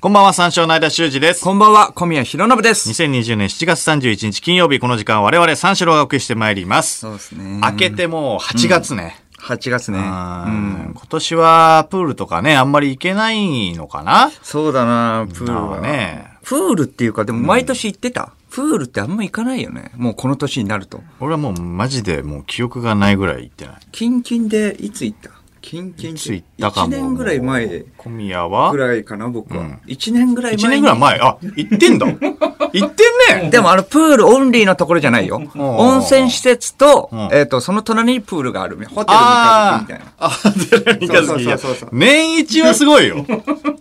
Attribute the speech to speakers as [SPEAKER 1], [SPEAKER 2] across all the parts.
[SPEAKER 1] こんばんは、三照の間修二です。
[SPEAKER 2] こんばんは、小宮弘信です。
[SPEAKER 1] 2020年7月31日金曜日、この時間我々三四郎がお送りしてまいります。
[SPEAKER 2] そうですね
[SPEAKER 1] 明けてもう8月ね。
[SPEAKER 2] 8月ね。う
[SPEAKER 1] うん
[SPEAKER 2] ん。
[SPEAKER 1] 今年はプールとかね、あんまり行けないのかな
[SPEAKER 2] そうだな、プール
[SPEAKER 1] まあ
[SPEAKER 2] は。
[SPEAKER 1] ね。
[SPEAKER 2] プールっていうか、でも毎年行ってた。プールってあんま行かないよね。もうこの年になると。
[SPEAKER 1] 俺はもうマジでもう記憶がないぐらい行ってない。
[SPEAKER 2] キンキンで、いつ行ったキンキン
[SPEAKER 1] いつ行ったかも。
[SPEAKER 2] 1年ぐらい前で。
[SPEAKER 1] 小宮は
[SPEAKER 2] ぐらいかな、僕は。1年ぐらい前。
[SPEAKER 1] 1年ぐらい。前。あ、行ってん だ。行ってんね。
[SPEAKER 2] でもあの、プールオンリーのところじゃないよ。
[SPEAKER 1] ん
[SPEAKER 2] 温泉施設と
[SPEAKER 1] ん、
[SPEAKER 2] えっと、その隣にプールがある。ホテルみたい
[SPEAKER 1] あ
[SPEAKER 2] みたいな。
[SPEAKER 1] あー、あ、寺三日月
[SPEAKER 2] そうそうそうそう
[SPEAKER 1] 年一はすごいよ。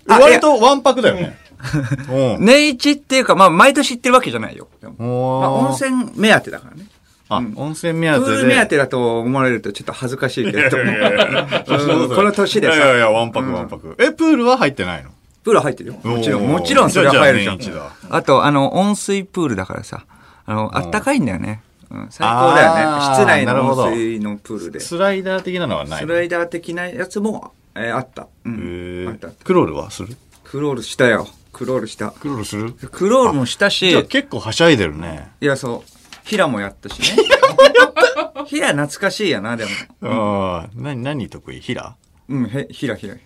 [SPEAKER 2] あ
[SPEAKER 1] 割とワンパクだよ ね。うん。
[SPEAKER 2] 年一っていうか、まあ、毎年行ってるわけじゃないよ。でも
[SPEAKER 1] おー
[SPEAKER 2] まあ、温泉目当てだからね。
[SPEAKER 1] あ、温泉目
[SPEAKER 2] プ
[SPEAKER 1] 当てで。
[SPEAKER 2] ール目当てだと思われるとちょっと恥ずかしいけれども。うんこの年でさ
[SPEAKER 1] いやいやいや、ワンパクワンパク。え、プールは入ってないの
[SPEAKER 2] プール入ってるよ。もちろ
[SPEAKER 1] おー
[SPEAKER 2] ん、もちろんそれは入るじゃん。
[SPEAKER 1] じゃあじゃあ
[SPEAKER 2] あと、あの、温水プールだからさ、あの、あったかいんだよね。うん、最高だよね
[SPEAKER 1] あー。
[SPEAKER 2] 室内
[SPEAKER 1] なる
[SPEAKER 2] の
[SPEAKER 1] ほど
[SPEAKER 2] 温水のプールで。ス
[SPEAKER 1] スライダー的なのはない。
[SPEAKER 2] ライダー的なやつも、えーあった。う
[SPEAKER 1] へ
[SPEAKER 2] ん。あっ
[SPEAKER 1] ー
[SPEAKER 2] たあった。
[SPEAKER 1] クロールはする
[SPEAKER 2] クロールしたよ。クロールした。
[SPEAKER 1] クロールする
[SPEAKER 2] クロールもしたし、
[SPEAKER 1] じゃあ
[SPEAKER 2] い
[SPEAKER 1] 結構はしゃいでるね。
[SPEAKER 2] や、そう。ヒラもやったし ね。ヒラ懐かしいやな、でも。
[SPEAKER 1] ああ、な、何得意ヒラ
[SPEAKER 2] うん、へ、ヒラヒラヒ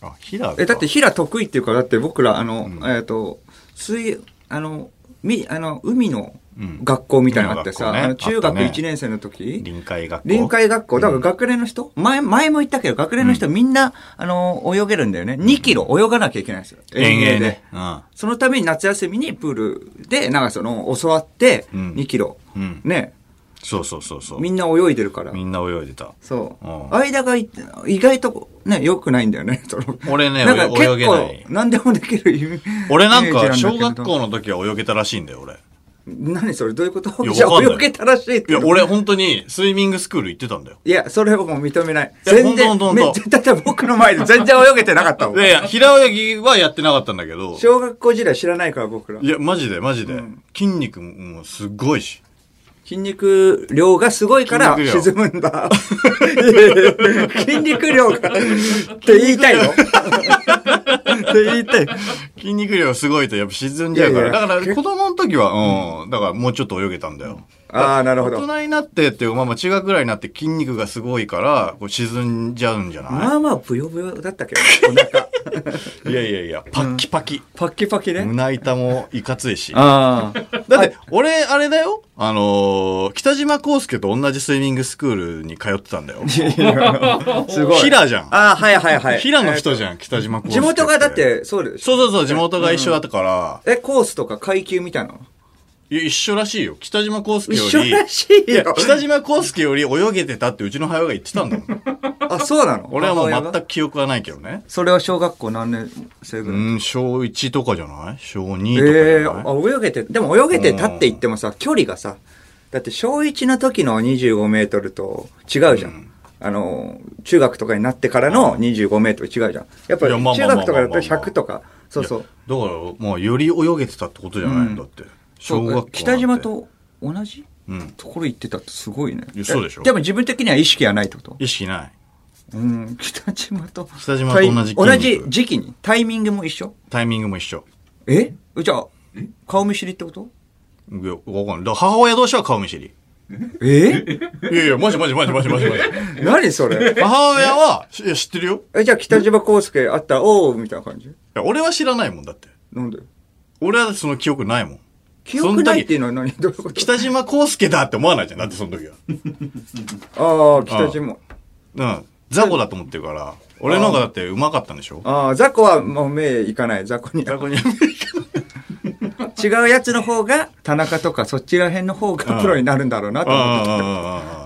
[SPEAKER 2] ラ。
[SPEAKER 1] あ、ヒラ
[SPEAKER 2] え、だって、平得意っていうか、だって僕ら、あの、えっ、と、水、あの、み、あの、海の
[SPEAKER 1] うん
[SPEAKER 2] 学校みたいなのあってさ、
[SPEAKER 1] 海の学校ね
[SPEAKER 2] あの中
[SPEAKER 1] あっ
[SPEAKER 2] 学
[SPEAKER 1] たね
[SPEAKER 2] 1年生の時、
[SPEAKER 1] 臨海学校。
[SPEAKER 2] 臨海学校、だから学年の人、前、前も言ったけど、学年の人みんな、あの、泳げるんだよね。2キロ泳がなきゃいけないんですよ。
[SPEAKER 1] 遠泳
[SPEAKER 2] で
[SPEAKER 1] ね。。うん。
[SPEAKER 2] そのために夏休みにプールで、なんかその、教わって、
[SPEAKER 1] うん
[SPEAKER 2] 2キロ、
[SPEAKER 1] うん
[SPEAKER 2] ね、
[SPEAKER 1] そうそうそうそう。
[SPEAKER 2] みんな泳いでるから。
[SPEAKER 1] みんな泳いでた。
[SPEAKER 2] そう
[SPEAKER 1] う。ん
[SPEAKER 2] 間がい意外と、ね、良くないんだよね。 その
[SPEAKER 1] 俺ね
[SPEAKER 2] なんか
[SPEAKER 1] お泳げ
[SPEAKER 2] 結
[SPEAKER 1] ない
[SPEAKER 2] 構、何でもできるイメ
[SPEAKER 1] 俺なんか、
[SPEAKER 2] イメージ
[SPEAKER 1] 小
[SPEAKER 2] なんだけ
[SPEAKER 1] 学
[SPEAKER 2] ど
[SPEAKER 1] 校の時は泳げたらしいんだよ、俺。
[SPEAKER 2] 何それどういうこと
[SPEAKER 1] いや
[SPEAKER 2] じゃ
[SPEAKER 1] わ
[SPEAKER 2] あ
[SPEAKER 1] かんない
[SPEAKER 2] 泳げたらしいっ
[SPEAKER 1] い
[SPEAKER 2] てい
[SPEAKER 1] や
[SPEAKER 2] う、の
[SPEAKER 1] 俺本当にスイミングスクール行ってたんだよ。
[SPEAKER 2] いや、それをもう認めない。
[SPEAKER 1] いや
[SPEAKER 2] 全
[SPEAKER 1] ほん
[SPEAKER 2] 然
[SPEAKER 1] とほ、んとほ
[SPEAKER 2] め
[SPEAKER 1] んと
[SPEAKER 2] っちゃ、だって僕の前で全然泳げてなかったも
[SPEAKER 1] い
[SPEAKER 2] ん
[SPEAKER 1] や。いや、平泳ぎはやってなかったんだけど。
[SPEAKER 2] 小学校時代知らないから僕ら
[SPEAKER 1] い。や、マジで、マジで。
[SPEAKER 2] うん
[SPEAKER 1] 筋肉もすごいし。
[SPEAKER 2] 筋肉量がすごいから
[SPEAKER 1] 筋肉
[SPEAKER 2] 沈む んだ。 いやいやいや筋肉量が、って言いた いのって言いたい。
[SPEAKER 1] 筋肉量すごいとやっぱ沈んじゃうから。
[SPEAKER 2] いやいや
[SPEAKER 1] だから子供の時は、うん、だからもうちょっと泳げたんだよ。
[SPEAKER 2] ああ、なるほ
[SPEAKER 1] 大
[SPEAKER 2] ど。
[SPEAKER 1] 人になってっていう、まあまあ中学ぐらいになって筋肉がすごいから、こう沈んじゃうんじゃない、
[SPEAKER 2] まあまあ、ぶよぶよだったけどね、お 腹。
[SPEAKER 1] いやいやいや、パッキパキ。
[SPEAKER 2] パッキパキね。
[SPEAKER 1] 胸板もいかついし。
[SPEAKER 2] ああ。
[SPEAKER 1] だって、俺、あれだよ。あのー北島康介と同じスイミングスクールに通ってたんだよ。
[SPEAKER 2] すごい。
[SPEAKER 1] ヒラじゃん
[SPEAKER 2] ああ、はいはいはい。
[SPEAKER 1] 平の人じゃん、北島康
[SPEAKER 2] えー
[SPEAKER 1] 介。
[SPEAKER 2] 地元がだっ。て、そうでし
[SPEAKER 1] そ
[SPEAKER 2] ょ。
[SPEAKER 1] うそうそう、地元が一緒だったから、
[SPEAKER 2] え、コースとか階級みたいなの
[SPEAKER 1] いや一緒らしいよ。北島康介
[SPEAKER 2] 一
[SPEAKER 1] より。
[SPEAKER 2] 緒らしい
[SPEAKER 1] いや
[SPEAKER 2] よ。
[SPEAKER 1] 北島康介より泳げてたってうちの母親が言ってたんだも ん。
[SPEAKER 2] あ、そうなの
[SPEAKER 1] 俺はもう
[SPEAKER 2] 母親
[SPEAKER 1] 全
[SPEAKER 2] が
[SPEAKER 1] く記憶はないけどね。
[SPEAKER 2] それは小学校何年生
[SPEAKER 1] う
[SPEAKER 2] ぐらい
[SPEAKER 1] ん、小1とかじゃない小2とかじゃない、
[SPEAKER 2] ええー、あ泳げて、でも泳げて立って言ってもさ、距離がさ、だって小1の時の25メートルと違うじゃん。あの、中学とかになってからの25メートル違うじゃん。やっぱ
[SPEAKER 1] いや
[SPEAKER 2] り
[SPEAKER 1] まあま
[SPEAKER 2] 中
[SPEAKER 1] あまあまあ
[SPEAKER 2] 学とかだと100とか、そうそう。
[SPEAKER 1] だから、まあ、より泳げてたってことじゃないんだって。小学校なんて。
[SPEAKER 2] 北島と同じ
[SPEAKER 1] うん。
[SPEAKER 2] ところ行ってたってすごいね
[SPEAKER 1] いや。そうでしょ
[SPEAKER 2] えでも自分的には意識はないってこと
[SPEAKER 1] 意識ない。
[SPEAKER 2] うん、北島と。
[SPEAKER 1] 北島と同じ筋肉
[SPEAKER 2] タイ同じ時期にタイミングも一緒
[SPEAKER 1] タイミングも一緒。
[SPEAKER 2] えじゃあ、顔見知りってこと
[SPEAKER 1] いや、わかんない。だから母親同士は顔見知り。
[SPEAKER 2] え
[SPEAKER 1] いやいや、マジマジマジマジマジマ ジ。
[SPEAKER 2] 何それ
[SPEAKER 1] 母親は、いや、知ってるよ。い
[SPEAKER 2] え、じゃあ北島康介あったら、おうみたいな感じ
[SPEAKER 1] や俺は知らないもんだって。
[SPEAKER 2] なんで
[SPEAKER 1] 俺はその記憶ないもん。
[SPEAKER 2] 記憶ないっていうのは何どういうこと
[SPEAKER 1] 北島康介だって思わないじゃん。だってその時は。
[SPEAKER 2] ああ、北島。
[SPEAKER 1] うん。雑魚だと思ってるから。俺の方がだってうまかったんでしょ
[SPEAKER 2] ああ、雑魚はもう目いかない。雑魚に。
[SPEAKER 1] 雑魚に。
[SPEAKER 2] 違うやつの方が、田中とかそっちら辺の方
[SPEAKER 1] うん
[SPEAKER 2] がプロになるんだろうなと思って
[SPEAKER 1] うん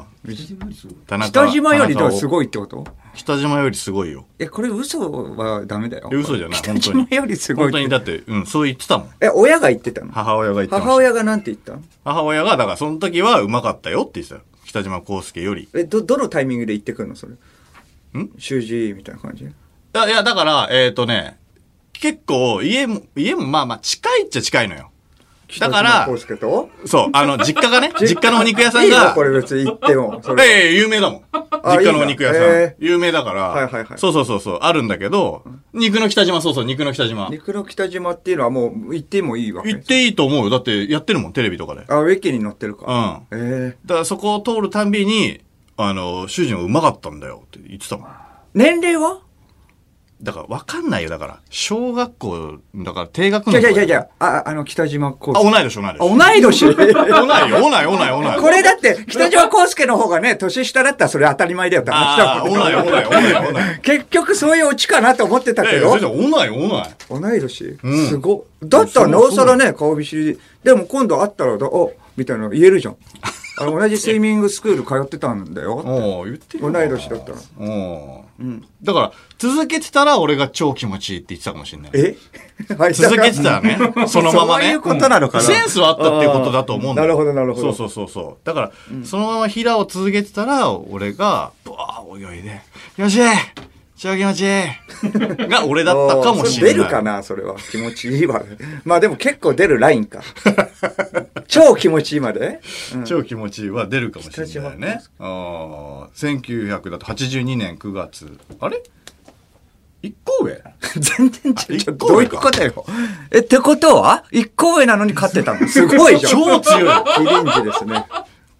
[SPEAKER 1] 田中
[SPEAKER 2] 北島よりではす
[SPEAKER 1] い。
[SPEAKER 2] ごいってこと
[SPEAKER 1] 北島よりすごいよ。
[SPEAKER 2] え、これ嘘はダメだよ。
[SPEAKER 1] え嘘じゃない
[SPEAKER 2] 北島よりすご
[SPEAKER 1] 本当に
[SPEAKER 2] い。
[SPEAKER 1] だって、うん、そう言ってたもん。
[SPEAKER 2] え、親が言ってたの
[SPEAKER 1] 母親が言ってました。
[SPEAKER 2] 母親がなんて言ったの
[SPEAKER 1] 母親が、だからその時はうまかったよって言ってたよ。北島康介より。
[SPEAKER 2] え、ど、どのタイミングで行ってくるのそれ。ん習字みたいな感じ
[SPEAKER 1] だいや、だから、えっ、とね、結構、家も、家もまあまあ近いっちゃ近いのよ。だから
[SPEAKER 2] 北島康介と
[SPEAKER 1] そう、あの、実家 がね、実家のお肉屋さん
[SPEAKER 2] いいの
[SPEAKER 1] が
[SPEAKER 2] こ、れ別に行っても。それ
[SPEAKER 1] ええ、有名だもん。実家のお肉屋さん。
[SPEAKER 2] いいなへえ
[SPEAKER 1] 有名だから、
[SPEAKER 2] はいはいはい
[SPEAKER 1] そうそうそうそう、あるんだけど、肉の北島、そうそう、肉の北島。
[SPEAKER 2] 肉の北島っていうのはもう行ってもいいわけ。
[SPEAKER 1] 行っていいと思うよ。だって、やってるもん、テレビとかで。うん。だ
[SPEAKER 2] あ、ウィキに載ってるか。
[SPEAKER 1] か
[SPEAKER 2] ええ
[SPEAKER 1] ら、そこを通るたんびに、あの、主人はうまかったんだよって言ってたもん。
[SPEAKER 2] 年齢は
[SPEAKER 1] だから、わかんないよ。だから、小学校、だから、低学
[SPEAKER 2] じゃ
[SPEAKER 1] 年。
[SPEAKER 2] じゃじゃじゃあ、あの、北島康
[SPEAKER 1] あ、同
[SPEAKER 2] 介。
[SPEAKER 1] い年、同い
[SPEAKER 2] あ、同
[SPEAKER 1] 年。
[SPEAKER 2] い年
[SPEAKER 1] おないよ、おない、おない、おない。
[SPEAKER 2] これだって、北島康介の方がね、年下だったらそれ当たり前だよって話だ
[SPEAKER 1] あ
[SPEAKER 2] も
[SPEAKER 1] ー、
[SPEAKER 2] ん
[SPEAKER 1] お
[SPEAKER 2] ね
[SPEAKER 1] ない、おない、おない、おない。
[SPEAKER 2] 結局そういうオチかなと思ってた
[SPEAKER 1] いや
[SPEAKER 2] け
[SPEAKER 1] いや、
[SPEAKER 2] ど
[SPEAKER 1] 全。然、おない、おない。
[SPEAKER 2] 同い年、
[SPEAKER 1] うん
[SPEAKER 2] すごっだったらなおさらね、顔見知り。でも今度会ったらだ、おみたいなの言えるじゃん。あの同じスイミングスクール通ってたんだよ。
[SPEAKER 1] おお言ってよ
[SPEAKER 2] 同い年だったら
[SPEAKER 1] おうだから、続けてたら俺が超気持ちいいって言ってたかもしれない。
[SPEAKER 2] えは い
[SPEAKER 1] 続けてたら ね、そのままね。
[SPEAKER 2] そういうことなのかな
[SPEAKER 1] うんセンスはあったっていうことだと思うんだよ
[SPEAKER 2] あーなるほどなるほど
[SPEAKER 1] そうそうそうそう。だから、そのままヒラを続けてたら、俺が、ブワー泳いで、よし超気持ちい いが俺だったかもしれない。
[SPEAKER 2] 出るかなそれは。気持ちいいわ。まあでも結構出るラ インか。超気持ちいいまで。うん
[SPEAKER 1] 超気持ちいいは出るかもしれないね。ああ、1900だと82年9月。あれ一個上
[SPEAKER 2] 全然違う
[SPEAKER 1] 一個上か
[SPEAKER 2] どういうことよ。え、ってことは一個上なのに勝ってた のすごいじゃん。
[SPEAKER 1] 超強い
[SPEAKER 2] キリンジですね。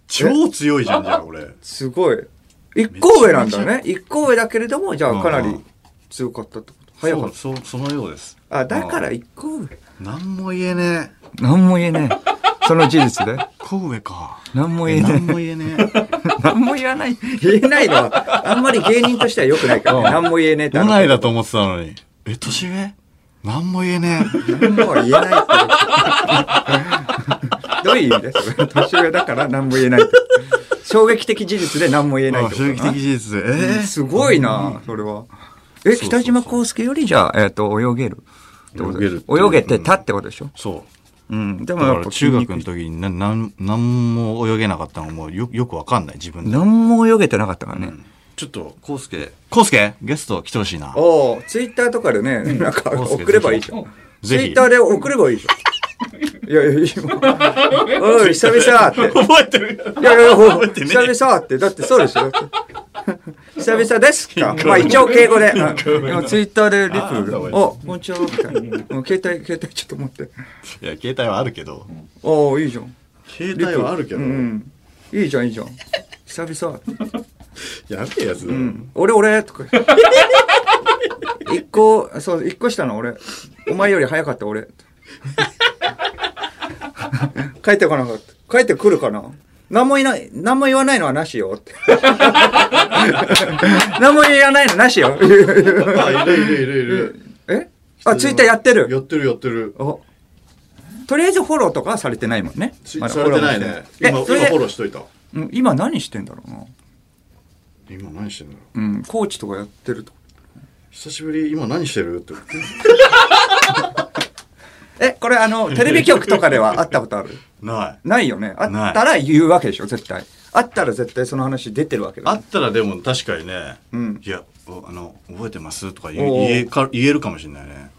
[SPEAKER 1] 超強いじゃん、じゃあ俺。
[SPEAKER 2] すごい。一個上なんだね。一個上だけれども、じゃ
[SPEAKER 1] うん
[SPEAKER 2] あかなり強かったってこと。早かった。
[SPEAKER 1] そうそうそのようです
[SPEAKER 2] あ、だから一個上。
[SPEAKER 1] 何も言えねえ
[SPEAKER 2] なんも言えね え。その事実で。
[SPEAKER 1] 小上か
[SPEAKER 2] なんも言え
[SPEAKER 1] 何
[SPEAKER 2] ね
[SPEAKER 1] も言えねえ
[SPEAKER 2] え。 なんも言わない。言えないのは、あんまり芸人としては良くないからね。なんも言えねえってあ
[SPEAKER 1] 都
[SPEAKER 2] の。
[SPEAKER 1] 内だと思ってたのにえ年上何も言えねえ
[SPEAKER 2] なんも言えないってこと。 どういう意味ですか年上だからなんも言えないって。衝撃的事実でなんも言えないっ
[SPEAKER 1] あ
[SPEAKER 2] てこと
[SPEAKER 1] 衝
[SPEAKER 2] な
[SPEAKER 1] 撃的事実でえー
[SPEAKER 2] すごいな、それは。
[SPEAKER 1] そう
[SPEAKER 2] え、
[SPEAKER 1] そう
[SPEAKER 2] 北島康介よりじゃあ、えっ、と、泳げるってことでしょ。
[SPEAKER 1] 泳げる
[SPEAKER 2] 泳げてたってことでしょ。
[SPEAKER 1] そう
[SPEAKER 2] うん。で
[SPEAKER 1] だ
[SPEAKER 2] も
[SPEAKER 1] か
[SPEAKER 2] やっ
[SPEAKER 1] ら
[SPEAKER 2] ぱ
[SPEAKER 1] 中学の
[SPEAKER 2] の
[SPEAKER 1] 時にななん何も泳げなかったのもよよくわかんない自分で
[SPEAKER 2] 何も泳げてなかったからね。
[SPEAKER 1] ちょっと康介康介ゲスト来てほしいな
[SPEAKER 2] おお、ツイッターとかでね、なんか
[SPEAKER 1] 康介
[SPEAKER 2] 送ればいいじゃん。ツ
[SPEAKER 1] ぜ
[SPEAKER 2] イ
[SPEAKER 1] ひ
[SPEAKER 2] ッターで送ればいいじゃん。い やいや、今、おい、久々って。
[SPEAKER 1] 覚えてる
[SPEAKER 2] いやいや、ほ
[SPEAKER 1] てね
[SPEAKER 2] 久々って。だってそうでしょ。だって久々で すか。まあ一応敬語で。うん今ツイッターでリプ
[SPEAKER 1] あー
[SPEAKER 2] お、こんにちは、みたいな。うん携帯、携帯ちょっと持って。
[SPEAKER 1] いや携帯はあるけど
[SPEAKER 2] おお、いいじゃん。
[SPEAKER 1] 携
[SPEAKER 2] リプ
[SPEAKER 1] 帯はあるけど
[SPEAKER 2] うん、いいじゃんいいじゃん久々、
[SPEAKER 1] やべえやつだよ
[SPEAKER 2] うん、俺俺とか 一個そう一個下の俺お前より早かった俺 帰ってこなかった帰ってくるかな何も言いない何も言わないのはなしよって 何も言わないのなしよ
[SPEAKER 1] あ いるいるいるいる
[SPEAKER 2] えあツイッターやってる
[SPEAKER 1] やってるやってる
[SPEAKER 2] おとりあえずフォローとかはされてないもんね
[SPEAKER 1] つ
[SPEAKER 2] まだ
[SPEAKER 1] されてないね今今
[SPEAKER 2] え
[SPEAKER 1] フ
[SPEAKER 2] それで
[SPEAKER 1] ォローしといた
[SPEAKER 2] うん今何してんだろうな
[SPEAKER 1] 今何してんの
[SPEAKER 2] うん、コーチとかやってると。
[SPEAKER 1] 久しぶり今何してるって
[SPEAKER 2] え、これあの、テレビ局とかでは会ったことある
[SPEAKER 1] ない
[SPEAKER 2] ないよね。あ
[SPEAKER 1] ない
[SPEAKER 2] ったら言うわけでしょ、絶対。あったら絶対その話出てるわけだ
[SPEAKER 1] あ
[SPEAKER 2] よね。
[SPEAKER 1] ったらでも確かにね「
[SPEAKER 2] うん
[SPEAKER 1] いやおあの覚えてます」とか
[SPEAKER 2] お
[SPEAKER 1] 言
[SPEAKER 2] う
[SPEAKER 1] う言えか言えるかもしれないね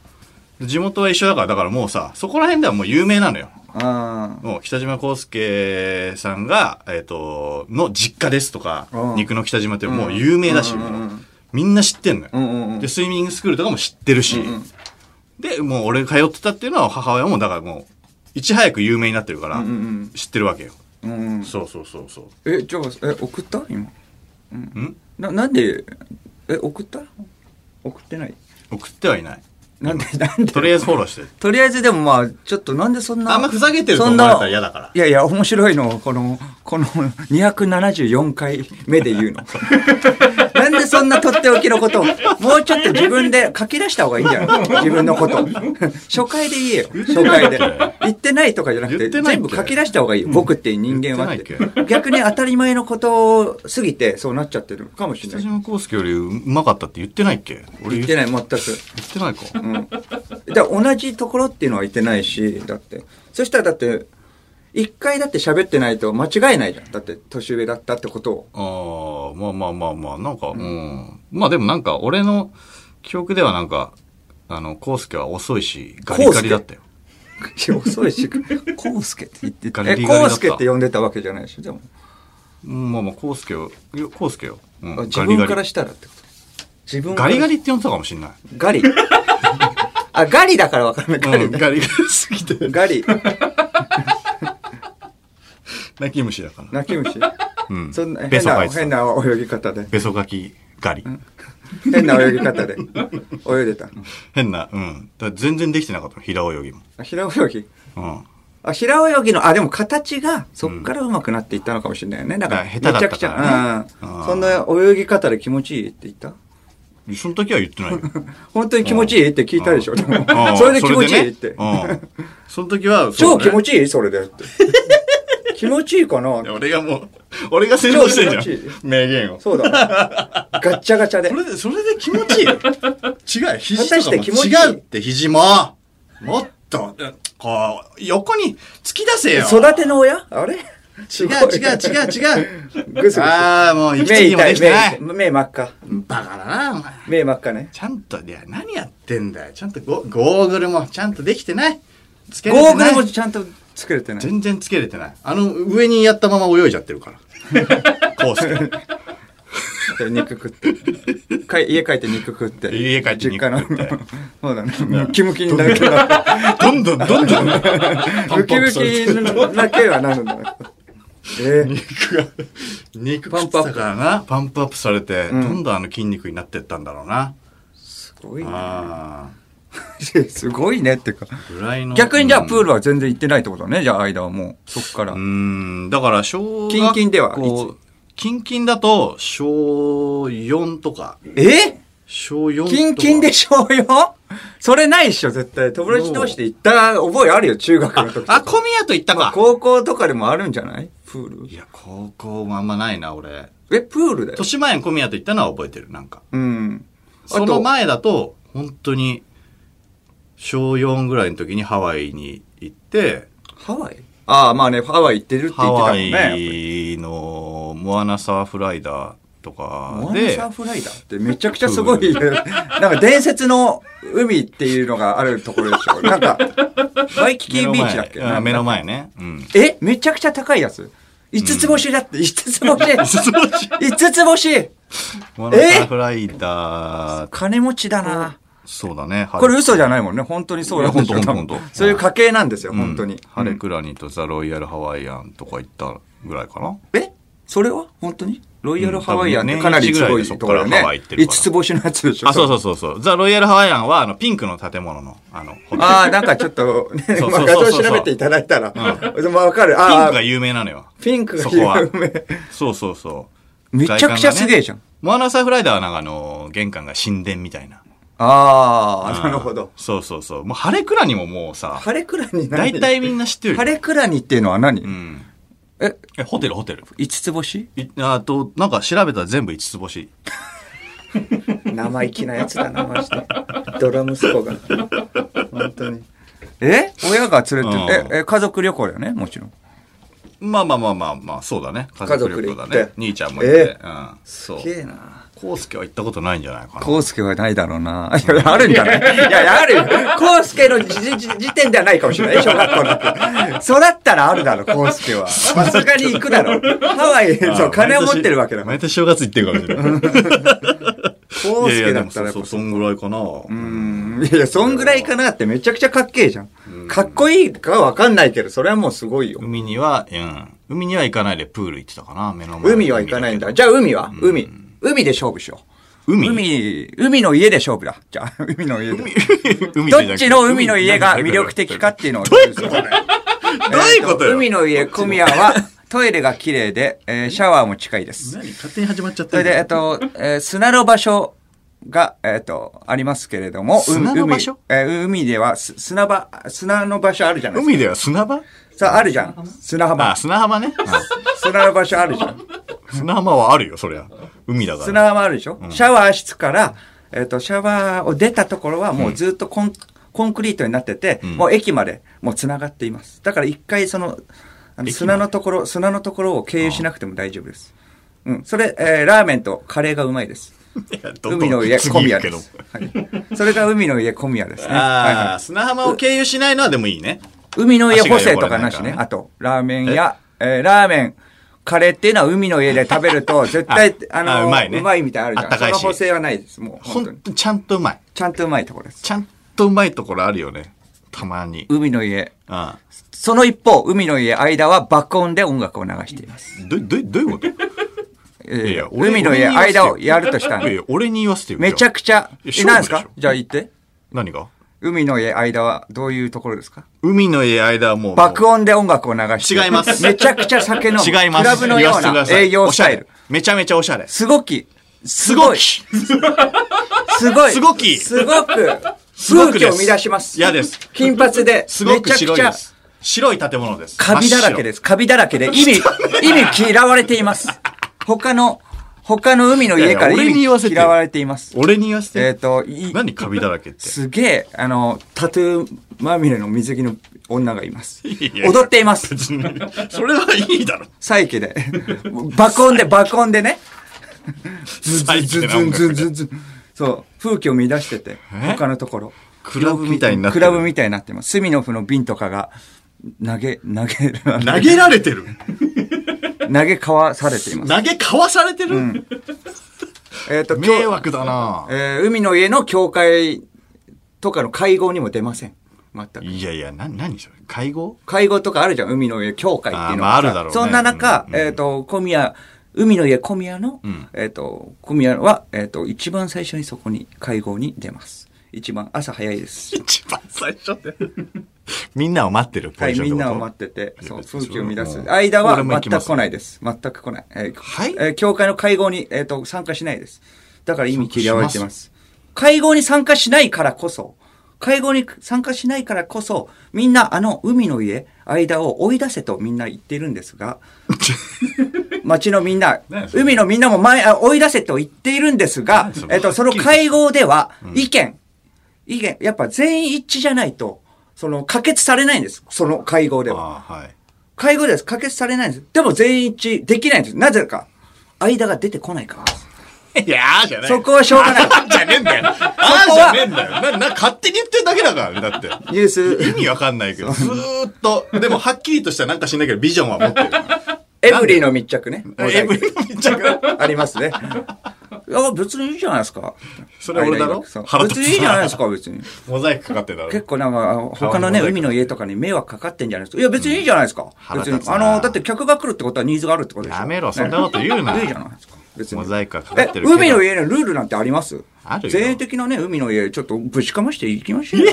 [SPEAKER 1] 地元は一緒だからだからもうさそこら辺ではもう有名なのよ
[SPEAKER 2] あ
[SPEAKER 1] もう北島康介さんが、えっとの実家ですとか
[SPEAKER 2] うん
[SPEAKER 1] 肉の北島ってもう有名だし、
[SPEAKER 2] うんうんうん
[SPEAKER 1] もうみんな知ってんのよ、
[SPEAKER 2] うんうんうん
[SPEAKER 1] でスイミングスクールとかも知ってるし、でもう俺通ってたっていうのは母親もだからもういち早く有名になってるから
[SPEAKER 2] うんうん
[SPEAKER 1] 知ってるわけよ、
[SPEAKER 2] あ。うん。
[SPEAKER 1] そうそうそうそう
[SPEAKER 2] え、じゃあ、え、送った今。
[SPEAKER 1] ん
[SPEAKER 2] な、なんで、え、送った送ってない
[SPEAKER 1] 送ってはいない
[SPEAKER 2] なんで、なんで
[SPEAKER 1] とりあえずフォローしてる
[SPEAKER 2] とりあえずでもまあ、ちょっとなんでそんな。
[SPEAKER 1] あんまふざけてると思われたら嫌だから
[SPEAKER 2] そんな。いやいや、面白いの、この、この274回目 で言うの。なんでそんなとっておきのことを、もうちょっと自分で書き出した方がいいんじゃない自分のこと。 初回で言えよ。初回で。言ってないとかじゃな
[SPEAKER 1] 言
[SPEAKER 2] くて、
[SPEAKER 1] ってないっ
[SPEAKER 2] 全
[SPEAKER 1] け
[SPEAKER 2] 部書き出した方がいいよ。僕っていう人間はって
[SPEAKER 1] 言ってな。
[SPEAKER 2] 逆に当たり前のことを過ぎて、そうなっちゃってるかもしれ
[SPEAKER 1] 北
[SPEAKER 2] ない。
[SPEAKER 1] 島康介よりうまかったって言ってないっけ俺
[SPEAKER 2] 言って
[SPEAKER 1] い
[SPEAKER 2] ない、全く。
[SPEAKER 1] 言ってないか、
[SPEAKER 2] だから同じところっていうのは言ってないし、だって。そしたらだって、一回だって喋ってないと間違えないじゃん。だって、年上だったってことを。
[SPEAKER 1] ああまあまあまあまあなんかうん、まあでもなんか俺の記憶ではなんかあの康介は遅いしガリガリだったよ
[SPEAKER 2] いや遅いし、 コウスケって言って
[SPEAKER 1] ガ
[SPEAKER 2] た。
[SPEAKER 1] リガリ
[SPEAKER 2] え、
[SPEAKER 1] だった
[SPEAKER 2] コウスケって呼んでたわけじゃないでしょ、でも。
[SPEAKER 1] うんまあまあ、コウスケを、いやコウスケよ。うん
[SPEAKER 2] あ自
[SPEAKER 1] ガ
[SPEAKER 2] 分か
[SPEAKER 1] リガ
[SPEAKER 2] ら
[SPEAKER 1] リ
[SPEAKER 2] したらってこと。自分
[SPEAKER 1] ガリガ
[SPEAKER 2] リ
[SPEAKER 1] リって呼んでたかもしんない。
[SPEAKER 2] ガリ。あ、ガリだからわかんない。ガ
[SPEAKER 1] う
[SPEAKER 2] リ
[SPEAKER 1] ん。ガリガリすぎて。
[SPEAKER 2] ガリ。
[SPEAKER 1] 泣き虫だから。
[SPEAKER 2] 泣き虫。
[SPEAKER 1] うん。
[SPEAKER 2] そんな
[SPEAKER 1] ベ
[SPEAKER 2] 変
[SPEAKER 1] ソか
[SPEAKER 2] ない
[SPEAKER 1] てた
[SPEAKER 2] 変な泳ぎ方で。
[SPEAKER 1] ベソガキガリ。
[SPEAKER 2] 変な泳ぎ方で。泳いでた。
[SPEAKER 1] 変な、うん。だから全然できてなかったの平泳ぎも。
[SPEAKER 2] あ平泳ぎ。
[SPEAKER 1] うん。
[SPEAKER 2] あ平泳ぎの、あ、でも形が、そっからうまくなっていったのかもしれないよね。だから、
[SPEAKER 1] だ
[SPEAKER 2] め
[SPEAKER 1] か
[SPEAKER 2] ち
[SPEAKER 1] ら下手だった
[SPEAKER 2] ゃくちゃ、
[SPEAKER 1] から
[SPEAKER 2] う
[SPEAKER 1] ね
[SPEAKER 2] ん
[SPEAKER 1] うん
[SPEAKER 2] そんな泳ぎ方で気持ちいいって言った
[SPEAKER 1] その時は言ってないよ。
[SPEAKER 2] 本当に気持ちいいって聞いたでしょ。でも
[SPEAKER 1] うん
[SPEAKER 2] それで気持ちいいっ
[SPEAKER 1] それで。ね
[SPEAKER 2] て
[SPEAKER 1] うん。その時は、
[SPEAKER 2] 超気持
[SPEAKER 1] ち
[SPEAKER 2] ちいいそれでって。 気持ちいいかな
[SPEAKER 1] 俺がもう、俺が先導してん
[SPEAKER 2] 超
[SPEAKER 1] じ
[SPEAKER 2] 気持
[SPEAKER 1] ゃん。名言を。
[SPEAKER 2] そうだ。ガッチャガチャで
[SPEAKER 1] そ。れで、それで気持ちいいよ。違う、肘
[SPEAKER 2] 果た
[SPEAKER 1] と
[SPEAKER 2] し
[SPEAKER 1] か
[SPEAKER 2] て
[SPEAKER 1] も
[SPEAKER 2] 気持ちいい
[SPEAKER 1] 違うって、肘も。もっと、こう、横に突き出せよ。
[SPEAKER 2] 育ての親あれ違
[SPEAKER 1] 違う違う違う違う。
[SPEAKER 2] う。ぐすぐす。
[SPEAKER 1] ああ、もう、息
[SPEAKER 2] 目
[SPEAKER 1] 継ぎも
[SPEAKER 2] 痛
[SPEAKER 1] で
[SPEAKER 2] い、
[SPEAKER 1] きて
[SPEAKER 2] 目
[SPEAKER 1] な
[SPEAKER 2] 痛
[SPEAKER 1] い
[SPEAKER 2] い。。目真っ赤。
[SPEAKER 1] バカだな、お前。
[SPEAKER 2] 目真っ赤ね。
[SPEAKER 1] ちゃんと、いや、何やってんだよ。ちゃんとゴ、ゴーグルもちゃんとできてない。つけれてない
[SPEAKER 2] ゴーグルもちゃんと作れてない。
[SPEAKER 1] 全然つけれてない。あの、上にやったまま泳いじゃってる から。こうして。
[SPEAKER 2] 肉食って。かい家帰って肉食って。
[SPEAKER 1] 家帰って肉食って
[SPEAKER 2] 実家の。 そうだね。ムキムキになるけど。
[SPEAKER 1] どんどんどんどん。
[SPEAKER 2] ムキムキだけはなるんだね。ええ。
[SPEAKER 1] 肉が、肉食ってたからな。パンプアップされて、どんどんあの筋肉になってったんだろうな。
[SPEAKER 2] すごいね。
[SPEAKER 1] ああ。
[SPEAKER 2] すごいねっていうか。
[SPEAKER 1] ぐらいの。
[SPEAKER 2] 逆にじゃあプー
[SPEAKER 1] ル。
[SPEAKER 2] ルは全然行ってないってことね。じゃあ間はもう。そっから
[SPEAKER 1] う。ん、だから小学校。
[SPEAKER 2] キンキンではいつ
[SPEAKER 1] キンキンだと、小4とか。
[SPEAKER 2] え
[SPEAKER 1] 小4とか。
[SPEAKER 2] キンキンでしょうよ それないっしょ、絶対。友達同士で行った覚えあるよ、中学の時とか。
[SPEAKER 1] あ、小宮と行ったか。
[SPEAKER 2] 高校とかでもあるんじゃないプー
[SPEAKER 1] いや、高校もあんまないな、俺。
[SPEAKER 2] ル。え、プールだよ
[SPEAKER 1] 豊。島園小宮と行ったのは覚えてる、なんか。
[SPEAKER 2] うん。あと
[SPEAKER 1] その前だと、本当に、小4ぐらいの時にハワイに行って、
[SPEAKER 2] ハワイああ、まあね、ハワイ行ってるって言
[SPEAKER 1] ハ
[SPEAKER 2] ってたも
[SPEAKER 1] ワ
[SPEAKER 2] んね。
[SPEAKER 1] イのモアナサーフライダーとか
[SPEAKER 2] モアナ
[SPEAKER 1] で
[SPEAKER 2] サー、フライダーってめちゃくちゃす ごい、なんか伝説の海っていうのがあるところでしょ。なんか、ワイキキビーチだっけ
[SPEAKER 1] 目の前あ目の前ね。うん。
[SPEAKER 2] えめちゃくちゃ高いやつ五つ星だって、五つ星五つ星
[SPEAKER 1] モアナサーフライダー、
[SPEAKER 2] 金持ちだな。
[SPEAKER 1] そうだね。
[SPEAKER 2] これ
[SPEAKER 1] ハ
[SPEAKER 2] 嘘じゃないもんね。本当にそうなんですよ。
[SPEAKER 1] いや
[SPEAKER 2] 多
[SPEAKER 1] 本
[SPEAKER 2] 分
[SPEAKER 1] 当本当本当
[SPEAKER 2] そういう家系なんですよ、
[SPEAKER 1] レ
[SPEAKER 2] 本当に
[SPEAKER 1] うん。ハレクラニとザ・ロイヤル・ハワイアンとか行ったぐらいかな。
[SPEAKER 2] えそれは本当にロイヤルハワイアン
[SPEAKER 1] う
[SPEAKER 2] って
[SPEAKER 1] ん多分
[SPEAKER 2] かなりすごい
[SPEAKER 1] 年一ぐらいでそっ
[SPEAKER 2] ところだ
[SPEAKER 1] からハワイ
[SPEAKER 2] ね
[SPEAKER 1] 行って。るか
[SPEAKER 2] 五
[SPEAKER 1] ら
[SPEAKER 2] つ星のやつでしょ。
[SPEAKER 1] あ、そうそうそうそう。ザ・ロイヤル・ハワイアンは、あの、ピンクの建物の、あの、ホテル。
[SPEAKER 2] ああ、なんかちょっと、ね、
[SPEAKER 1] そうそうそう
[SPEAKER 2] まあ画像調べていただいたら、まあわかる。
[SPEAKER 1] ピン
[SPEAKER 2] あ
[SPEAKER 1] クが
[SPEAKER 2] あ、
[SPEAKER 1] 有名なのよ。
[SPEAKER 2] ピンクが
[SPEAKER 1] そこは
[SPEAKER 2] 有名。
[SPEAKER 1] そうそうそう。
[SPEAKER 2] めちゃくちゃすげえじ
[SPEAKER 1] 外観が
[SPEAKER 2] ゃん
[SPEAKER 1] ね。モアナサーフライダーはなんかあの、玄関が神殿みたいな。
[SPEAKER 2] ああ、なるほど。
[SPEAKER 1] そうそうそう。もう晴れくらにももうさ、
[SPEAKER 2] ハレクラニ
[SPEAKER 1] 大
[SPEAKER 2] 何
[SPEAKER 1] 体みんな知ってるよ
[SPEAKER 2] ハレクラニっていうのは何、
[SPEAKER 1] うん。
[SPEAKER 2] え、
[SPEAKER 1] え、ホテルホテル。
[SPEAKER 2] 五つ星
[SPEAKER 1] いあと、なんか調べたら全部五つ星。
[SPEAKER 2] 生意気なやつだな、マジで。ドラ息子が。本当に。え親が連れて、
[SPEAKER 1] うん
[SPEAKER 2] え、え、家族旅行だよね、もちろん。
[SPEAKER 1] まあまあまあまあまあ、そうだね。家族旅行だ
[SPEAKER 2] 家族で行
[SPEAKER 1] ね
[SPEAKER 2] って。
[SPEAKER 1] 兄ちゃんも行って。
[SPEAKER 2] え
[SPEAKER 1] うん。そう。
[SPEAKER 2] げえな。
[SPEAKER 1] コウスケは行ったことないんじゃないかな。
[SPEAKER 2] コウスケはないだろうな。いや、あるんじゃないいやいや、あるよ。コウスケの時時時点ではないかもしれない。小学校の時。そうだったらあるだろ、コウスケは。さすがに行くだろ。ハワイ、そう、金を持ってるわけだから。
[SPEAKER 1] 毎年正月行ってるかもしれない。
[SPEAKER 2] コウ
[SPEAKER 1] いやい
[SPEAKER 2] スケ
[SPEAKER 1] や、で
[SPEAKER 2] だっ
[SPEAKER 1] も
[SPEAKER 2] た
[SPEAKER 1] そ
[SPEAKER 2] らや
[SPEAKER 1] うそ
[SPEAKER 2] っぱ
[SPEAKER 1] う、そんぐらいかな。
[SPEAKER 2] うんいやいや、そんぐらいかなってめちゃくちゃかっけえじゃん。かっこいいかわかんないけど、それはもうすごいよ。
[SPEAKER 1] 海には、うん。海には行かないでプール行ってたかな、目の前。
[SPEAKER 2] 海は行かないんだ。
[SPEAKER 1] け
[SPEAKER 2] じゃあ海は海。海で勝負しよ
[SPEAKER 1] ど。
[SPEAKER 2] う。
[SPEAKER 1] 海
[SPEAKER 2] 海、海の家で勝負だ。じゃあ、海の家で。
[SPEAKER 1] 海
[SPEAKER 2] どっちの海の家が魅力的かっていうのを。どういうこと
[SPEAKER 1] どういうことよ
[SPEAKER 2] 海の家、小宮は、トイレが綺麗で、えーシャワーも近いです。
[SPEAKER 1] 何勝手に始まっちゃっ
[SPEAKER 2] そ
[SPEAKER 1] た
[SPEAKER 2] れで、えっと、えー砂の場所が、えっと、ありますけれども、う
[SPEAKER 1] 砂の場所
[SPEAKER 2] 海,、えー海ではす砂場、砂の場所あるじゃないです
[SPEAKER 1] 海では砂場
[SPEAKER 2] か。さあ、あるじゃん。砂
[SPEAKER 1] あ、
[SPEAKER 2] 浜。
[SPEAKER 1] 砂浜ね。
[SPEAKER 2] 砂の場所あるじゃん。
[SPEAKER 1] 砂浜はあるよ、そりゃ。海だから。
[SPEAKER 2] 砂浜あるでしょ、シャワー室から、えっ、と、シャワーを出たところはもうずっとコン,、コンクリートになってて、もう駅までもう繋がっています。だから一回その、あの砂のところ、砂のところを経由しなくても大丈夫です。うん。それ、えーラーメンとカレーがうまいです。海の家小
[SPEAKER 1] 次
[SPEAKER 2] 宮
[SPEAKER 1] 行くけ
[SPEAKER 2] で
[SPEAKER 1] ど
[SPEAKER 2] す、はい、それが海の家小宮ですね、はい
[SPEAKER 1] あ
[SPEAKER 2] は
[SPEAKER 1] あ、砂浜を経由しないのはでもいいね。
[SPEAKER 2] い、海の家補正とかなし
[SPEAKER 1] 足が汚れな
[SPEAKER 2] ね
[SPEAKER 1] いからね
[SPEAKER 2] あとラーメン屋えーラーメンカレーっていうのは海の家で食べると絶対
[SPEAKER 1] あ
[SPEAKER 2] あの
[SPEAKER 1] あうまいね
[SPEAKER 2] みたいなのあるじゃん
[SPEAKER 1] あったかいし
[SPEAKER 2] その補正はないですもう
[SPEAKER 1] ほ
[SPEAKER 2] 本当に
[SPEAKER 1] んとちゃんとうまい。
[SPEAKER 2] ちゃんとうまいところです
[SPEAKER 1] ちゃんとうまいところあるよね。たまに。
[SPEAKER 2] 海の家
[SPEAKER 1] あ
[SPEAKER 2] その一方海の家間は爆音で音楽を流しています、
[SPEAKER 1] あど、ど、どういうこと
[SPEAKER 2] え
[SPEAKER 1] い
[SPEAKER 2] ー
[SPEAKER 1] やいや俺
[SPEAKER 2] 海の
[SPEAKER 1] 俺
[SPEAKER 2] 家
[SPEAKER 1] に言わせて
[SPEAKER 2] 間
[SPEAKER 1] よ
[SPEAKER 2] をやるとしたら
[SPEAKER 1] いやいや、俺に言わせてよ。
[SPEAKER 2] めちゃくち
[SPEAKER 1] い
[SPEAKER 2] ゃ
[SPEAKER 1] や
[SPEAKER 2] え
[SPEAKER 1] 勝負
[SPEAKER 2] 何です
[SPEAKER 1] で
[SPEAKER 2] か
[SPEAKER 1] しょ
[SPEAKER 2] じゃあ言って
[SPEAKER 1] 何が
[SPEAKER 2] 海の家間はどういうところですか
[SPEAKER 1] 海の家間はもう。
[SPEAKER 2] 爆音で音楽を流して。
[SPEAKER 1] 違います
[SPEAKER 2] めちゃくちゃ酒飲む。
[SPEAKER 1] 違います。
[SPEAKER 2] クラブのよう
[SPEAKER 1] 言わ
[SPEAKER 2] な
[SPEAKER 1] せてください
[SPEAKER 2] 営業スタイ
[SPEAKER 1] お
[SPEAKER 2] ル
[SPEAKER 1] しゃ。れめちゃめちゃおしゃれ。
[SPEAKER 2] すごき。す
[SPEAKER 1] すご
[SPEAKER 2] ごい。
[SPEAKER 1] い。
[SPEAKER 2] すごい。
[SPEAKER 1] すごき
[SPEAKER 2] すごく。
[SPEAKER 1] すごく
[SPEAKER 2] 風
[SPEAKER 1] で
[SPEAKER 2] 紀を
[SPEAKER 1] す
[SPEAKER 2] 乱します。
[SPEAKER 1] 嫌です。
[SPEAKER 2] 金髪で。
[SPEAKER 1] すごく白いで
[SPEAKER 2] めちゃくちゃ。
[SPEAKER 1] す。白い建物です。。
[SPEAKER 2] カビだらけですす。カビだらけで。意味、意味嫌われています。他の、他の海の家から
[SPEAKER 1] いやいや俺
[SPEAKER 2] 意
[SPEAKER 1] に言わせ
[SPEAKER 2] 味
[SPEAKER 1] て
[SPEAKER 2] 嫌われています。
[SPEAKER 1] 俺に言わせて。
[SPEAKER 2] えっと、い
[SPEAKER 1] 何カビだらけ って。
[SPEAKER 2] すげえ、あの、タトゥーまみれの水着の女がいます。
[SPEAKER 1] いや
[SPEAKER 2] 踊っています。
[SPEAKER 1] 別にそれはいいだろ。
[SPEAKER 2] サイケで。爆音で、爆音でね。ズ
[SPEAKER 1] サイケ
[SPEAKER 2] ズ
[SPEAKER 1] な音楽で
[SPEAKER 2] ズズズズそう。風景を乱してて、
[SPEAKER 1] え
[SPEAKER 2] 他のところ。
[SPEAKER 1] クラブみたいになって
[SPEAKER 2] ク
[SPEAKER 1] る
[SPEAKER 2] ラブみたいになってます。スミノフの瓶とかが、投げ、投げ、
[SPEAKER 1] 投げられてる。
[SPEAKER 2] 投げかわされています。
[SPEAKER 1] 投げかわされてる、
[SPEAKER 2] えっ、と、
[SPEAKER 1] 迷
[SPEAKER 2] 今日、
[SPEAKER 1] 惑だな、
[SPEAKER 2] えー海の家の教会とかの会合にも出ません。全く。
[SPEAKER 1] いやいや、な、何それ会合
[SPEAKER 2] 会合とかあるじゃん、海の家協会ってい
[SPEAKER 1] あ
[SPEAKER 2] うのが
[SPEAKER 1] ーまあある
[SPEAKER 2] さ
[SPEAKER 1] だろうね
[SPEAKER 2] そんな中、
[SPEAKER 1] うん
[SPEAKER 2] えっ、と、小宮、海の家小宮の、
[SPEAKER 1] ん
[SPEAKER 2] えっ、と、小宮は、えっ、と、一番最初にそこに会合に出ます。一番朝早いです。
[SPEAKER 1] 一番最初で。 みんなを待ってるポ
[SPEAKER 2] は
[SPEAKER 1] ジ
[SPEAKER 2] い、
[SPEAKER 1] ション
[SPEAKER 2] み
[SPEAKER 1] って
[SPEAKER 2] ん
[SPEAKER 1] こと
[SPEAKER 2] なを待ってて、
[SPEAKER 1] いや
[SPEAKER 2] そう、
[SPEAKER 1] 別に
[SPEAKER 2] 風紀
[SPEAKER 1] そ
[SPEAKER 2] を乱
[SPEAKER 1] れは
[SPEAKER 2] す。
[SPEAKER 1] もう
[SPEAKER 2] 間は
[SPEAKER 1] 俺も行
[SPEAKER 2] 全
[SPEAKER 1] きま
[SPEAKER 2] く
[SPEAKER 1] す
[SPEAKER 2] 来ないです。全く来ない。えー
[SPEAKER 1] はい
[SPEAKER 2] えー教会の会合に、えっ、と、参加しないです。だから意味嫌われてます。会合に参加しないからこそ、会合に参加しないからこそ、みんなあの海の家、間を追い出せとみんな言ってるんです が、町のみんな
[SPEAKER 1] ね、そう
[SPEAKER 2] 海のみんなも前、あ追い出せと言っているんですが
[SPEAKER 1] ねそ、れ
[SPEAKER 2] えっと、その会合では、意見、意見、やっぱ全員一致じゃないと、その、可決されないんです。その会合では。
[SPEAKER 1] ああ、はい。
[SPEAKER 2] 会合では可決されないんです。でも全員一致できないんです。なぜか。間が出てこないからです。
[SPEAKER 1] いやあじゃない。
[SPEAKER 2] そこはしょうがない
[SPEAKER 1] あーじゃねえんだよ。ああじゃねえんだよ。な、な、勝手に言ってるだけだからね、だって。
[SPEAKER 2] ニュース、
[SPEAKER 1] 意味わかんないけど、ずーっと、でもはっきりとしたなんか知んないけど、ビジョンは持ってる。
[SPEAKER 2] エブリィの密着ね。モザ
[SPEAKER 1] エ
[SPEAKER 2] イ
[SPEAKER 1] ブリ
[SPEAKER 2] ク
[SPEAKER 1] ィの密着
[SPEAKER 2] ありますね。いや、別にいいじゃないですか。
[SPEAKER 1] それ俺だろ
[SPEAKER 2] そう
[SPEAKER 1] 腹
[SPEAKER 2] 別
[SPEAKER 1] 立つ
[SPEAKER 2] にいいじゃないですか、別に。
[SPEAKER 1] モザイクかかってるだろ。
[SPEAKER 2] 結構なんか、あの他のね、
[SPEAKER 1] 顔にモザイク
[SPEAKER 2] 海の家とかに迷惑かかってんじゃないですか。いや、別にいいじゃないですか。
[SPEAKER 1] 腹
[SPEAKER 2] 別
[SPEAKER 1] 立
[SPEAKER 2] に
[SPEAKER 1] つ。な
[SPEAKER 2] あの、だって客が来るってことはニーズがあるってことでしょ。
[SPEAKER 1] やめろそんなこと言うな
[SPEAKER 2] ねいいじゃないですか。別に。
[SPEAKER 1] モザイクがかかっ
[SPEAKER 2] え、
[SPEAKER 1] てるけど。
[SPEAKER 2] 海の家のルールなんてあります
[SPEAKER 1] あるよ
[SPEAKER 2] 全員的なね、海の家、ちょっとぶちかましていきましょう よ。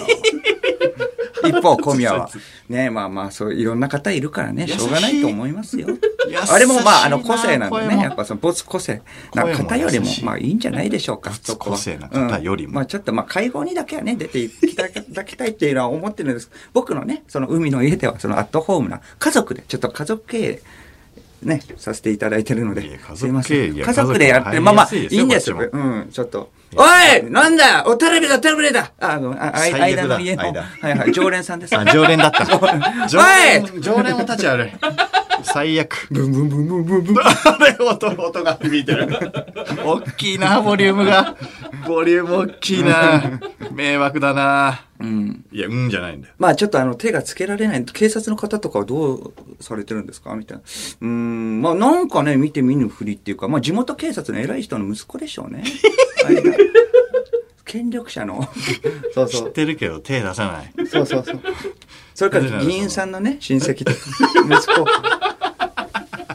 [SPEAKER 2] 一方、小宮は。ねまあまあ、そう、いろんな方いるからね、しょうがないと思いますよ。
[SPEAKER 1] 優しい
[SPEAKER 2] あれもまあ、あの、個性なんで
[SPEAKER 1] 声
[SPEAKER 2] ね、
[SPEAKER 1] も
[SPEAKER 2] やっぱその、ボス個性な方より
[SPEAKER 1] 声も
[SPEAKER 2] も
[SPEAKER 1] 優し、い
[SPEAKER 2] まあいいんじゃないでしょうか、
[SPEAKER 1] ツ
[SPEAKER 2] そこは
[SPEAKER 1] 個性な方よりも
[SPEAKER 2] うんまあちょっと、まあ、会合にだけはね、出ていただきたいっていうのは思ってるんです僕のね、その、海の家では、その、アットホームな、家族で、ちょっと家族経営、ね、させていただいてるの
[SPEAKER 1] い
[SPEAKER 2] で
[SPEAKER 1] や家。族
[SPEAKER 2] すいません
[SPEAKER 1] 経営いや
[SPEAKER 2] 家族でやってる。まあまあ、
[SPEAKER 1] 家族
[SPEAKER 2] い
[SPEAKER 1] 入りやすいですよ
[SPEAKER 2] いんですよ
[SPEAKER 1] こっち。
[SPEAKER 2] うん、ちょっと。おいなんだよおテレビだテレビだあ、ごめん、あ、あ
[SPEAKER 1] 最悪だ
[SPEAKER 2] 間の家の。
[SPEAKER 1] 間
[SPEAKER 2] はいはい、常連さんです。
[SPEAKER 1] あ、 常連だった。常
[SPEAKER 2] お
[SPEAKER 1] 連、常連も立ち悪い。最悪。ブンブンブンブンブンブン。 あれ、音、音が響いてる。 大きいな、ボリュームが。ボリューム大きいな。迷惑だな。
[SPEAKER 2] うん。
[SPEAKER 1] いや、うんじゃないんだよ。
[SPEAKER 2] まあちょっとあの手がつけられない。警察の方とかはどうされてるんですかみたいな。うーん。まあなんかね、見て見ぬふりっていうか、まあ地元警察の偉い人の息子でしょうね。 間権力者の。そう
[SPEAKER 1] 知
[SPEAKER 2] そ
[SPEAKER 1] っ
[SPEAKER 2] う。
[SPEAKER 1] てるけど、手出さない。
[SPEAKER 2] そうそうそう。それから議員さんのね、親戚で。息子。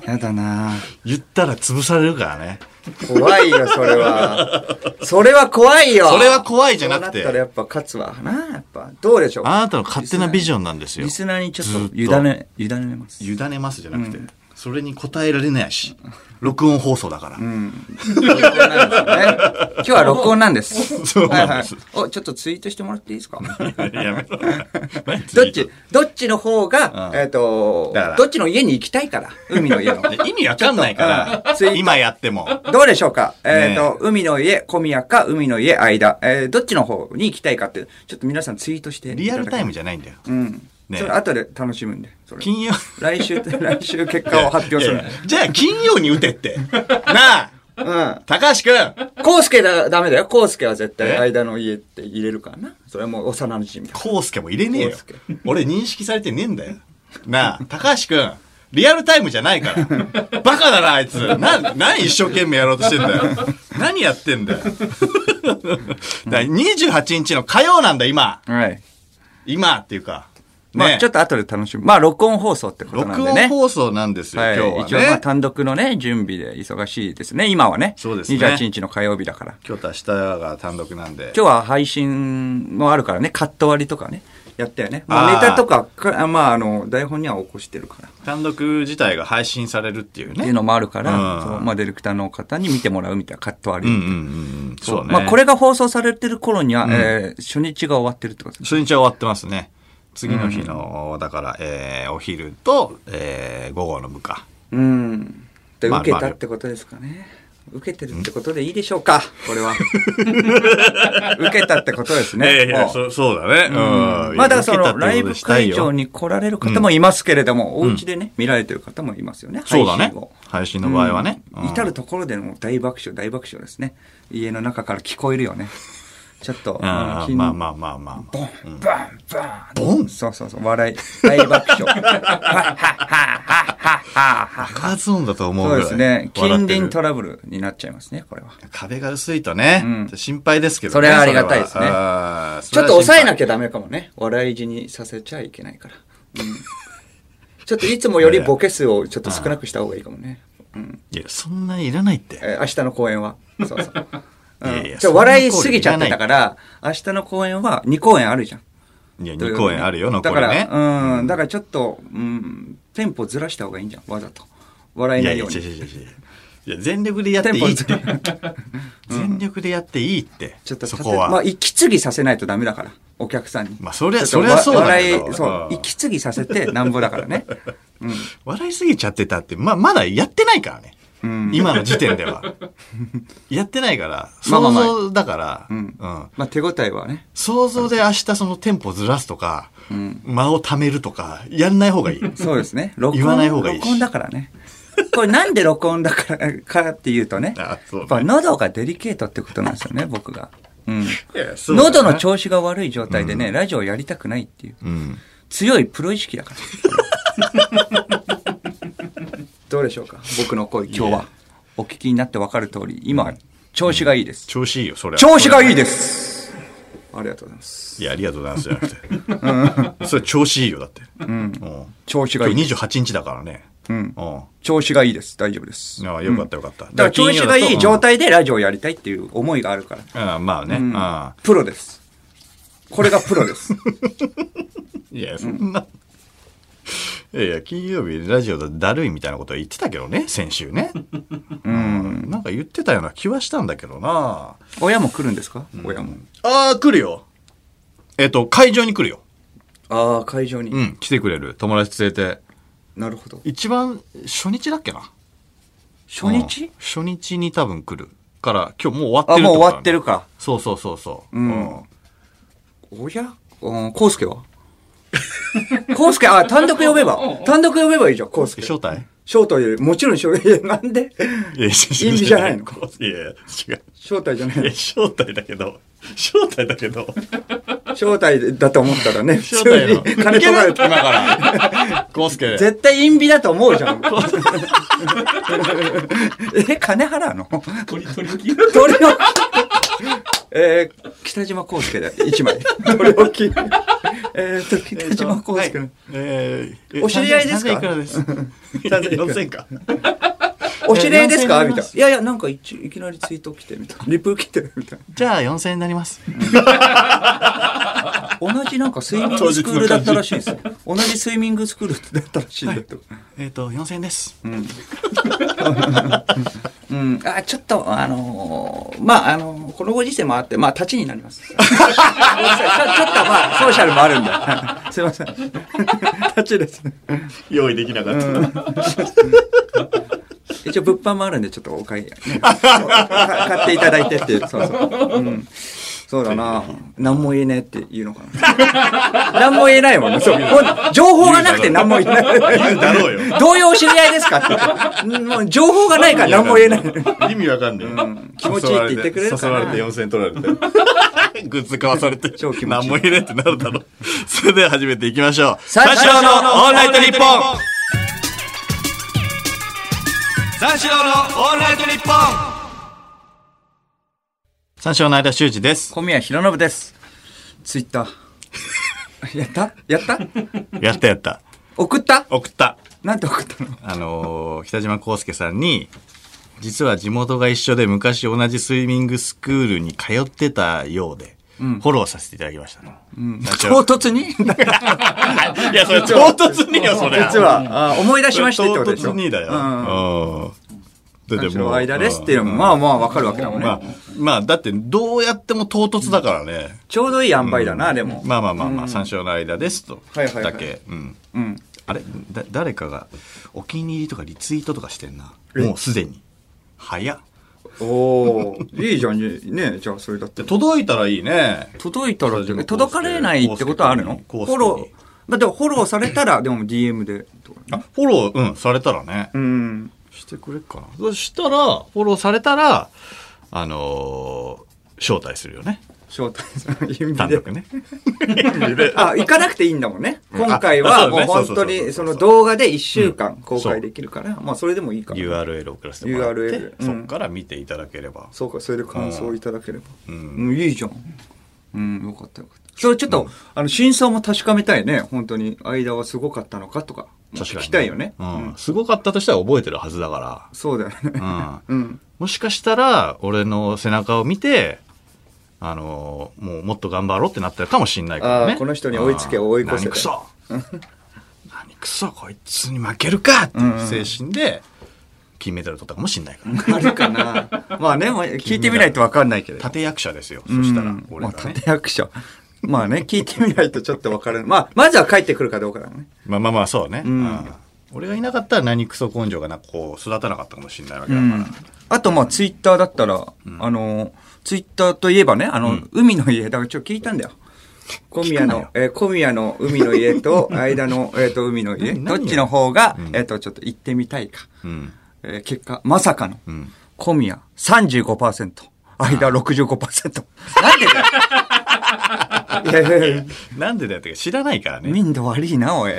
[SPEAKER 2] やだなぁ。
[SPEAKER 1] 言ったら潰されるからね。
[SPEAKER 2] 怖いよ、それは。それは怖いよ。
[SPEAKER 1] それは怖いじゃなくて
[SPEAKER 2] そうったらやっぱ勝つわな。やっぱ。どうでしょう。
[SPEAKER 1] あなたの勝手なビジョンなんですよ
[SPEAKER 2] リ。スナーにちょっと委
[SPEAKER 1] ずっと
[SPEAKER 2] ね、委ねます。
[SPEAKER 1] 委ねますじゃなくて。それに答えられないし。録音放送だから。
[SPEAKER 2] 録音なんですよね。今日は録音なんで す。
[SPEAKER 1] そうなんです
[SPEAKER 2] はいはい。お、ちょっとツイートしてもらっていいですか
[SPEAKER 1] やめろ。 何
[SPEAKER 2] どっち、どっちの方が、
[SPEAKER 1] うん
[SPEAKER 2] えっと
[SPEAKER 1] だか、ら
[SPEAKER 2] どっちの家に行きたいから。海 の家の。
[SPEAKER 1] 意味わかんないか
[SPEAKER 2] ちょっとう
[SPEAKER 1] ら、
[SPEAKER 2] ん
[SPEAKER 1] 今やっても。
[SPEAKER 2] どうでしょうかえ
[SPEAKER 1] ね
[SPEAKER 2] っと、海の家、小宮か、海の家、間。えーどっちの方に行きたいかって、ちょっと皆さんツイートしていただけ。
[SPEAKER 1] リアルタイムじゃないんだよ。
[SPEAKER 2] うん。
[SPEAKER 1] ね
[SPEAKER 2] それ後で楽しむんで。それ
[SPEAKER 1] 金曜。
[SPEAKER 2] 来週、来週結果を発表する
[SPEAKER 1] い やいやじゃあ金曜に打てって。なあ
[SPEAKER 2] うん。
[SPEAKER 1] 高橋くん
[SPEAKER 2] コウスケだ、ダメだよ。コウスケは絶対間の家って入れるからな。それはもう幼馴染みだ。
[SPEAKER 1] 康介も入れねえよ
[SPEAKER 2] 康介。
[SPEAKER 1] 俺認識されてねえんだよ。なあ、高橋くん、リアルタイムじゃないから。バカだな、あいつ。な、何一生懸命やろうとしてんだよ。何やってんだよ。だから28日の火曜なんだ、今。
[SPEAKER 2] はい。
[SPEAKER 1] 今っていうか。
[SPEAKER 2] まあ、
[SPEAKER 1] ね
[SPEAKER 2] ちょっと後で楽しむ。まあ、録音放送ってことなん
[SPEAKER 1] 録
[SPEAKER 2] で
[SPEAKER 1] 音
[SPEAKER 2] ね。
[SPEAKER 1] 放送なんですよ、
[SPEAKER 2] はい、
[SPEAKER 1] 今日
[SPEAKER 2] 一応ま
[SPEAKER 1] は
[SPEAKER 2] あ
[SPEAKER 1] ね。
[SPEAKER 2] 単独のね、準備で忙しいですね、今はね。
[SPEAKER 1] そうですね
[SPEAKER 2] 28日の火曜日だから。
[SPEAKER 1] 今日と明日が単独なんで。
[SPEAKER 2] 今日は配信もあるからね、カット割りとかね、やったよね。もう
[SPEAKER 1] あー
[SPEAKER 2] ネタとかかまあ、あの、台本には起こしてるから。
[SPEAKER 1] 単独自体が配信されるっていう
[SPEAKER 2] ってい
[SPEAKER 1] ね
[SPEAKER 2] う。のもあるか
[SPEAKER 1] う
[SPEAKER 2] ら、
[SPEAKER 1] ん
[SPEAKER 2] そうまあ、ディレクターの方に見てもらうみたいなカット割
[SPEAKER 1] うん
[SPEAKER 2] り。
[SPEAKER 1] うんうん。そうね。
[SPEAKER 2] まあ、これが放送されてる頃には、えー初日が終わってるってことですね。
[SPEAKER 1] 初日は終わってますね。次の日の、だから、えーお昼と、えー午後の部下。
[SPEAKER 2] うん。で、
[SPEAKER 1] まあ
[SPEAKER 2] 受けたってことですかね。受けてるってことでいいでしょうか、これは。受けたってことで すね。
[SPEAKER 1] ええ
[SPEAKER 2] もう
[SPEAKER 1] そそうだね。うん。
[SPEAKER 2] まあだからそ
[SPEAKER 1] いや
[SPEAKER 2] のライブ会場。に来られる方もいますけれども、お家でね、見られてる方もいますよね。
[SPEAKER 1] 受けたってことでしたいよそうだね
[SPEAKER 2] 配信を。
[SPEAKER 1] 配信の場合はね。
[SPEAKER 2] うん
[SPEAKER 1] うん
[SPEAKER 2] 至るところでの大爆笑、大爆笑ですね。家の中から聞こえるよね。ちょっと、
[SPEAKER 1] うんまあ
[SPEAKER 2] 金
[SPEAKER 1] まあまあまあまあ。
[SPEAKER 2] ボン、バン、バン。
[SPEAKER 1] ボン
[SPEAKER 2] そうそうそう、笑い。大 爆笑。はっはっはっはっはっは。
[SPEAKER 1] 爆発音だと思う
[SPEAKER 2] そ
[SPEAKER 1] ぐ
[SPEAKER 2] う
[SPEAKER 1] ら
[SPEAKER 2] で
[SPEAKER 1] い。
[SPEAKER 2] すね。近
[SPEAKER 1] 笑ってる
[SPEAKER 2] 隣トラブルになっちゃいますね、これは。
[SPEAKER 1] 壁が薄いとね、
[SPEAKER 2] うん
[SPEAKER 1] 心配ですけどね。
[SPEAKER 2] それはありがたいですねちょっと抑えなきゃダメかもね。笑い死にさせちゃいけないから。うんちょっといつもよりボケ数をちょっと少なくした方がいいかもね。うん
[SPEAKER 1] ゃ。いや、そんなにいらないって。
[SPEAKER 2] えー明日の公演は。そ うそう。う
[SPEAKER 1] いやいや
[SPEAKER 2] んちょっと笑いすぎちゃってたから、明日の公演は2公演あるじゃん。
[SPEAKER 1] いや、2公演あるよ、残
[SPEAKER 2] だ
[SPEAKER 1] り
[SPEAKER 2] か
[SPEAKER 1] ね。
[SPEAKER 2] ら、うん、だからちょっと、うん、テンポずらした方がいいんじゃん、わざと。笑え
[SPEAKER 1] い
[SPEAKER 2] な
[SPEAKER 1] や
[SPEAKER 2] い
[SPEAKER 1] いや、
[SPEAKER 2] よう
[SPEAKER 1] 違う
[SPEAKER 2] に。
[SPEAKER 1] 違う違う違う。いや、全力でやっていいっ
[SPEAKER 2] テ
[SPEAKER 1] て。全力でやっていいって。
[SPEAKER 2] ちょっと
[SPEAKER 1] そ
[SPEAKER 2] 立て
[SPEAKER 1] こは。
[SPEAKER 2] まあ、息継ぎさせないとダメだから、お客さんに。
[SPEAKER 1] まあそりゃ
[SPEAKER 2] ちょっとわ
[SPEAKER 1] そりゃそうだけど
[SPEAKER 2] 笑い、そう、
[SPEAKER 1] うん
[SPEAKER 2] 息継ぎさせてなんぼだか らね。うん。
[SPEAKER 1] 笑いすぎちゃってたって、まあ、まだやってないからね。
[SPEAKER 2] うん
[SPEAKER 1] 今の時点で は。やってないから、
[SPEAKER 2] まあ
[SPEAKER 1] 想
[SPEAKER 2] まあまあ
[SPEAKER 1] 像だから、
[SPEAKER 2] うん
[SPEAKER 1] うん
[SPEAKER 2] まあ、手応えはね。
[SPEAKER 1] 想像で明日そのテンポずらすとか、間を貯めるとか、やんない方がいい。
[SPEAKER 2] そうですね。録音。
[SPEAKER 1] 言わない方がいいし
[SPEAKER 2] 録音だからね。これなんで録音だからかっていうとね。
[SPEAKER 1] あそうね
[SPEAKER 2] やっぱ喉がデリケートってことなんですよ ね、僕が。うん。
[SPEAKER 1] いやそうだね
[SPEAKER 2] 喉の調子が悪い状態でね、ラジオやりたくないっていう。
[SPEAKER 1] うん。
[SPEAKER 2] 強いプロ意識だから。 どうでしょうか僕の声、今日は。お聞きになってわかる通り、今は調子がいいです。
[SPEAKER 1] 調子いいよ、それは。
[SPEAKER 2] 調子がいいですありがとうございます。
[SPEAKER 1] いや、ありがとうございます。じゃなくて。それ調子いいよ、だって。うん。
[SPEAKER 2] 調子がいい
[SPEAKER 1] 今日28日だからね。うんうん。
[SPEAKER 2] 調子がいいです。大丈夫です。
[SPEAKER 1] ああ、よかったよかった。
[SPEAKER 2] だから調子がいい状
[SPEAKER 1] 態。
[SPEAKER 2] 態でラジオをやりたいっていう思いがあるから。
[SPEAKER 1] うん、うんまあね。うん。
[SPEAKER 2] プロです。これがプロです。
[SPEAKER 1] いや、そんな。いやいや、金曜日ラジオだだるいみたいなことは言ってたけどね、先週ね。 うん。なんか言ってたような気はしたんだけどな。
[SPEAKER 2] 親も来るんですか親も。
[SPEAKER 1] ああ、来るよ。えっと、会場に来るよ。
[SPEAKER 2] ああ、会場に、
[SPEAKER 1] うん、来てくれる。友達連れて。
[SPEAKER 2] なるほど。
[SPEAKER 1] 一番、初日だっけな。
[SPEAKER 2] 初日、
[SPEAKER 1] うん初日に多分来る。から、今日もう終わって
[SPEAKER 2] あ、
[SPEAKER 1] る
[SPEAKER 2] もう終わ
[SPEAKER 1] こ
[SPEAKER 2] っ
[SPEAKER 1] と
[SPEAKER 2] て
[SPEAKER 1] だね
[SPEAKER 2] るか。
[SPEAKER 1] そうそうそうそう。
[SPEAKER 2] うん親うん、コウスケは コウスケ、あ、単独呼べば。単独呼べばいいじゃん、コウスケ。
[SPEAKER 1] 招待
[SPEAKER 2] 翔太より、もちろん 翔太、いやなんで
[SPEAKER 1] いや、意
[SPEAKER 2] 意味じゃないの
[SPEAKER 1] いやいや、違う。
[SPEAKER 2] 翔太じゃないい
[SPEAKER 1] や、招待だけど、招待だけど、
[SPEAKER 2] の。翔太だと思ったらね、普
[SPEAKER 1] 招
[SPEAKER 2] 通
[SPEAKER 1] 待
[SPEAKER 2] に
[SPEAKER 1] の。
[SPEAKER 2] 金取られ
[SPEAKER 1] 今
[SPEAKER 2] て。
[SPEAKER 1] から。コウスケ。
[SPEAKER 2] 絶対陰ビだと思うじゃん。え、金払うの
[SPEAKER 3] 鳥取き
[SPEAKER 2] 鳥の、えー、北島康介で一枚。鳥置き。えーと、北島康介の、
[SPEAKER 1] えー
[SPEAKER 2] お知り合いですか
[SPEAKER 1] 3000いくらです。4000か。
[SPEAKER 2] お知り合いですか
[SPEAKER 1] えー4000
[SPEAKER 2] みたいな。いやいや、なんかいちいきなりツイート来て、みたいな。リプ来て、みたい
[SPEAKER 1] じゃあ4000円になります。
[SPEAKER 2] な。同じなんかスイミングスクールだったらしいんですよ。同じスイミングスクールだったらしいんだと。
[SPEAKER 1] えっと、4000円です。
[SPEAKER 2] うん。あ、ちょっと、あのーまあ、あのーこのご時世もあって、まあ、立ちになります。ちょちょっと、まあ、ソーシャルもあるんで。すいません。立ちですね。
[SPEAKER 1] 用意できなかった。
[SPEAKER 2] 一応物販もあるんでちょっとお買い、ね、そうか買っていただいてっていうそうそう、うん、そうだな。何も言えねえって言うのかな。何も言えないもんね。そう。もう情報がなくて何も言えない。
[SPEAKER 1] 言 うだろうよ。
[SPEAKER 2] どういうお知り合いですかって。うんもう情報がない から何も言えない。
[SPEAKER 1] 意味わかんねえ、
[SPEAKER 2] 気持ちいいって言ってくれるか
[SPEAKER 1] 誘
[SPEAKER 2] な
[SPEAKER 1] われて4000取られ てグッズ買わされて
[SPEAKER 2] 超気持ちい
[SPEAKER 1] 何
[SPEAKER 2] い
[SPEAKER 1] も入れってなるだろう それでは始めていきましょう
[SPEAKER 2] 三四郎のオールナイトニッポン
[SPEAKER 1] 三四郎のオールナイトニッポン三四郎の間修二です
[SPEAKER 2] 小宮弘信です。ツイッタ ー。やったやった
[SPEAKER 1] やったやった
[SPEAKER 2] 送った
[SPEAKER 1] 送った
[SPEAKER 2] なんて送ったの
[SPEAKER 1] あのー北島康介さんに、実は地元が一緒で昔同じスイミングスクールに通ってたようで、フォローさせていただきました、社
[SPEAKER 2] 唐
[SPEAKER 1] 長
[SPEAKER 2] 突に
[SPEAKER 1] いや、そ れ唐突によ、それ。
[SPEAKER 2] 実は、あ思い出しましてってことでしょ。
[SPEAKER 1] 唐突にだよ。
[SPEAKER 2] うん
[SPEAKER 1] うん。だ
[SPEAKER 2] 私の間ですっていうのも、まあまあわかるわけだもんね。
[SPEAKER 1] まあ、まあ、だって、どうやっても唐突だからね。
[SPEAKER 2] ちょうどいい塩梅だな、でも。
[SPEAKER 1] まあまあまあまあ、三章の間ですと。
[SPEAKER 2] はいはいはい
[SPEAKER 1] だけ。うん。
[SPEAKER 2] うん。
[SPEAKER 1] あれだ誰かがお気に入りとかリツイートとかしてんな
[SPEAKER 2] え
[SPEAKER 1] もうすでに早っ
[SPEAKER 2] おおいいじゃん、ねねじゃあそれだって
[SPEAKER 1] で。届いたらいいね
[SPEAKER 2] 届いたらって
[SPEAKER 1] それでも
[SPEAKER 2] 届かれないってことはあるのフ
[SPEAKER 1] コースに
[SPEAKER 2] ォロー。だってフォローされたら、でも DM でとかね。
[SPEAKER 1] あフォロー、うん、されたらね、
[SPEAKER 2] うん。
[SPEAKER 1] してくれっかなそしたらフォローされたらあのー招待するよね
[SPEAKER 2] 招待さん、インビ
[SPEAKER 1] 単
[SPEAKER 2] で
[SPEAKER 1] 独。ね
[SPEAKER 2] あ、行かなくていいんだもんね。今回
[SPEAKER 1] あそ
[SPEAKER 2] は
[SPEAKER 1] うだ
[SPEAKER 2] もう
[SPEAKER 1] ね
[SPEAKER 2] 本当
[SPEAKER 1] そうそうそうそう
[SPEAKER 2] にその動画で1週間公開できるから、まあそれでもいいから。
[SPEAKER 1] URL 送らせてもらって、
[SPEAKER 2] URL うん
[SPEAKER 1] そっから見ていただければ
[SPEAKER 2] そうか、それで感想をいただければ。
[SPEAKER 1] う、
[SPEAKER 2] うんん、いいじゃん。うん、よかったよかった。それちょっと、あの、真相も確かめたいね。本当に、間はすごかったのかとか。
[SPEAKER 1] 確かに
[SPEAKER 2] 聞きたいよね。
[SPEAKER 1] うんすごかったとしたら覚えてるはずだか
[SPEAKER 2] そうだよね。
[SPEAKER 1] ら、うん、
[SPEAKER 2] うん。
[SPEAKER 1] もしかしたら俺の背中を見てあのーもうもっと頑張ろうってなってるかもしんないから
[SPEAKER 2] あ
[SPEAKER 1] ね
[SPEAKER 2] ーこの人に追いつけ追い越せ
[SPEAKER 1] 何くそ 何くそこいつに負けるかっていう精神で金メダル取ったかもしんないからね
[SPEAKER 2] ある かな。まあね、もう聞いてみないとわかんないけど。
[SPEAKER 1] 立役者ですよ、
[SPEAKER 2] うん
[SPEAKER 1] そしたら俺
[SPEAKER 2] まあ、
[SPEAKER 1] がね、
[SPEAKER 2] 立役者。まあね、聞いてみないとちょっとわからない。まあ、まずは帰ってくるかどうかだね。
[SPEAKER 1] まあまあまあそうね、
[SPEAKER 2] ん
[SPEAKER 1] うん俺がいなかったら何くそ根性がなこう育たなかったかもしんないわけ
[SPEAKER 2] う
[SPEAKER 1] だから、
[SPEAKER 2] ん。あと、まあ、ツイッターだったら、あの、ツイッターといえばね、あの、海の家、だからちょっと聞いたんだよ。小宮
[SPEAKER 1] 聞くな
[SPEAKER 2] の
[SPEAKER 1] よ、
[SPEAKER 2] えー小宮の海の家と、 間の、えっ、と、海の家、
[SPEAKER 1] 何
[SPEAKER 2] ど
[SPEAKER 1] 何
[SPEAKER 2] っちの方が、
[SPEAKER 1] うん
[SPEAKER 2] えっ、と、ちょっと行ってみたいか。
[SPEAKER 1] うん
[SPEAKER 2] えー結果、まさかの、
[SPEAKER 1] うん
[SPEAKER 2] 小宮35%、間65%。なん でだよ。いやいやいや、
[SPEAKER 1] なんでだよってか知らないからね
[SPEAKER 2] 民度悪いな、おい。
[SPEAKER 1] い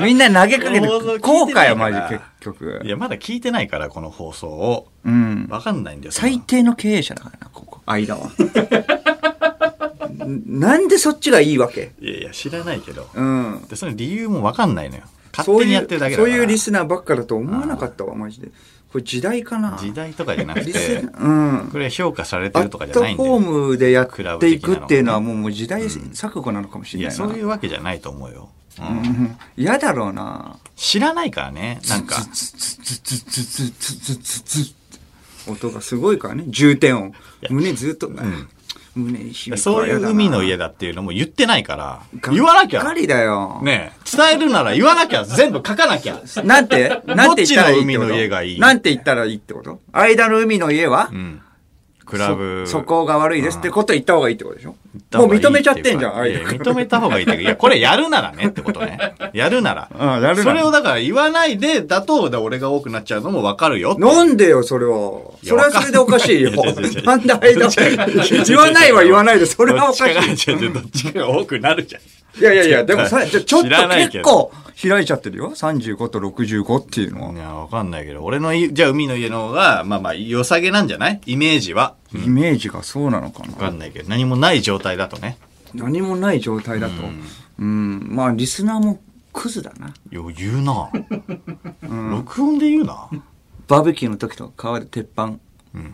[SPEAKER 2] みんな投げかけて
[SPEAKER 1] 放送聞い、てないから
[SPEAKER 2] 後悔はマジ結局。
[SPEAKER 1] やまだ 聞いてないからこの放送を
[SPEAKER 2] うん。
[SPEAKER 1] わかんないんだよそんな
[SPEAKER 2] 最低の経営者だからな、ここ。間は。ん なんでそっちがいいわけ
[SPEAKER 1] いやいや知らないけど、
[SPEAKER 2] うん。
[SPEAKER 1] でその理由もわかんないのよ勝
[SPEAKER 2] そう
[SPEAKER 1] 手に
[SPEAKER 2] い
[SPEAKER 1] やって
[SPEAKER 2] う、
[SPEAKER 1] るだけだか
[SPEAKER 2] そう
[SPEAKER 1] ら
[SPEAKER 2] いうリスナーばっかだと思わなかったわ、マジで。これ時代かな。
[SPEAKER 1] 時代とかじゃなく
[SPEAKER 2] リス
[SPEAKER 1] て
[SPEAKER 2] ナーうん。
[SPEAKER 1] これ評価されて
[SPEAKER 2] ア
[SPEAKER 1] る
[SPEAKER 2] ッ
[SPEAKER 1] とかじゃない
[SPEAKER 2] ト
[SPEAKER 1] んだ
[SPEAKER 2] ホ
[SPEAKER 1] よ
[SPEAKER 2] ームでやっていくっていうのはもうもう時代錯誤なのかもし
[SPEAKER 1] い
[SPEAKER 2] れな
[SPEAKER 1] や
[SPEAKER 2] い
[SPEAKER 1] そうい
[SPEAKER 2] な。
[SPEAKER 1] うわけじゃないと思うよ、うん
[SPEAKER 2] うん嫌だろうな。
[SPEAKER 1] 知らないからねなんか
[SPEAKER 2] ツツツツツツツツツツツ音がすごいからね、重点音。胸ずっと、胸に響く
[SPEAKER 1] そういう海の家
[SPEAKER 2] だ
[SPEAKER 1] だっていうのも言ってないから言わなき
[SPEAKER 2] がっ
[SPEAKER 1] ゃ
[SPEAKER 2] かりだよ。
[SPEAKER 1] ねえ伝えるなら言わなきゃ全部書かなきゃ
[SPEAKER 2] なんて、なんて言ったらい
[SPEAKER 1] どっちの
[SPEAKER 2] いってこと
[SPEAKER 1] 海の家がいい
[SPEAKER 2] なんて言ったらいいってこと間の海の家は、
[SPEAKER 1] うんクラブ
[SPEAKER 2] そそこが悪いですってこと言った方がいいってことでしょ
[SPEAKER 1] 言った方
[SPEAKER 2] も
[SPEAKER 1] が
[SPEAKER 2] う
[SPEAKER 1] いいてい
[SPEAKER 2] 認めちゃってんじゃん、
[SPEAKER 1] うかいや
[SPEAKER 2] 間
[SPEAKER 1] 認めた方がいいっていうかいや、これやるならねってことね。やるなら。
[SPEAKER 2] うんやるなら
[SPEAKER 1] それをだから言わないで、だと、だ俺が多くなっちゃうのもわかるよって。
[SPEAKER 2] なんでよ、それは。
[SPEAKER 1] いや
[SPEAKER 2] それはそれでおかしいよ
[SPEAKER 1] わかんないいや違う違う違。う
[SPEAKER 2] なんで間、言わないは言わないで、それはおかしい。
[SPEAKER 1] しい。どっちかが多くなるじゃん。
[SPEAKER 2] いやいやいや、でもさ、じゃあちょっと
[SPEAKER 1] 知らないけ
[SPEAKER 2] 結
[SPEAKER 1] ど
[SPEAKER 2] 構開いちゃってるよ。35と65っていうのは。
[SPEAKER 1] いや、わかんないけど、俺のい、じゃあ海の家の方が、まあまあ、良さげなんじゃないイメージは。
[SPEAKER 2] イメージがそうなのか
[SPEAKER 1] わか
[SPEAKER 2] な。
[SPEAKER 1] んないけど、何もない状態だとね。
[SPEAKER 2] 何もない状態だと。うん。まあ、リスナーもクズだな。
[SPEAKER 1] よ、言うな。録音で言うな。
[SPEAKER 2] バーベキューの時と川で鉄板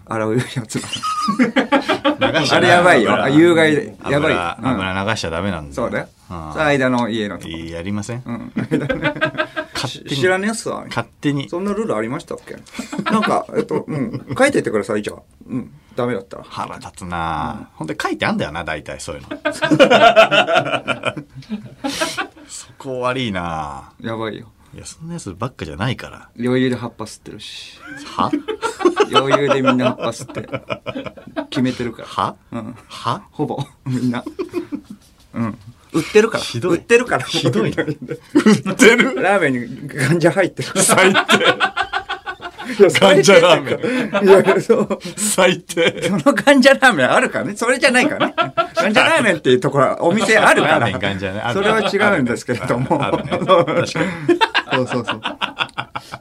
[SPEAKER 2] 洗うやつ だ。あ
[SPEAKER 1] あ
[SPEAKER 2] れやばいよ。あ有害で。やばいよ。うん
[SPEAKER 1] 油流しちゃダメなんだ
[SPEAKER 2] そうだよ。
[SPEAKER 1] うん
[SPEAKER 2] それ間の家のとこ。
[SPEAKER 1] いいやりません
[SPEAKER 2] うん。
[SPEAKER 1] 勝手
[SPEAKER 2] 知ら
[SPEAKER 1] に。
[SPEAKER 2] ねえっすわ。
[SPEAKER 1] 勝手に。
[SPEAKER 2] そんなルールありましたっけ なんか、えっと、うん。書いていってください、じゃあ。うん。ダメだったら。
[SPEAKER 1] 腹立つなぁほんで書いてあんだよな、大体そういうの。そこ悪いなぁ
[SPEAKER 2] やばいよ。
[SPEAKER 1] いや、そんなやつばっかじゃないから。
[SPEAKER 2] 余裕で葉っぱ吸ってるし。
[SPEAKER 1] は
[SPEAKER 2] 余裕でみんな葉っぱ吸って。決めてるから。
[SPEAKER 1] は
[SPEAKER 2] うん。
[SPEAKER 1] は
[SPEAKER 2] ほぼ、みんな。うん。売ってるから。
[SPEAKER 1] ひどい
[SPEAKER 2] 売ってるから。
[SPEAKER 1] ひどいな。売ってる
[SPEAKER 2] ラーメンに患者入ってる。
[SPEAKER 1] 最低。
[SPEAKER 2] いや
[SPEAKER 1] 患者ラーメ
[SPEAKER 2] ン。いやいや、そう。
[SPEAKER 1] 最低。
[SPEAKER 2] その患者ラーメンあるからね。それじゃないからね。患者ラーメンっていうところはお店あるか
[SPEAKER 1] ラ
[SPEAKER 2] ら。
[SPEAKER 1] ーメン患者ねある
[SPEAKER 2] それは違うんですけれども。
[SPEAKER 1] あるね確
[SPEAKER 2] そうそうそう。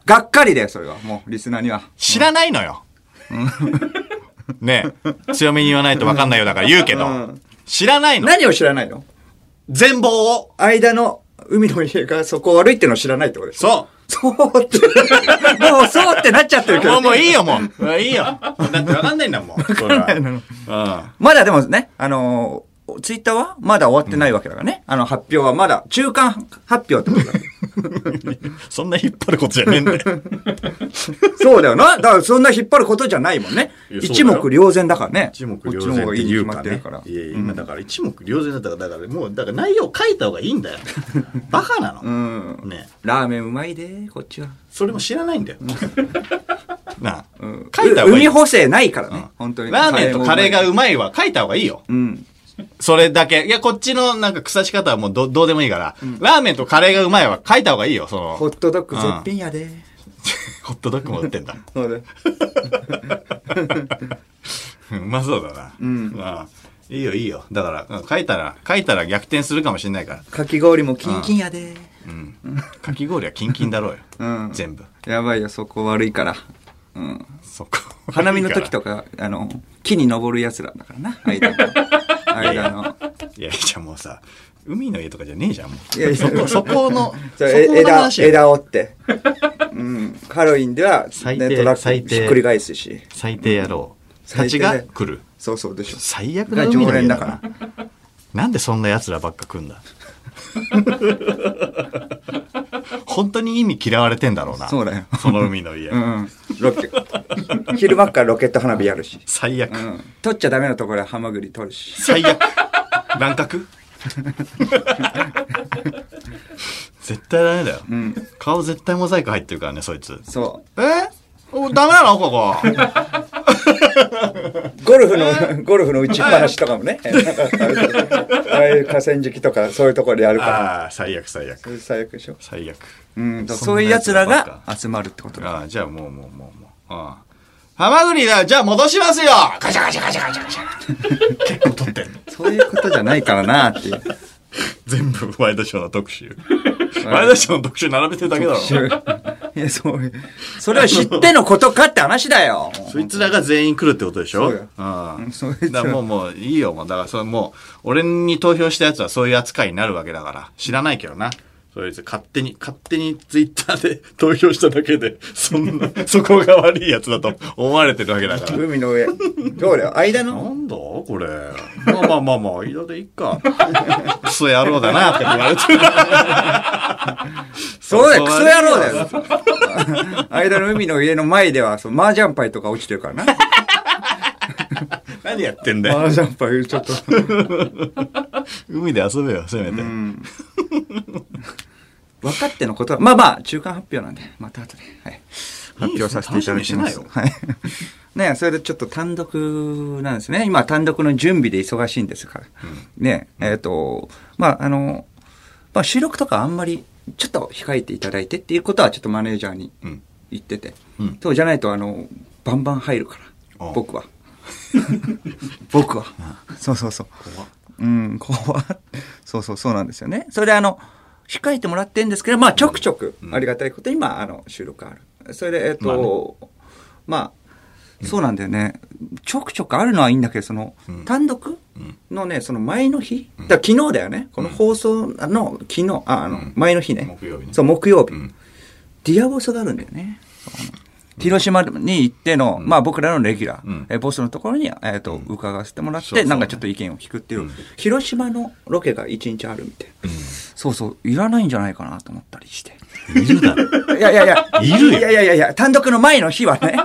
[SPEAKER 2] がっかりだよ、それは。もう、リスナーには。
[SPEAKER 1] 知らないのよ。ねえ強めに言わないと分かんないようだから言うけど
[SPEAKER 2] うん。
[SPEAKER 1] 知らないの。
[SPEAKER 2] 何を知らないの
[SPEAKER 1] 全貌を。
[SPEAKER 2] 間の海の家がそこ悪いってのを知らないってことです。
[SPEAKER 1] そ
[SPEAKER 2] そうって。もうそうってなっちゃってる
[SPEAKER 1] う。
[SPEAKER 2] け
[SPEAKER 1] も
[SPEAKER 2] ど
[SPEAKER 1] う、。もういいよ、もう。もういいよ。だって分かんないんだもん。分かんないの。うん。
[SPEAKER 2] まだでもね、あのーツイッターはまだ終わってないわけだからね。あの、発表はまだ、中間発表ってことだ。
[SPEAKER 1] そんな引っ張ることじゃねえんだよ。
[SPEAKER 2] そうだよな。だからそんな引っ張ることじゃないもんね。
[SPEAKER 1] いや
[SPEAKER 2] 一目瞭然だからね。
[SPEAKER 1] 一目瞭然っていうかね。いやいや、今だから一目瞭然だったから、だからもう、だから内容書いた方がいいんだよ。バカな
[SPEAKER 2] う
[SPEAKER 1] の。
[SPEAKER 2] ん。
[SPEAKER 1] ね
[SPEAKER 2] ラーメンうまいで、こっちは。
[SPEAKER 1] それも知らないんだよ。 なあ
[SPEAKER 2] うん。
[SPEAKER 1] 書いた方がいい
[SPEAKER 2] 海。補正ないからね。本当に。
[SPEAKER 1] ラーメンとカレーが
[SPEAKER 2] う
[SPEAKER 1] うまいは書いた方がいいよ。
[SPEAKER 2] うん。
[SPEAKER 1] それだけ。いや、こっちのなんか腐し方はもうどどうでもいいから、ラーメンとカレーがうまいは書いた方がいいよ、その。
[SPEAKER 2] ホ
[SPEAKER 1] ホ
[SPEAKER 2] ットドッグ絶品やで。
[SPEAKER 1] ットドッグも売ってんだ。
[SPEAKER 2] そうだよ。
[SPEAKER 1] うんうまそうだな。うん。あいいよ、いいよ。だから、うん書いたら、書いたら逆転するかもしれないから。
[SPEAKER 2] かき氷もキンキンやで。
[SPEAKER 1] うん。かき氷はキンキンだろうよ。
[SPEAKER 2] うん
[SPEAKER 1] 全部。
[SPEAKER 2] やばいよ、そこ悪いから。うん。
[SPEAKER 1] そこ。
[SPEAKER 2] 花見の時とか、あの、木に登る奴らだからな。間 の。間の。
[SPEAKER 1] いやいや、もうさ、海の家とかじゃねえじゃん、もう。
[SPEAKER 2] いやいや
[SPEAKER 1] そこ、そこ の、
[SPEAKER 2] じゃあ
[SPEAKER 1] そこの
[SPEAKER 2] 枝
[SPEAKER 1] 話や
[SPEAKER 2] 枝 折って、うん、ハロウィンでは、
[SPEAKER 1] 最低
[SPEAKER 2] ね、トラ
[SPEAKER 1] 最
[SPEAKER 2] ック
[SPEAKER 1] 低
[SPEAKER 2] ひっくり返すし
[SPEAKER 1] 最低野郎た
[SPEAKER 2] 最
[SPEAKER 1] ち
[SPEAKER 2] 低
[SPEAKER 1] が来る。
[SPEAKER 2] そうそうでしょ
[SPEAKER 1] 最悪な
[SPEAKER 2] が
[SPEAKER 1] 海の
[SPEAKER 2] 常
[SPEAKER 1] 家
[SPEAKER 2] 連
[SPEAKER 1] だ
[SPEAKER 2] だ
[SPEAKER 1] か
[SPEAKER 2] からら。
[SPEAKER 1] なんでそんな奴らばっか来んだ 本当に意味嫌われてんだろうな。
[SPEAKER 2] そうだよ
[SPEAKER 1] その海の家。
[SPEAKER 2] うんロケ昼間っからロケット花火やるし、
[SPEAKER 1] 最悪。
[SPEAKER 2] うん、取っちゃダメなところはハマグリ取るし
[SPEAKER 1] 最悪。乱獲絶対ダメだよ、顔絶対モザイク入ってるからね、そいつ。
[SPEAKER 2] そ
[SPEAKER 1] えおダメなのここ。
[SPEAKER 2] うゴルフのゴルフの打ちっぱなしとかもねああいう河川敷とかそういうところでや るから
[SPEAKER 1] ああ、最悪最悪。
[SPEAKER 2] そういう最悪でしょ、
[SPEAKER 1] 最悪。
[SPEAKER 2] うん、
[SPEAKER 1] そんな
[SPEAKER 2] そういうやつら
[SPEAKER 1] やつらば
[SPEAKER 2] が
[SPEAKER 1] っ
[SPEAKER 2] 集まるってことだ
[SPEAKER 1] ああ、じゃあもうもうもうもう。ああ。ハマグリだ、じゃあ戻しますよガチャガチャガチャガチャガチャ。結構撮ってんの。
[SPEAKER 2] そういうことじゃないからなっていう
[SPEAKER 1] 全部ワイドショーの特集。 ワイドショーの特集並べてるだけだろ。
[SPEAKER 2] いや、そういう。それは知ってのことかって話だよ。
[SPEAKER 1] そいつらが全員来るってことでしょ
[SPEAKER 2] そうよ
[SPEAKER 1] あ
[SPEAKER 2] うんそい
[SPEAKER 1] あ。
[SPEAKER 2] つ
[SPEAKER 1] だ
[SPEAKER 2] ら
[SPEAKER 1] からもうもういいよ、もう。だからそれもう、俺に投票したやつはそういう扱いになるわけだから。知らないけどな。そいつ勝手に、勝手にツイッターで 投票しただけで、そん な、そこが悪いやつだと思われてるわけだから。
[SPEAKER 2] 海の上。どうだよ間の
[SPEAKER 1] なんだこれ。まあまあまあまあ、間でいっか。 クソ野郎だなって言われてる。
[SPEAKER 2] そうだよ、クソ野郎だよ。 間の海の家の前では、そう麻雀牌とか落ちてる からな。
[SPEAKER 1] 何やってんだよ。
[SPEAKER 2] 麻雀牌ちょっと。
[SPEAKER 1] 海で遊べよ、せめて。
[SPEAKER 2] 分かってのことは、まあまあ、中間発表なんで、また後で、はい、発表させていただきま。
[SPEAKER 1] いいですすね
[SPEAKER 2] はい。ねそれでちょっと単独なんですね。今、単独の準備で忙しいんですから。ねえっ、と、まあ、あの、まあ、収録とかあんまり、ちょっと控えていただいてっていうことは、ちょっとマネージャーに
[SPEAKER 1] うん
[SPEAKER 2] 言ってて。
[SPEAKER 1] うん
[SPEAKER 2] そうじゃないと、あの、バンバン入るか
[SPEAKER 1] ああ
[SPEAKER 2] ら、僕は。僕は。そうそうそう。うん、怖い。そうそうそうなんですよね。それであの、控えてもらってんですけど、まあちょくちょくありがたいことに、今、あの、収録ある。それで、えっ、と、まあ、そうなんだよね。ちょくちょくあるのはいいんだけど、その、
[SPEAKER 1] うん
[SPEAKER 2] 単独
[SPEAKER 1] うん
[SPEAKER 2] のね、その前の日、だから昨日だよね。この放送の昨日、あ、あの
[SPEAKER 1] ん、
[SPEAKER 2] 前の日ね。
[SPEAKER 1] 木曜日ね
[SPEAKER 2] そう、木曜日。
[SPEAKER 1] うん
[SPEAKER 2] ディアボスがあるんだよね。広島に行っての、まあ僕らのレギュラー、
[SPEAKER 1] うん
[SPEAKER 2] えボスのところに、えー、と伺わせてもらって、
[SPEAKER 1] そうそう
[SPEAKER 2] なんかちょっと意見を聞くっていう、
[SPEAKER 1] うん
[SPEAKER 2] 広島のロケが1日あるみたいな、そうそう、いらないんじゃないかなと思ったりして。
[SPEAKER 1] いるだろ。
[SPEAKER 2] いやいやいや。
[SPEAKER 1] いるよ
[SPEAKER 2] いやいやいやいや、単独の前の日は ね。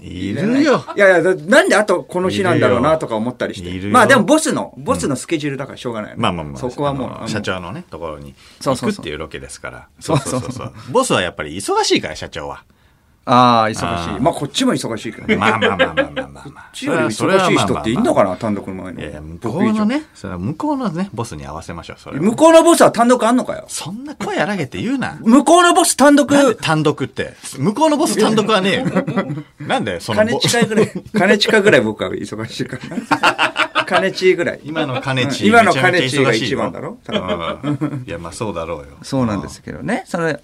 [SPEAKER 4] いるよ。
[SPEAKER 2] いやいや、だなんであとこの日なんだろうなとか思ったりし
[SPEAKER 1] いる
[SPEAKER 2] て。
[SPEAKER 1] よ
[SPEAKER 2] まあでもボスの、ボスのスケジュールだからしょうがないよね
[SPEAKER 1] まあまあまあ。
[SPEAKER 2] そこはもう
[SPEAKER 1] あ
[SPEAKER 2] あ
[SPEAKER 1] の
[SPEAKER 2] の。
[SPEAKER 1] 社長のね、ところに
[SPEAKER 2] そ
[SPEAKER 1] 行
[SPEAKER 2] うそう
[SPEAKER 1] くっ
[SPEAKER 2] そう
[SPEAKER 1] ていうロケですから。
[SPEAKER 2] そうそうそう
[SPEAKER 1] う。ボスはやっぱり忙しいから、社長は。
[SPEAKER 2] ああ、忙し
[SPEAKER 1] あー
[SPEAKER 2] い。まあこっちも忙しいけどね。
[SPEAKER 1] まあまあまあまあまあまあま あ。
[SPEAKER 2] こっちより忙しい人っていんのかな単独の前の。
[SPEAKER 1] いやいや、向こうのね、それは向こうのね、ボスに合わせましょう、それは。
[SPEAKER 2] 向こうのボスは単独あんのかよ。
[SPEAKER 1] そんな声荒げて言うな。
[SPEAKER 2] 向こうのボス単独、
[SPEAKER 1] なんで単独って。向こうのボス単独は ねえよ。なんでその
[SPEAKER 2] 金
[SPEAKER 1] ボ
[SPEAKER 2] 近いぐらい、金近いぐらい僕は忙しいから。金近いぐらい。
[SPEAKER 1] 今の金地。
[SPEAKER 2] うん今の
[SPEAKER 1] めちゃめちゃ
[SPEAKER 2] 金地が
[SPEAKER 1] 忙しいよ
[SPEAKER 2] 一番だろ多
[SPEAKER 1] うんいや、まあそうだろうよ。
[SPEAKER 2] そうなんですけどね。それ、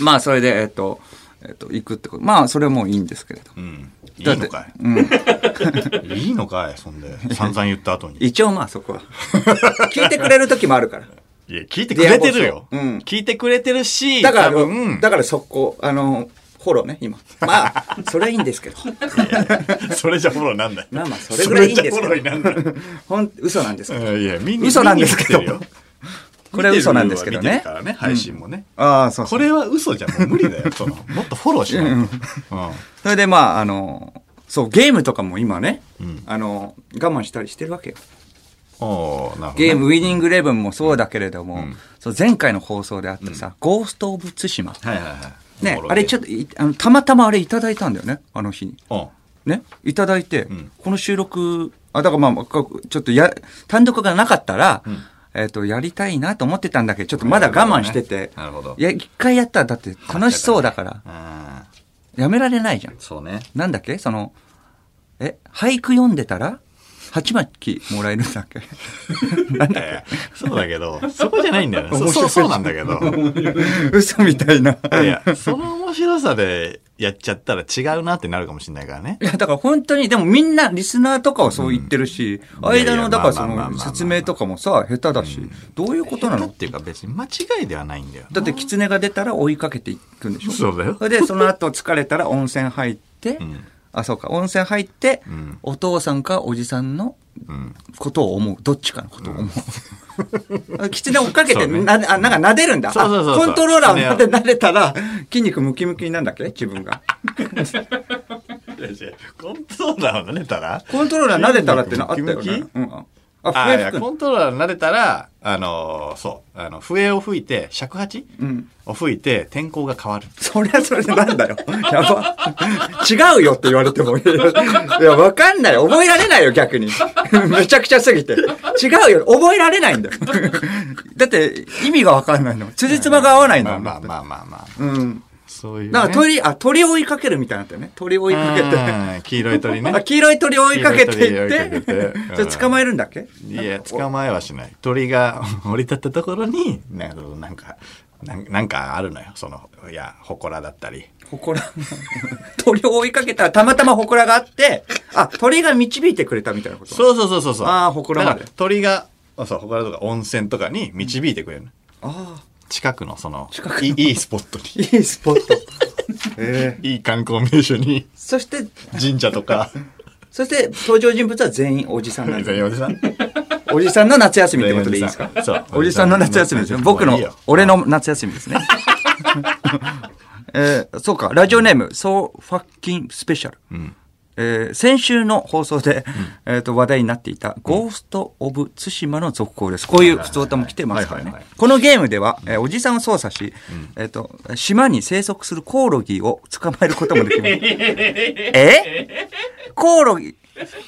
[SPEAKER 2] まあそれで、えっと、えっと、行くってこと。まあそれはもういいんですけれど。
[SPEAKER 1] うん。いい
[SPEAKER 2] だって
[SPEAKER 1] のかい。
[SPEAKER 2] うん。
[SPEAKER 1] いいのかい、そんで。散々言った後に。
[SPEAKER 2] 一応まあそ こは。聞いてくれる時もあるから。
[SPEAKER 1] いや、聞いてくれてるよ。
[SPEAKER 2] いやもうそううん
[SPEAKER 1] 聞いてくれてるし、
[SPEAKER 2] だから、
[SPEAKER 1] 多分、
[SPEAKER 2] だからそこ、あの、フォローね、今。まあ、それはいいんですけど。
[SPEAKER 1] それじゃフォローなんだよ。
[SPEAKER 2] まあまあそれぐらいいいんですけど
[SPEAKER 1] それじゃフォローになんだよ
[SPEAKER 2] ほん、嘘なんですけど。
[SPEAKER 1] うん。いや、みんな。
[SPEAKER 2] 嘘なんですけど
[SPEAKER 1] 見に来てるよ
[SPEAKER 2] これは嘘なんですけど
[SPEAKER 1] 見
[SPEAKER 2] ね
[SPEAKER 1] てるからね、配信もね。
[SPEAKER 2] ああ、そう
[SPEAKER 1] これは嘘じゃもう無理だよ。そのもっとフォローしないと。うん
[SPEAKER 2] それでまあ、あの、そう、ゲームとかも今ね、
[SPEAKER 1] うん
[SPEAKER 2] あの、我慢したりしてるわけよ。
[SPEAKER 1] おーなるほどね
[SPEAKER 2] ゲーム、ウィニングイレブンもそうだけれども、
[SPEAKER 1] うん
[SPEAKER 2] そう前回の放送であったさ、ゴースト・オブ・ツシマ。
[SPEAKER 1] はいはいはい。
[SPEAKER 2] ね、あれちょ
[SPEAKER 1] っ
[SPEAKER 2] っといあの、たまたまあれいただいたんだよね、あの日に。
[SPEAKER 1] と。
[SPEAKER 2] ね、いただいて、
[SPEAKER 1] ん
[SPEAKER 2] この収録、あ、だからまあ、かちょっとや、単独がなかったら、えっ、と、やりたいなと思ってたんだけど、ちょっとまだ我慢してて、
[SPEAKER 1] なるほどねなるほど
[SPEAKER 2] いや、一回やったらだって楽しそうだから、
[SPEAKER 1] うん。あー
[SPEAKER 2] やめられないじゃん。
[SPEAKER 1] そうね。
[SPEAKER 2] なんだっけその、え、俳句読んでたら、鉢巻きもらえるんだっけ なんだっ
[SPEAKER 1] えーそうだけど、そこじゃないんだよね。そ
[SPEAKER 2] 面白
[SPEAKER 1] そうそ
[SPEAKER 2] い
[SPEAKER 1] うなんだけど。
[SPEAKER 2] け嘘みたいな。い
[SPEAKER 1] いや、その面白さでやっちゃったら違うなってなるかもしれないからね。
[SPEAKER 2] や、だから本当に、でもみんな、リスナーとかはそう言ってるし、
[SPEAKER 1] んいやいや
[SPEAKER 2] 間の、だからそ
[SPEAKER 1] まあまあまあ
[SPEAKER 2] の
[SPEAKER 1] まあ
[SPEAKER 2] 説明とかもさ、下手だし、どういうことな
[SPEAKER 1] だ
[SPEAKER 2] の
[SPEAKER 1] っていうか別に間違いではないんだよ。
[SPEAKER 2] だって、狐が出たら追いかけていくんでしょ
[SPEAKER 1] そうだよ
[SPEAKER 2] そ。れで、その後疲れたら温泉入って、
[SPEAKER 1] うん。
[SPEAKER 2] あ、そうか、温泉入って、
[SPEAKER 1] うん
[SPEAKER 2] お父さんかおじさんの
[SPEAKER 1] うん。
[SPEAKER 2] ことを思う。どっちかのことを思う。 キツネ追っかけて、
[SPEAKER 1] そうね
[SPEAKER 2] なあなんか撫でるんだ。
[SPEAKER 1] そうそうそうそう
[SPEAKER 2] あコントローラーを撫で撫でたら、筋肉ムキムキになるんだっけ自分が。
[SPEAKER 1] コントローラーを撫でたら
[SPEAKER 2] コントローラー撫でたらってなあったよ
[SPEAKER 1] ムキム
[SPEAKER 2] ね
[SPEAKER 1] キ。
[SPEAKER 2] うん。あ、
[SPEAKER 1] あ
[SPEAKER 2] 笛
[SPEAKER 1] いや
[SPEAKER 2] 吹く
[SPEAKER 1] コ
[SPEAKER 2] の
[SPEAKER 1] ントローラー撫でたら、あのーそう、あの、笛を吹いて、尺八
[SPEAKER 2] うん。
[SPEAKER 1] を吹いて、天候が変わる。
[SPEAKER 2] そりゃそれでなんだよ。やば。違うよって言われても。いやいや、わかんない。覚えられないよ、逆に。めちゃくちゃすぎて。違うよ。覚えられないんだよ。だって、意味がわかんないの。辻褄が合わない
[SPEAKER 1] ま
[SPEAKER 2] の。
[SPEAKER 1] あまあまあまあまあ。
[SPEAKER 2] うん。
[SPEAKER 1] そういう、ね。
[SPEAKER 2] だから鳥、あ、鳥を追いかけるみたいになったよね。鳥を追いかけて。
[SPEAKER 1] うん黄色い鳥ね
[SPEAKER 2] あ、。黄色い鳥を追いかけてい
[SPEAKER 1] 黄色い
[SPEAKER 2] っ
[SPEAKER 1] 鳥を追いか
[SPEAKER 2] て
[SPEAKER 1] けて、
[SPEAKER 2] それ捕まえるんだっけ
[SPEAKER 1] いや、捕まえはしない。鳥が 降り立ったところに、なんか、なんか、なんなんかあるのよ。その、いや、祠だったり。
[SPEAKER 2] ほこら。鳥を追いかけたらたまたまほこらがあって、あ、鳥が導いてくれたみたいなこと。
[SPEAKER 1] そうそうそうそうそう。
[SPEAKER 2] あー祠まで
[SPEAKER 1] だから鳥が、あそう、祠とか温泉とかに導いてくれるの。
[SPEAKER 2] あ
[SPEAKER 1] 近くの、その、
[SPEAKER 2] 近くの
[SPEAKER 1] いいいいスポット
[SPEAKER 2] あ、いいスポット。ええ
[SPEAKER 1] に、いい観光名所に、
[SPEAKER 2] そして、
[SPEAKER 1] 神社と か、
[SPEAKER 2] そして登場人物は全員おじさんなんです。
[SPEAKER 1] 全員おじさん。
[SPEAKER 2] おじさんの夏休みってことでいいですか
[SPEAKER 1] そう。
[SPEAKER 2] おじさんの夏休みですね。僕
[SPEAKER 1] も
[SPEAKER 2] の
[SPEAKER 1] ういいよ、
[SPEAKER 2] 俺の夏休み ですね。えーそうか、ラジオネーム、そうファッキンスペシャル。
[SPEAKER 1] ん
[SPEAKER 2] えー先週の放送で、えーと話題になっていた、ゴースト・オブ・ツシマの続行です。こういう普通歌も来てますから
[SPEAKER 1] はい
[SPEAKER 2] ね
[SPEAKER 1] はいはい。
[SPEAKER 2] このゲームでは、えーおじさんを操作し、えーと、島に生息するコオロギを捕まえることもで きます。えコオロギ。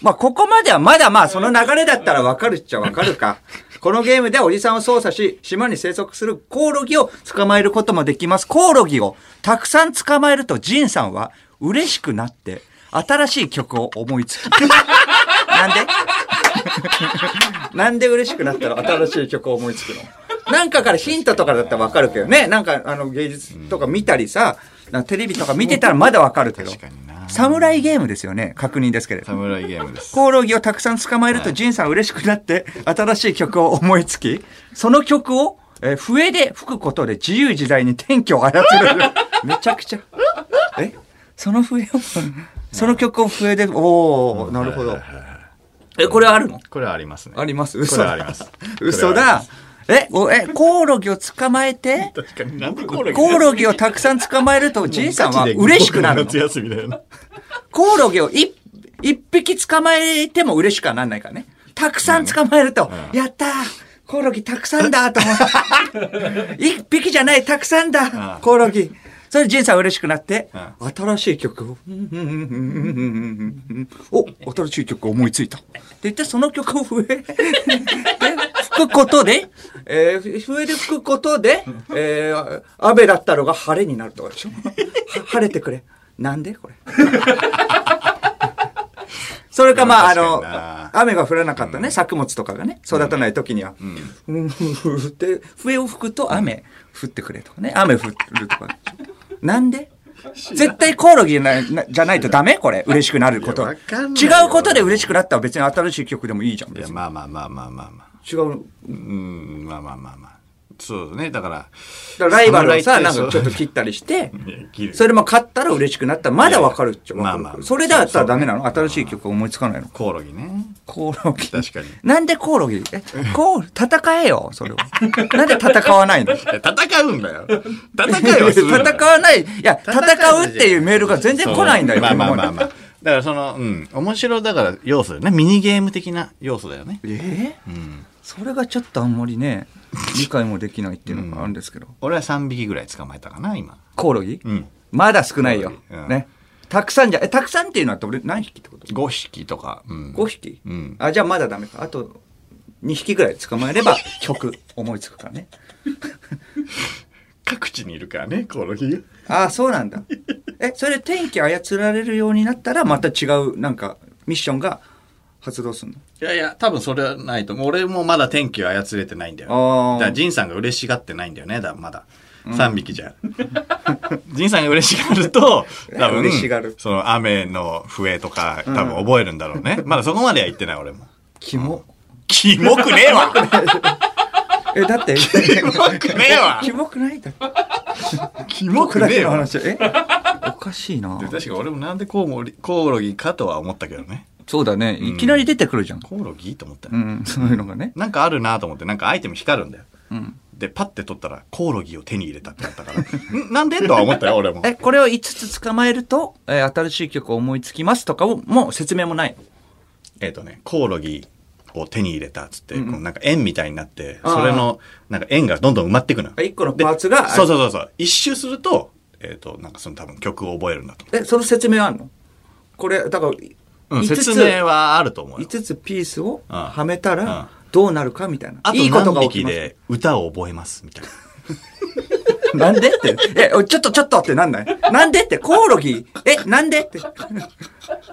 [SPEAKER 2] まあ、ここまではまだまあ、その流れだったらわかるっちゃわかるか。このゲームでおじさんを操作し、島に生息するコオロギを捕まえることもできます。コオロギをたくさん捕まえると、ジンさんは嬉しくなって、新しい曲を思いつく。 なんでなんで嬉しくなったら新しい曲を思いつくのなんかからヒントとかだったらわかるけどね。なんかあの芸術とか見たりさ、なんかテレビとか見てたらまだわかるけど。
[SPEAKER 1] 確かにな。
[SPEAKER 2] 侍ゲームですよね。確認ですけれど。
[SPEAKER 1] 侍ゲームです。
[SPEAKER 2] コオロギをたくさん捕まえると、ジンさん嬉しくなって、新しい曲を思いつき、その曲を、えー笛で吹くことで自由自在に天気 を操る。めちゃくちゃ。えその笛を、その曲を笛で、おおなるほど。え、これあるの
[SPEAKER 1] これはありますね。
[SPEAKER 2] あります
[SPEAKER 1] こ
[SPEAKER 2] 嘘
[SPEAKER 1] れ
[SPEAKER 2] だ
[SPEAKER 1] はあります。
[SPEAKER 2] 嘘だ。え、おえ、コオロギを捕まえて、
[SPEAKER 1] 確かになんでコオロギ
[SPEAKER 2] コオロギをたくさん捕まえると、じいさんは嬉しくなるの
[SPEAKER 1] 夏。休みだよな。
[SPEAKER 2] コオロギを一一匹捕まえても嬉しくはなんないからね。たくさん捕まえると、やったーコオロギたくさんだと思 って。一匹じゃない、たくさんだ、コオロギ。それで仁さん嬉しくなって、新しい曲を、うんうんうんうんうんうんお、新しい曲思いついた。って言って、その曲を 笛で吹くことで、えー、笛で吹くことで、えー、雨だったのが晴れになるとか でしょ。は晴れてくれ。なんでこれ。それか、まあ、あ
[SPEAKER 1] 確かにな
[SPEAKER 2] の、雨が降らなかったね、作物とかがね、育たない時には。うん、ふふって、笛を吹くと雨降ってくれとかね、雨降るとか。なんで絶対コオロギななじゃないとダメこれ、嬉しくなること。
[SPEAKER 1] いやわかんない
[SPEAKER 2] 違
[SPEAKER 1] よ
[SPEAKER 2] うことで嬉しくなったら別に新しい曲でもいいじゃん。
[SPEAKER 1] い
[SPEAKER 2] 別
[SPEAKER 1] や、
[SPEAKER 2] に
[SPEAKER 1] まあまあまあまあまあまあ。
[SPEAKER 2] 違う。
[SPEAKER 1] うん、まあまあまあまあ。そうだね。だから、
[SPEAKER 2] だからライバルをさ、な
[SPEAKER 1] 侍
[SPEAKER 2] んか
[SPEAKER 1] って
[SPEAKER 2] ちょっと切ったりして
[SPEAKER 1] いや切、る
[SPEAKER 2] それも勝ったら嬉しくなったら、まだわかるっちゃわかる
[SPEAKER 1] まあまあ
[SPEAKER 2] それだったらダメなの新しい曲思いつかないの
[SPEAKER 1] コオロギね。
[SPEAKER 2] コオロギ。
[SPEAKER 1] 確かに
[SPEAKER 2] なんでコオロギえ、コオ戦えよ、それを。なんで戦わないの
[SPEAKER 1] いや戦うんだよ。戦いはするんだよ。
[SPEAKER 2] 戦わない。いや、戦うっていうメールが全然来ないんだよ。
[SPEAKER 1] まあまあまあ
[SPEAKER 2] 今
[SPEAKER 1] ま
[SPEAKER 2] ま
[SPEAKER 1] あ。だからその、うん、面白だから要素だよね。ミニゲーム的な要素だよね。
[SPEAKER 2] でえーそれがちょっとあんまりね、理解もできないっていうのがあるんですけど。
[SPEAKER 1] 俺は3匹ぐらい捕まえたかな、今。
[SPEAKER 2] コオロギ
[SPEAKER 1] うん。
[SPEAKER 2] まだ少ないよ
[SPEAKER 1] コオロギう。ん
[SPEAKER 2] ね。たくさんじゃ、え、たくさんっていうのはどれ何匹ってこと
[SPEAKER 1] 5匹とか。うん。
[SPEAKER 2] 5匹
[SPEAKER 1] うん
[SPEAKER 2] あ、じゃあまだダメか。あと、2匹ぐらい捕まえれば曲思いつくからね。
[SPEAKER 1] 各地にいるからね、コオロギが。
[SPEAKER 2] ああ、そうなんだ。え、それで天気操られるようになったら、また違う、なんか、ミッションが発動するの
[SPEAKER 1] いやいや、多分それはないと思う。俺もまだ天気を操れてないんだよ。
[SPEAKER 2] あー
[SPEAKER 1] だから、ジンさんが嬉しがってないんだよね、だまだ。3匹 じゃ。ジンさんが嬉しがると、多分、
[SPEAKER 2] 嬉しがる
[SPEAKER 1] その雨の笛とか、多分覚えるんだろうね。まだそこまでは言ってない、俺も。
[SPEAKER 2] キモ。
[SPEAKER 1] キモくねえわ
[SPEAKER 2] え、だって、
[SPEAKER 1] キモくねえわ
[SPEAKER 2] キモくないだって。
[SPEAKER 1] キモ
[SPEAKER 2] 僕だけの話。えおかしいな
[SPEAKER 1] で。確か俺もなんでコウモリコオロギかとは思ったけどね。
[SPEAKER 2] そうだね。いきなり出てくるじゃん。
[SPEAKER 1] コオロギと思ったよ、
[SPEAKER 2] うん、そういうのがね。
[SPEAKER 1] なんかあるなと思って、なんかアイテム光るんだよ。
[SPEAKER 2] うん。
[SPEAKER 1] で、パッて取ったら、コオロギを手に入れたってなったから。 んなんでとは思 ったよ、俺も。
[SPEAKER 2] え、これを5つ捕まえると、えー新しい曲を思いつきますとかを、もう説明もない。
[SPEAKER 1] えっ、とね、コオロギを手に入れたっつって、こうなんか円みたいになって、
[SPEAKER 2] あー
[SPEAKER 1] それの、なんか円がどんどん埋まっていくのよ。
[SPEAKER 2] 1個のパーツが、
[SPEAKER 1] そうそうそうそう。一周すると、えっ、と、なんかその多分曲を覚えるんだと
[SPEAKER 2] え、その説明はあんのこれ、だから、
[SPEAKER 1] 思う。うん、
[SPEAKER 2] 五
[SPEAKER 1] 説明はあると思うよ。
[SPEAKER 2] 5つピースを
[SPEAKER 1] うん
[SPEAKER 2] はめた
[SPEAKER 1] うん
[SPEAKER 2] らどうなるかみたいな。
[SPEAKER 1] あと
[SPEAKER 2] いいことが
[SPEAKER 1] 何
[SPEAKER 2] 起き
[SPEAKER 1] 匹
[SPEAKER 2] ます。
[SPEAKER 1] で歌を覚えます、みたいな。
[SPEAKER 2] なんでって。え、おちょっとちょっとってなんないなんでって、コオロギ、え、なんでって。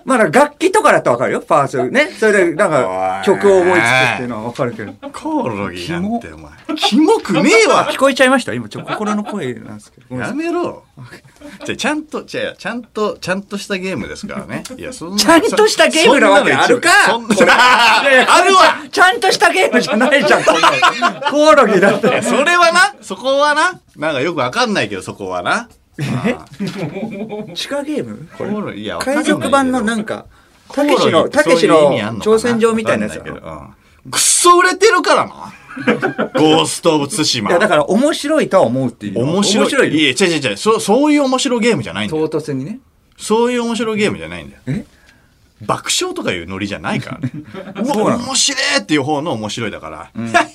[SPEAKER 2] まあ、楽器とかだったらわかるよ、ファーストね。それで、なんか、
[SPEAKER 1] おい
[SPEAKER 2] 曲を思いつくっていうのはわかるけど。
[SPEAKER 1] コオロギなんてお前。キモくねえ
[SPEAKER 2] あ
[SPEAKER 1] わ
[SPEAKER 2] 聞こえちゃいました今、ちょ、心の声なんですけど。ごめんな
[SPEAKER 1] や
[SPEAKER 2] さい
[SPEAKER 1] めろ。じゃあちゃんと、じゃあちゃんと、ちゃんとしたゲームですから ね。いや、そんな。
[SPEAKER 2] ちゃんとしたゲームなわけあるか
[SPEAKER 1] そんなそんなあるわ
[SPEAKER 2] ちゃんとしたゲームじゃないじゃん、こんなのコオロギだっ
[SPEAKER 1] い
[SPEAKER 2] て
[SPEAKER 1] や。それはな、そこはな、なんかよくわかんないけど、そこはな。
[SPEAKER 2] 地下ゲームこれ
[SPEAKER 1] コオロギいやわかんない
[SPEAKER 2] 海
[SPEAKER 1] けど
[SPEAKER 2] 賊版のなんか、たけし
[SPEAKER 1] コオロギ
[SPEAKER 2] の、
[SPEAKER 1] って
[SPEAKER 2] たけし
[SPEAKER 1] そういう
[SPEAKER 2] の
[SPEAKER 1] 意味あんのか
[SPEAKER 2] 挑戦状みたいなやつ
[SPEAKER 1] わ
[SPEAKER 2] だ
[SPEAKER 1] かん
[SPEAKER 2] ろ
[SPEAKER 1] ないけどうんくっそ売れてるからな。 ゴースト・オブ・ツシマ
[SPEAKER 2] いや、。だから面白いとは思うっていう。
[SPEAKER 1] 面白い。
[SPEAKER 2] よ
[SPEAKER 1] いや、違う違う違う。そう、そういう面白ゲームじゃないんだよ。
[SPEAKER 2] 唐突にね。
[SPEAKER 1] そういう面白いゲームじゃないんだよ。
[SPEAKER 2] え
[SPEAKER 1] 爆笑とかいうノリじゃないから ね。う
[SPEAKER 2] そう
[SPEAKER 1] わ、
[SPEAKER 2] なの
[SPEAKER 1] 面白いっていう方の面白いだから。 なんでコオロ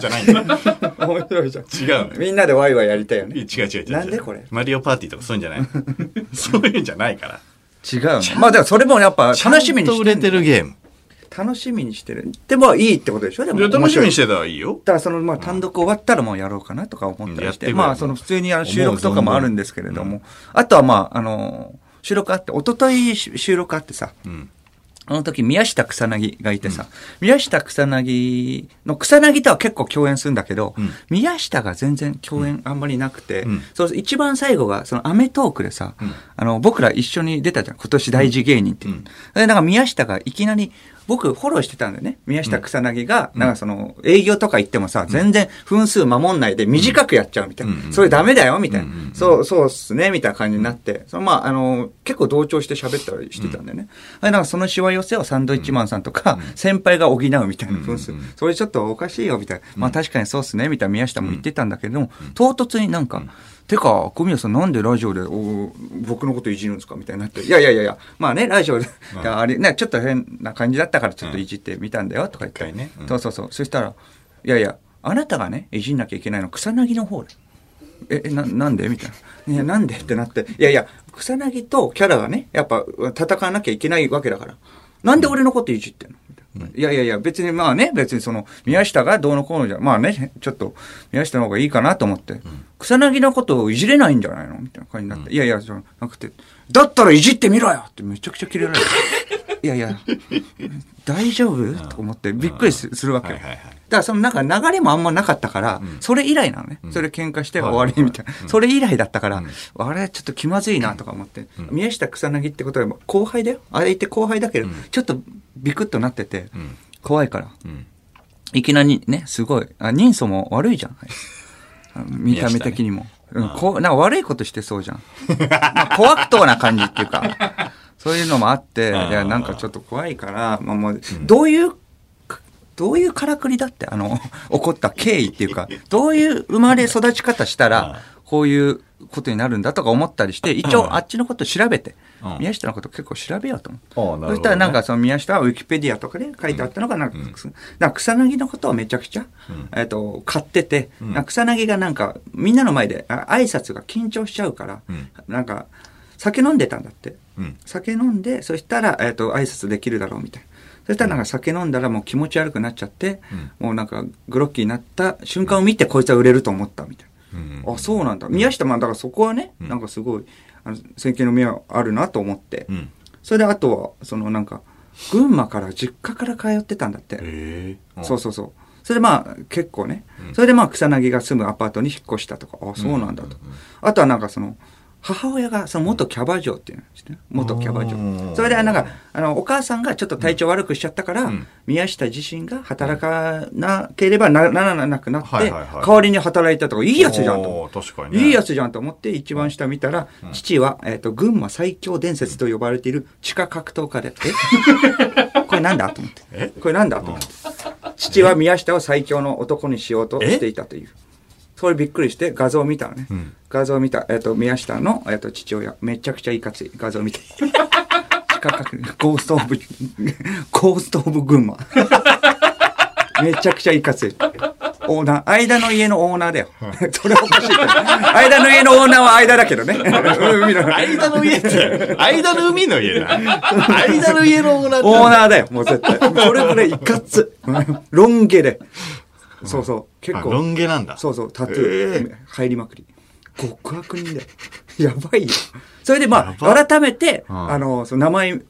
[SPEAKER 1] ギなんだよじゃないんだよ。
[SPEAKER 2] 面白いじゃん。
[SPEAKER 1] 違う のよ
[SPEAKER 2] みんなでワイワイやりたいよ
[SPEAKER 1] い
[SPEAKER 2] ね。
[SPEAKER 1] や違う違う違う違う。
[SPEAKER 2] なんでこれ
[SPEAKER 1] マリオパーティーとかそういうんじゃない のそういうんじゃないから。
[SPEAKER 2] 違うの。まあでもそれもやっぱ楽しみに
[SPEAKER 1] ちゃんと
[SPEAKER 2] し
[SPEAKER 1] 売
[SPEAKER 2] て
[SPEAKER 1] れ
[SPEAKER 2] る。
[SPEAKER 1] てるゲーム。
[SPEAKER 2] 楽しみにしてる。でもいいってことでしょで
[SPEAKER 1] い
[SPEAKER 2] も。
[SPEAKER 1] や楽しみにしててたらいいよ。
[SPEAKER 2] だからそのまあ単独終わったらもうやろうかなとか思ったりし
[SPEAKER 1] うんやって
[SPEAKER 2] て、
[SPEAKER 1] くれ
[SPEAKER 2] まあその普通にあの収録とかもあるんですけれども、あとはまああの、収録あって、一昨日し収録あってさ、
[SPEAKER 1] うん。
[SPEAKER 2] あの時宮下草薙がいてさ、宮下草薙の草薙とは結構共演するんだけど、
[SPEAKER 1] ん
[SPEAKER 2] 宮下が全然共演あんまりなくて、
[SPEAKER 1] ん
[SPEAKER 2] そう一番最後がそのアメトークでさ、あの僕ら一緒に出たじゃん、今年大事芸人っていう。でなんか宮下がいきなり僕フォローしてたんだよね。宮下草薙が、なんかその、営業とか行ってもさ、全然分数守んないで短くやっちゃうみたいな。それダメだよ、みたいな。そう、そうっすね、みたいな感じになって。そのまあ、あの、結構同調して喋ったりしてたんだよね。あれなんかそのしわ寄せをサンドイッチマンさんとか、先輩が補うみたいな分数。それちょっとおかしいよ、みたいな。まあ確かにそうっすね、みたいな宮下も言ってたんだけども、唐突になんか、てか、小宮さんなんでラジオで、お僕のこといじるんですかみたいになって、いやいやいやいや、まあね、ラジオで、いやあれ、ね、ちょっと変な感じだったからちょっといじってみたんだよ、とか言って。
[SPEAKER 1] 一回ねうん
[SPEAKER 2] そうそうそう。そしたら、いやいや、あなたがね、いじんなきゃいけないの、草薙の方で。え、えな、なんでみたいな。いや、なんでってなって。いやいや、草薙とキャラがね、やっぱ戦わなきゃいけないわけだから。なんで俺のこといじってんのみたいないやいやいや、別にまあね、別にその、宮下がどうのこうのじゃ、まあね、ちょっと、宮下の方がいいかなと思って、草薙のことをいじれないんじゃないのみたいな感じになって、いやいや、じゃなくて、だったらいじってみろよってめちゃくちゃキレられる。いやいや、大丈夫と思ってびっくりすするわけよ。
[SPEAKER 1] はいはいはい
[SPEAKER 2] だからそのなんか流れもあんまなかったから、それ以来なのね。それ喧嘩して終わりみたいな。それ以来だったから、あれちょっと気まずいなとか思って、宮下草薙ってことはもう後輩だよ。相手後輩だけど、ちょっとビクッとなってて、怖いから。
[SPEAKER 1] ん
[SPEAKER 2] いきなりね、すごい。あ人相も悪いじゃん。はいあ見た目的にも。うん、こうなんか悪いことしてそうじゃん。まあ、怖くとうな感じっていうか、 そういうのもあって、いや、なんかちょっと怖いから、まあもう、どういう、どういうからくりだって、あの、 起こった経緯っていうか、どういう生まれ育ち方したら、こういうことになるんだとか思ったりして、一応あっちのこと調べて、宮下のこと結構調べようと思って。
[SPEAKER 1] ああなるほどね
[SPEAKER 2] そしたらなんかその宮下はウィキペディアとかで書いてあったのが、なんか、なんか草薙のことをめちゃくちゃ、えっと、買ってて、なんか草薙がなんか、みんなの前であ挨拶が緊張しちゃうから、なんか、酒飲んでたんだって。
[SPEAKER 1] ん
[SPEAKER 2] 酒飲んで、そしたら、えっと、挨拶できるだろうみたいな。そしたらなんか酒飲んだらもう気持ち悪くなっちゃって、もうなんかグロッキーになった瞬間を見てこいつは売れると思ったみたいな。あ、そうなんだ。宮下まあだからそこはね、なんかすごい、あの、政権の目はあるなと思って。
[SPEAKER 1] ん
[SPEAKER 2] それであとは、そのなんか、群馬から実家から通ってたんだって。
[SPEAKER 1] え
[SPEAKER 2] そうそうそう。それでまあ結構ね、それでまあ草薙が住むアパートに引っ越したとか、あそうなんだと。あとはなんかその、母親がその元キャバ嬢っていうのですね。元キャバ嬢。それでなんか、あの、お母さんがちょっと体調悪くしちゃったから、宮下自身が働かなければなならなくなって、
[SPEAKER 1] はいはいはい
[SPEAKER 2] 代わりに働いたとか、いいやつじゃんと思
[SPEAKER 1] お
[SPEAKER 2] って
[SPEAKER 1] ー確かにね
[SPEAKER 2] いいやつじゃんと思って一番下見たら、父は、えっ、と、群馬最強伝説と呼ばれている地下格闘家で、 えこれなんだと思って。これなんだと思って。父は宮下を最強の男にしようとしていたという。それびっくりして画像を見たのね。画像を見た、えっ、と、宮下の、えっ、と、父親。めちゃくちゃいかつい画像 を見て。地下格ゴーストオブ、ゴーストオブ群馬。めちゃくちゃいかつい。オーナー、間の家のオーナーだよ。 それおかしいけど。間の家のオーナーは間だけどね。 海の
[SPEAKER 1] 間の家って間の海の家だ間の家のオーナーって
[SPEAKER 2] オーナーだよ、もう絶対。それぐらいいかつい。ロン毛で。そうそう。結
[SPEAKER 1] あ
[SPEAKER 2] 構。
[SPEAKER 1] ロン毛なんだ
[SPEAKER 2] そうそう、タトゥー、入りまくり。極悪人だよ。やばいよ。それでまあ、改めて、
[SPEAKER 1] ん
[SPEAKER 2] あの、その名前、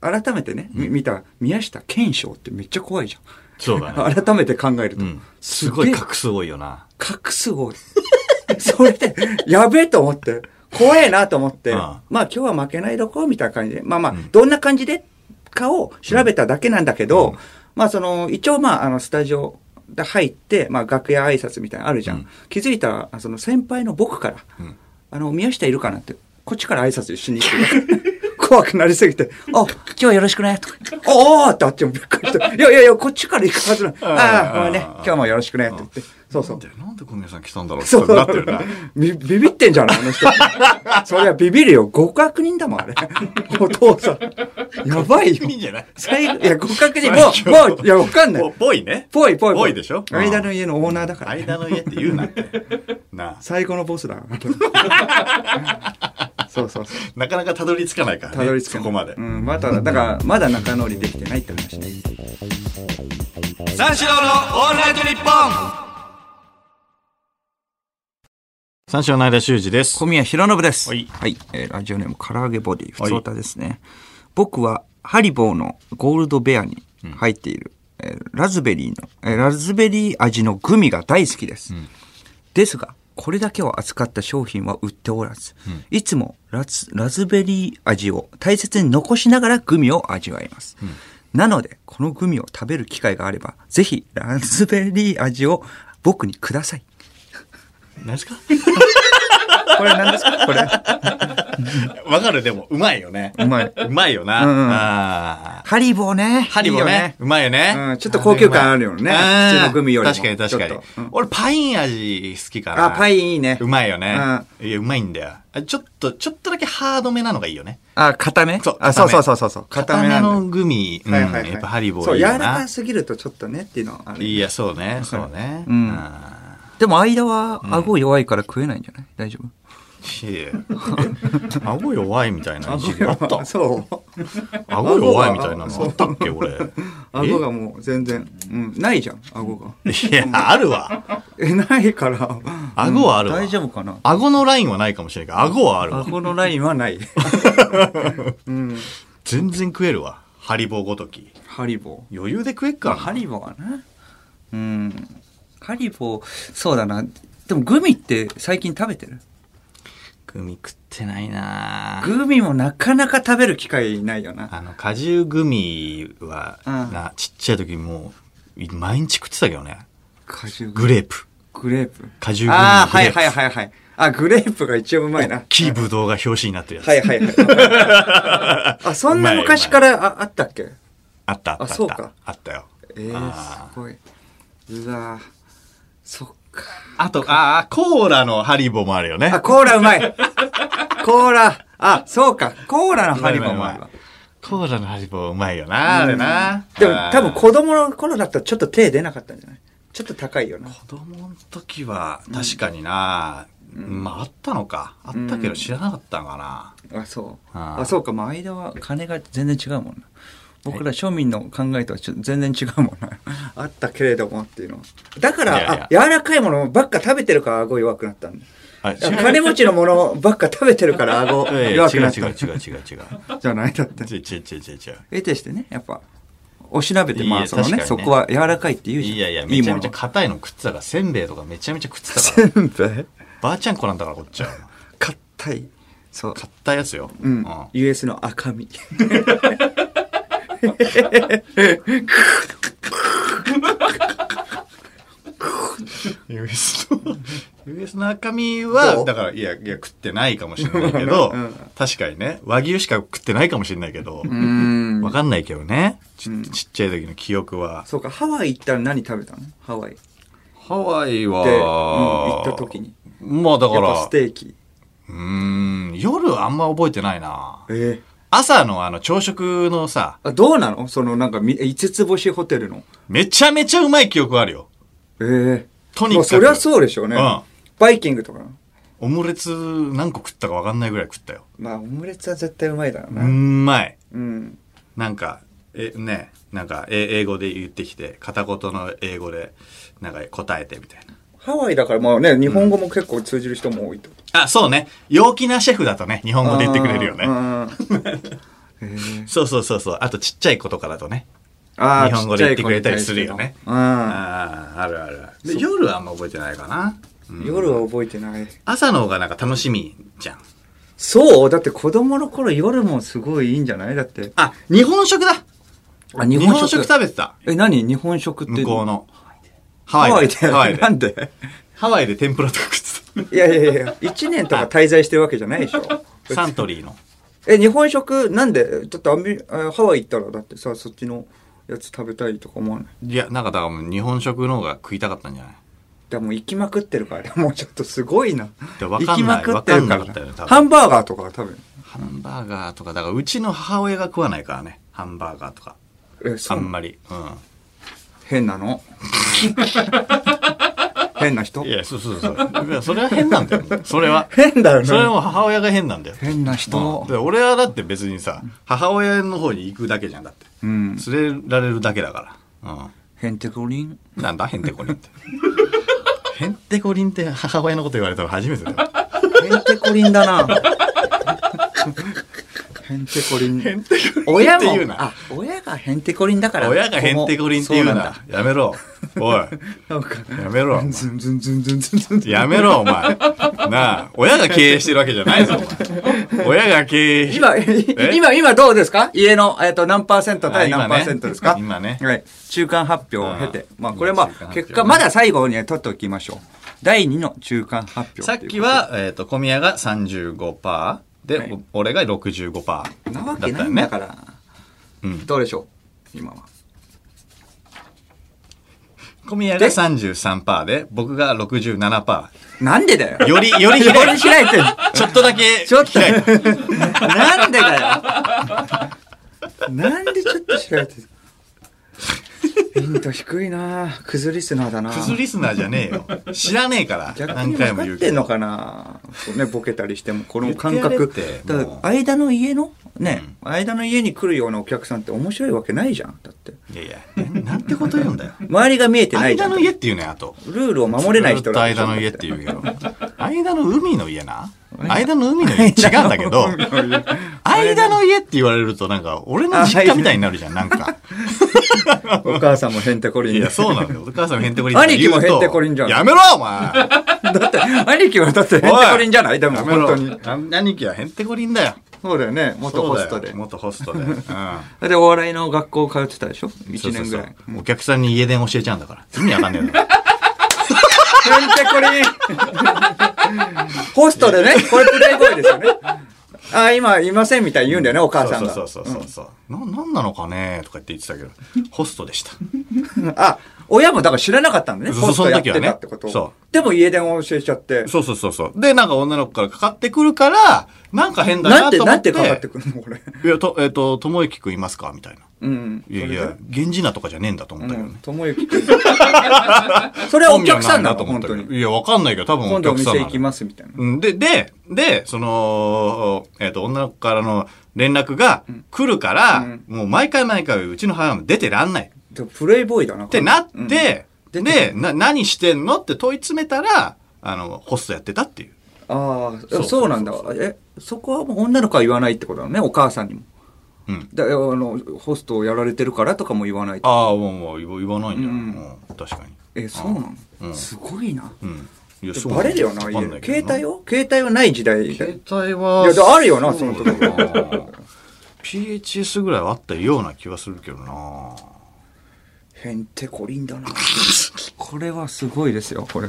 [SPEAKER 2] 改めてね、み見た、宮下賢章ってめっちゃ怖いじ
[SPEAKER 1] そう
[SPEAKER 2] ゃ
[SPEAKER 1] だね
[SPEAKER 2] ん。改めて考える
[SPEAKER 1] う
[SPEAKER 2] と。
[SPEAKER 1] んすごい
[SPEAKER 2] げえ
[SPEAKER 1] 格数多いよな
[SPEAKER 2] 隠すごい。 それで、やべえと思って、怖えなと思って、
[SPEAKER 1] うん
[SPEAKER 2] まあ今日は負けないどこみたいな感じで、まあまあ、どんな感じでかを調べただけなんだけど、まあその、一応まあ、あの、スタジオで入って、まあ楽屋挨拶みたいなのあるじゃん。気づいたら、あその先輩の僕から、あの、宮下いるかなって、こっちから挨拶しに行って。 怖くなりすぎて、あ、今日はよろしくね、とか言って。おーってあっちもびっくりして、いやいやいや、こっちから行くはずなの。ああ、ごめんね、今日もよろしくね、って言って。そうそう
[SPEAKER 1] で。なんで小宮さん来たんだろうって
[SPEAKER 2] そう
[SPEAKER 1] なってるな
[SPEAKER 2] ビビビってんじゃないあの人。そりゃビビるよ。極悪人だもん、あれ。お父さん。やばいよ。
[SPEAKER 1] いいんじゃない
[SPEAKER 2] 最後、いや、極悪人、もう、もう、いや、わかんない。
[SPEAKER 1] ぽいね
[SPEAKER 2] ぽいぽい
[SPEAKER 1] ぽいでしょうん
[SPEAKER 2] 間の家のオーナーだから。
[SPEAKER 1] 間の家って言うなってなあ
[SPEAKER 2] 最後のボス だ。そうそうそう。
[SPEAKER 1] なかなかたどり着かないからね
[SPEAKER 2] たどり着く
[SPEAKER 1] そこまで
[SPEAKER 2] うん、まだ、だから、まだ仲直りできてないって話ね。
[SPEAKER 1] 三四郎のオールナイトニッポン三四郎の間修二です
[SPEAKER 2] 小宮弘信です。
[SPEAKER 1] はい
[SPEAKER 2] えーラジオネーム、唐揚げボディ、普通歌ですね。僕は、ハリボーのゴールドベアに入っている、えーラズベリーの、えーラズベリー味のグミが大好きです。ですが、これだけを扱った商品は売っておらず、いつもラズラズベリー味を大切に残しながらグミを味わいます。なので、このグミを食べる機会があれば、ぜひ、ラズベリー味を僕にください。
[SPEAKER 1] 何ですか
[SPEAKER 2] これ何ですかこれ。
[SPEAKER 1] わかるでも、うまいよね。
[SPEAKER 2] うまい。
[SPEAKER 1] うまいよな。
[SPEAKER 2] うんうん
[SPEAKER 1] あー
[SPEAKER 2] ハリボーね。
[SPEAKER 1] ハリボー
[SPEAKER 2] いいよ
[SPEAKER 1] ね。うまいよね。
[SPEAKER 2] うんちょっと高級感あるよね
[SPEAKER 1] あー
[SPEAKER 2] 普通のグミよりも
[SPEAKER 1] 確かに確か
[SPEAKER 2] ち
[SPEAKER 1] に
[SPEAKER 2] ょっとうん。
[SPEAKER 1] 俺、パイン味好きかな。
[SPEAKER 2] あ、パインいいね。
[SPEAKER 1] うまいよね。いや、うまいんだよ。あちょっと、ちょっとだけハードめなのがいいよね。
[SPEAKER 2] あ、固め
[SPEAKER 1] そう
[SPEAKER 2] あ、そうそうそうそうそう。
[SPEAKER 1] 固めのグミ。うんやっぱハリボー
[SPEAKER 2] そう、
[SPEAKER 1] いい
[SPEAKER 2] 柔
[SPEAKER 1] よ
[SPEAKER 2] ら
[SPEAKER 1] な
[SPEAKER 2] か。すぎるとちょっとねっていうのはある。
[SPEAKER 1] いや、そうね。そうね。
[SPEAKER 2] うん
[SPEAKER 1] あ
[SPEAKER 2] でも間は顎弱いから食えないんじゃない大丈夫
[SPEAKER 1] ーいや 顎弱いみたいな一時期あった。
[SPEAKER 2] そう。
[SPEAKER 1] 顎弱いみたいなのあったっけ、俺。
[SPEAKER 2] 顎がもう全然、うん、ないじゃん、顎が。
[SPEAKER 1] えいや、あるわ。
[SPEAKER 2] え、ないから。
[SPEAKER 1] 顎はあるわ。
[SPEAKER 2] 大丈夫かな
[SPEAKER 1] 顎のラインはないかもしれないけど、顎はあるわ。
[SPEAKER 2] 顎のラインはない。うん。
[SPEAKER 1] 全然食えるわ。ハリボーごとき。
[SPEAKER 2] ハリボー。
[SPEAKER 1] 余裕で食えっ
[SPEAKER 2] まあ
[SPEAKER 1] か。
[SPEAKER 2] ハリボーがな。うん。ハリボー、そうだな。でもグミって最近食べてる
[SPEAKER 1] グミ食ってないなぁ
[SPEAKER 2] グミもなかなか食べる機会ないよな。
[SPEAKER 1] あの、果汁グミは、
[SPEAKER 2] うん
[SPEAKER 1] な、ちっちゃい時もう、毎日食ってたけどね。
[SPEAKER 2] 果汁グ
[SPEAKER 1] グレープ。
[SPEAKER 2] グレープ。
[SPEAKER 1] 果汁グミのグレープ。
[SPEAKER 2] ああ、はいはいはいはい。あ、グレープが一応うま いな。
[SPEAKER 1] キーブドウが表紙になってるやつ。
[SPEAKER 2] はいはいはい。あ、そんな昔からああったっけ
[SPEAKER 1] あったあったあ
[SPEAKER 2] あ
[SPEAKER 1] った。
[SPEAKER 2] そうか
[SPEAKER 1] あったよ。
[SPEAKER 2] ええー
[SPEAKER 1] あ、
[SPEAKER 2] すごい。うわーそっか。
[SPEAKER 1] あと、ああ、コーラのハリボーもあるよね。
[SPEAKER 2] あ、コーラう まい。コーラ、あ、そうか。コーラのハリボーもあるわ。
[SPEAKER 1] コーラのハリボーうまいよな、あれな。
[SPEAKER 2] でも多分
[SPEAKER 1] 子
[SPEAKER 2] 子供の頃だったらちょっと手出なかったんじゃないちょっと高いよな。
[SPEAKER 1] 供の時は、確かにな、まああったのか。あったけど知らなかったのかな。
[SPEAKER 2] あ、そう。
[SPEAKER 1] あ
[SPEAKER 2] あ
[SPEAKER 1] ー
[SPEAKER 2] そうか。まあ、間は金が全然違うもんな。僕ら庶民の考えとはちょっと全然違うもんな。 あったけれどもっていうのは。だか
[SPEAKER 1] い
[SPEAKER 2] ら、
[SPEAKER 1] やいや
[SPEAKER 2] あ柔らかいものばっか食べてるから顎弱くなったんだ。
[SPEAKER 1] あ違う
[SPEAKER 2] 金持ちのものばっか食べてるから顎
[SPEAKER 1] いやいや
[SPEAKER 2] 弱
[SPEAKER 1] 違う
[SPEAKER 2] くなった。
[SPEAKER 1] 違う違う違う違う。
[SPEAKER 2] じゃないだって。
[SPEAKER 1] 違う違う違う違う。
[SPEAKER 2] 得てしてね、やっぱ、おしなべて、ま
[SPEAKER 1] い
[SPEAKER 2] あ
[SPEAKER 1] や
[SPEAKER 2] そのね
[SPEAKER 1] 確かにね
[SPEAKER 2] そこは柔らかいって言うじゃん。
[SPEAKER 1] いやいや、めちゃめちゃ
[SPEAKER 2] い
[SPEAKER 1] 硬いの食ってたから、せんべいとかめちゃめちゃ食ってた から。
[SPEAKER 2] いもの。せんべい
[SPEAKER 1] ばあちゃん子なんだから、こっちは。
[SPEAKER 2] 硬い。そう。
[SPEAKER 1] 硬いやつよ。
[SPEAKER 2] うん。
[SPEAKER 1] あ
[SPEAKER 2] US の赤身。
[SPEAKER 1] US の、US の赤身
[SPEAKER 2] ど
[SPEAKER 1] は、
[SPEAKER 2] う
[SPEAKER 1] だから、いや、いや、食ってないかもしれないけど
[SPEAKER 2] うん、
[SPEAKER 1] 確かにね、和牛しか食ってないかもしれないけど、
[SPEAKER 2] うん
[SPEAKER 1] わかんないけどね。ち
[SPEAKER 2] うん
[SPEAKER 1] ちっちゃい時の記憶は。
[SPEAKER 2] そうか、ハワイ行ったら何食べたのハワイ。で、
[SPEAKER 1] ハワイ
[SPEAKER 2] う
[SPEAKER 1] は
[SPEAKER 2] ん、行った時に。
[SPEAKER 1] まあだか
[SPEAKER 2] やっぱ
[SPEAKER 1] ら
[SPEAKER 2] ス、テーキ。
[SPEAKER 1] うーん、夜あんま覚えてないな。
[SPEAKER 2] え
[SPEAKER 1] 朝のあの朝食のさ、
[SPEAKER 2] えあ、どうなのそのなんかみ、五つ星ホテルの。
[SPEAKER 1] めちゃめちゃうまい記憶あるよ。
[SPEAKER 2] ええ
[SPEAKER 1] とにかく
[SPEAKER 2] まあそりゃそうでしょうね。
[SPEAKER 1] うん
[SPEAKER 2] バイキングとかの。
[SPEAKER 1] オムレツ何個食ったか分かんないぐらい食ったよ。
[SPEAKER 2] まあ、オムレツは絶対うまいだろう
[SPEAKER 1] う
[SPEAKER 2] な。
[SPEAKER 1] んまい。
[SPEAKER 2] うん。
[SPEAKER 1] なんか、え、ね、なんか、え英語で言ってきて、片言の英語で、なんか答えてみたい
[SPEAKER 2] ハワイだから、まあね、日本語も結構通じる人も多いってこと。
[SPEAKER 1] な。あ、そうね。陽気なシェフだとね、日本語で言ってくれるよね。
[SPEAKER 2] あ ー。えー
[SPEAKER 1] そうそうそうそう。あとちっちゃい子とかだとね。
[SPEAKER 2] あー
[SPEAKER 1] 日本語で言ってくれたりするよね
[SPEAKER 2] ちっちゃい子に対して
[SPEAKER 1] ああ、あるある。で、夜はあんま覚えてないかな。
[SPEAKER 2] のうん。夜は覚えてない。
[SPEAKER 1] 朝の方がなんか楽しみじゃん。
[SPEAKER 2] そうだって子供の頃夜もすごいいいんじゃないだって。
[SPEAKER 1] あ、日本食だ
[SPEAKER 2] あ、
[SPEAKER 1] 日本食食べてた。
[SPEAKER 2] え、何日本食って。
[SPEAKER 1] 向こうの。ハ
[SPEAKER 2] ハ
[SPEAKER 1] ワ
[SPEAKER 2] ワ
[SPEAKER 1] イ
[SPEAKER 2] イ
[SPEAKER 1] で。
[SPEAKER 2] で。
[SPEAKER 1] ハワイで。
[SPEAKER 2] なんで
[SPEAKER 1] ハワイで天ぷらとか食って
[SPEAKER 2] いやいやいや、1年とか滞在してるわけじゃないで しょ。
[SPEAKER 1] た。サントリーの。
[SPEAKER 2] え、日本食なんでだってアメリあハワイ行ったらだってさ、そっちのやつ食べたいとか思わない。
[SPEAKER 1] いや、なんかだからもう日本食の方が食いたかったんじゃない
[SPEAKER 2] でも行きまくってるから、もうちょっとすご いな。
[SPEAKER 1] やわかんない
[SPEAKER 2] 行きまくってるか
[SPEAKER 1] わかんなかったよね多
[SPEAKER 2] ら。
[SPEAKER 1] 分
[SPEAKER 2] ハンバーガーとかは多分。
[SPEAKER 1] ハンバーガーとか、だからうちの母親が食わないからね。ハンバーガーとか。
[SPEAKER 2] え、そ
[SPEAKER 1] あ
[SPEAKER 2] う ん
[SPEAKER 1] まり。う
[SPEAKER 2] 変なの変な人
[SPEAKER 1] ん。いや、そうそうそう。い やそれは変なんだよ。それ は。
[SPEAKER 2] 変だよね
[SPEAKER 1] それはもう母親が変なんだよ。
[SPEAKER 2] 変な
[SPEAKER 1] うん
[SPEAKER 2] 人
[SPEAKER 1] で俺はだって別にさ、母親の方に行くだけじゃん。だって。
[SPEAKER 2] うん
[SPEAKER 1] 連れられるだけだから。うん。
[SPEAKER 2] ヘンテコリン
[SPEAKER 1] なんだヘンテコリン って。ヘンテコリンって母親のこと言われたの初めてだよ。
[SPEAKER 2] ヘンテコリンだ なヘンテコリン親
[SPEAKER 1] って
[SPEAKER 2] も
[SPEAKER 1] 言うな
[SPEAKER 2] あ親がヘンテコリンだから
[SPEAKER 1] 親がヘンテコリンって言うな。やめろ。おい、
[SPEAKER 2] なんか、
[SPEAKER 1] やめろ。
[SPEAKER 2] ズンズンズンズンズン ズン。
[SPEAKER 1] やめろ、お前。なあ、親が経営してるわけじゃないぞ、お前。親が経営し
[SPEAKER 2] 今、今、今どうですか家の、えっと、何パーセント
[SPEAKER 1] あ
[SPEAKER 2] 対
[SPEAKER 1] 今ね
[SPEAKER 2] 何パーセントですか
[SPEAKER 1] 今ね
[SPEAKER 2] はい。中間発表を経て。
[SPEAKER 1] あー
[SPEAKER 2] まあ、これま
[SPEAKER 1] 中間発
[SPEAKER 2] あ、
[SPEAKER 1] 表ね
[SPEAKER 2] 結果、まだ最後にね取っておきましょう。第2の中間発表。
[SPEAKER 1] さっき、は、えっ、と、小宮が35%で、
[SPEAKER 2] はい
[SPEAKER 1] お俺が65%だった
[SPEAKER 2] なわけな
[SPEAKER 1] よ
[SPEAKER 2] いんだ
[SPEAKER 1] ね。
[SPEAKER 2] から。
[SPEAKER 1] うん
[SPEAKER 2] どうでしょう今は。
[SPEAKER 1] 小宮
[SPEAKER 2] で
[SPEAKER 1] が33%で、僕が67%。
[SPEAKER 2] なんでだよ。
[SPEAKER 1] より、より
[SPEAKER 2] よ
[SPEAKER 1] 開
[SPEAKER 2] り
[SPEAKER 1] い
[SPEAKER 2] しないって。
[SPEAKER 1] ちょっとだけ
[SPEAKER 2] ちょっと、
[SPEAKER 1] 開いた
[SPEAKER 2] なんでだよ。なんでちょっと調べて。ヒント低いな崩リスナーだな
[SPEAKER 1] クズリスナーじゃねえよ。知らねえから。
[SPEAKER 2] 逆に
[SPEAKER 1] 何回も
[SPEAKER 2] 分か
[SPEAKER 1] 言
[SPEAKER 2] っ
[SPEAKER 1] うけ
[SPEAKER 2] てんの
[SPEAKER 1] ど。
[SPEAKER 2] かなそうね、ボケたりしても、この感
[SPEAKER 1] 言っ
[SPEAKER 2] 覚
[SPEAKER 1] てやれっ。て
[SPEAKER 2] ただ
[SPEAKER 1] もう
[SPEAKER 2] 間の家のね、間の家に来るようなお客さんって面白いわけないじゃん。だって。
[SPEAKER 1] いやいや、ななんてこと言うん だよ。
[SPEAKER 2] 周りが見えてないじゃ
[SPEAKER 1] 間
[SPEAKER 2] ん。
[SPEAKER 1] の家っていうね、あと。
[SPEAKER 2] ルールを守れない人
[SPEAKER 1] ずっと
[SPEAKER 2] らでしょ
[SPEAKER 1] 間の家っていうけ ど。間の海の家な間
[SPEAKER 2] 間
[SPEAKER 1] の海の 家違うんだけど、間の家って言われるとなんか、俺の実家みたいになるじゃん、なんか。
[SPEAKER 2] お母さんもヘンテコリン。
[SPEAKER 1] いや、そうなんだよ。お母さんもヘンテコリンって言うと
[SPEAKER 2] 兄貴もヘンテコリンじゃん
[SPEAKER 1] やめろ、お前
[SPEAKER 2] だって、兄貴はだってヘンテコリンじゃないでも、
[SPEAKER 1] やめろ
[SPEAKER 2] 本当に。
[SPEAKER 1] な兄貴はヘンテコリンだよ。
[SPEAKER 2] そうだよね、元ホスト
[SPEAKER 1] そうだ
[SPEAKER 2] で
[SPEAKER 1] よ。元ホストで。うん。
[SPEAKER 2] で、お笑いの学校通ってたでしょ ?1
[SPEAKER 1] そう
[SPEAKER 2] 年
[SPEAKER 1] そ
[SPEAKER 2] ぐ
[SPEAKER 1] う
[SPEAKER 2] らい。
[SPEAKER 1] そ
[SPEAKER 2] ヘン
[SPEAKER 1] うお客さんに家電教えちゃうんだから。意味わかんねえんだよ。
[SPEAKER 2] テコリンホストでね、これプレイボーイですよね。あ、今いませんみたいに言うんだよね、お母さんが。
[SPEAKER 1] そうそうそうそうそう。な、なんなのかねとか言って言ってたけど、ホストでした。
[SPEAKER 2] うんあ、親もだから知らなかったんだね。
[SPEAKER 1] そう
[SPEAKER 2] ホストやって
[SPEAKER 1] その時
[SPEAKER 2] た
[SPEAKER 1] はね
[SPEAKER 2] ってこと
[SPEAKER 1] そ
[SPEAKER 2] を。でも家電を教えちゃって。
[SPEAKER 1] そうそうそうそう。で、なんか女の子からかかってくるから、なんか変だ
[SPEAKER 2] な
[SPEAKER 1] なん
[SPEAKER 2] て、
[SPEAKER 1] と思って。
[SPEAKER 2] なんてかかってくるのこれ。
[SPEAKER 1] いや、と、えっ、と、ともゆきくんいますかみたいな。
[SPEAKER 2] うん。
[SPEAKER 1] いやいや、源氏名とかじゃねえんだと思ったけどね。
[SPEAKER 2] ともゆきくん。それはお客さんだと、
[SPEAKER 1] 本
[SPEAKER 2] 本
[SPEAKER 1] 当
[SPEAKER 2] 当に。
[SPEAKER 1] に。いや、わかんないけど、多分
[SPEAKER 2] 今
[SPEAKER 1] お
[SPEAKER 2] 度お
[SPEAKER 1] 客さん
[SPEAKER 2] 店
[SPEAKER 1] な
[SPEAKER 2] 行
[SPEAKER 1] の
[SPEAKER 2] きますみたいな。
[SPEAKER 1] うんで、で、で、その、えっ、と、女の子からの連絡が来るから、
[SPEAKER 2] うん
[SPEAKER 1] もう毎回毎回うちの母親も出てらんない。
[SPEAKER 2] でもプレイボーイだな。
[SPEAKER 1] ってなって、
[SPEAKER 2] うん
[SPEAKER 1] で
[SPEAKER 2] 出て
[SPEAKER 1] な、何してんのって問い詰めたら、あの、ホストやってたっていう。
[SPEAKER 2] あ
[SPEAKER 1] そ
[SPEAKER 2] あ、
[SPEAKER 1] う
[SPEAKER 2] そうなんだわ。え、そこはもう女の子は言わないってことだね、お母さんにも。
[SPEAKER 1] うん。
[SPEAKER 2] だあの、ホストをやられてるからとかも言わないと。
[SPEAKER 1] ああ、もう、もう言わ言わないんじゃない、
[SPEAKER 2] うん
[SPEAKER 1] うん確かに。
[SPEAKER 2] え、そうなの、
[SPEAKER 1] うん
[SPEAKER 2] すごいな。
[SPEAKER 1] うん。いや
[SPEAKER 2] バレるよな、家で携帯を携帯はない時代だよ
[SPEAKER 1] 携帯はい
[SPEAKER 2] やであるよな
[SPEAKER 1] うだ
[SPEAKER 2] その時
[SPEAKER 1] な PHS ぐらいはあったような気はするけどな
[SPEAKER 2] へんてこり んだな。これはすごいですよ、これ。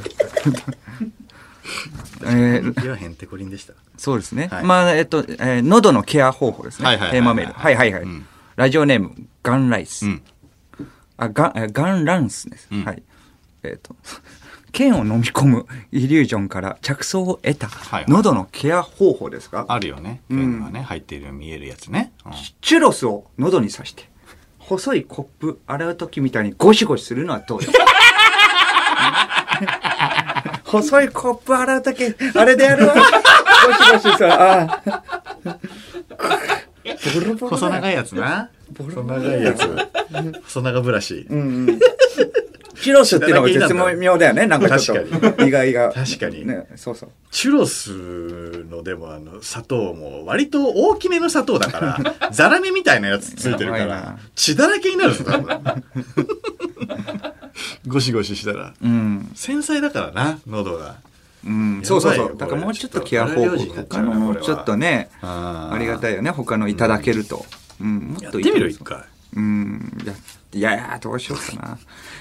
[SPEAKER 2] えー
[SPEAKER 1] いやへんてこりんでした
[SPEAKER 2] そうですね。
[SPEAKER 1] はい
[SPEAKER 2] まあ、えっと、えー喉のケア方法ですね。
[SPEAKER 1] はいはいはいはい
[SPEAKER 2] テーマメール。はいはいはい。
[SPEAKER 1] うん
[SPEAKER 2] ラジオネーム、ガンライス。
[SPEAKER 1] うん
[SPEAKER 2] あ、ガン、えーガンランスです。
[SPEAKER 1] うん
[SPEAKER 2] はい。えっ、と、 剣を飲み込むイリュージョンから着想を得た
[SPEAKER 1] はいはい
[SPEAKER 2] 喉のケア方法ですか、
[SPEAKER 1] あるよね
[SPEAKER 2] うん
[SPEAKER 1] ペンがね入っているように見えるやつね、うん
[SPEAKER 2] チュロスを喉に刺して、細いコップ洗う時みたいにゴシゴシするのはどうですか 細いコップ洗う時あれでやるわ。ゴシゴシさ、あーボロボロ
[SPEAKER 1] 細
[SPEAKER 2] だよ
[SPEAKER 1] 長いやつな
[SPEAKER 2] ボロ
[SPEAKER 1] 細長いやつ細長ブラシ
[SPEAKER 2] うんうん。チュロスっていうのが絶妙だよね。なんかちょっと意外が。
[SPEAKER 1] 確かに
[SPEAKER 2] ね、そうそう。
[SPEAKER 1] チュロスのでもあの砂糖も割と大きめの砂糖だから ザラメみたいなやつついてるか
[SPEAKER 2] やばい
[SPEAKER 1] ら
[SPEAKER 2] な
[SPEAKER 1] 血だらけになるぞ多分ゴシゴシしたら
[SPEAKER 2] うん。
[SPEAKER 1] 繊細だからな喉が
[SPEAKER 2] うん。そうそうそう。だからもうちょっとケア方法他のもうちょっとね、
[SPEAKER 1] あ
[SPEAKER 2] ありがたいよね。他のいただけると。うん。もっ
[SPEAKER 1] やっ
[SPEAKER 2] と
[SPEAKER 1] て
[SPEAKER 2] いい
[SPEAKER 1] みる一回
[SPEAKER 2] うん。やっていやいや、どうしようかな。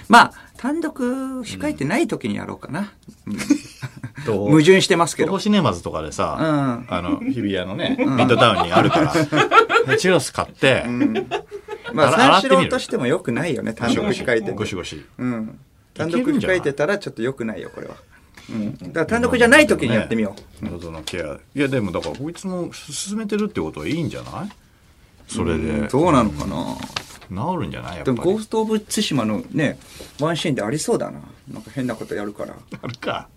[SPEAKER 2] まあ、単独控えてない時にやろうかな。うん
[SPEAKER 1] どう
[SPEAKER 2] 矛盾してますけ
[SPEAKER 1] 東
[SPEAKER 2] ど
[SPEAKER 1] 宝。シネマズとかでさ、
[SPEAKER 2] うん
[SPEAKER 1] あの日比谷のね、ミッドタウンにある からでチュロス買って、
[SPEAKER 2] まあ、
[SPEAKER 1] 洗っ
[SPEAKER 2] 三四
[SPEAKER 1] てみる
[SPEAKER 2] 郎としても良くないよね。単独控えても
[SPEAKER 1] ゴシゴシ
[SPEAKER 2] うん。単
[SPEAKER 1] い
[SPEAKER 2] 独
[SPEAKER 1] けるんじゃな
[SPEAKER 2] 控
[SPEAKER 1] い
[SPEAKER 2] えてたらちょっと良くないよ、これは。うん。だから単独じゃない時にやってみよう。
[SPEAKER 1] う喉のケアいやでもだからこいつも進めてるってことはいいんじゃないそれで
[SPEAKER 2] どうなのかな、
[SPEAKER 1] 治るんじゃないやっぱ
[SPEAKER 2] で
[SPEAKER 1] り
[SPEAKER 2] もゴースト・オブ・ツシマのねワンシーンでありそうだななんか変なことやるから
[SPEAKER 1] あるか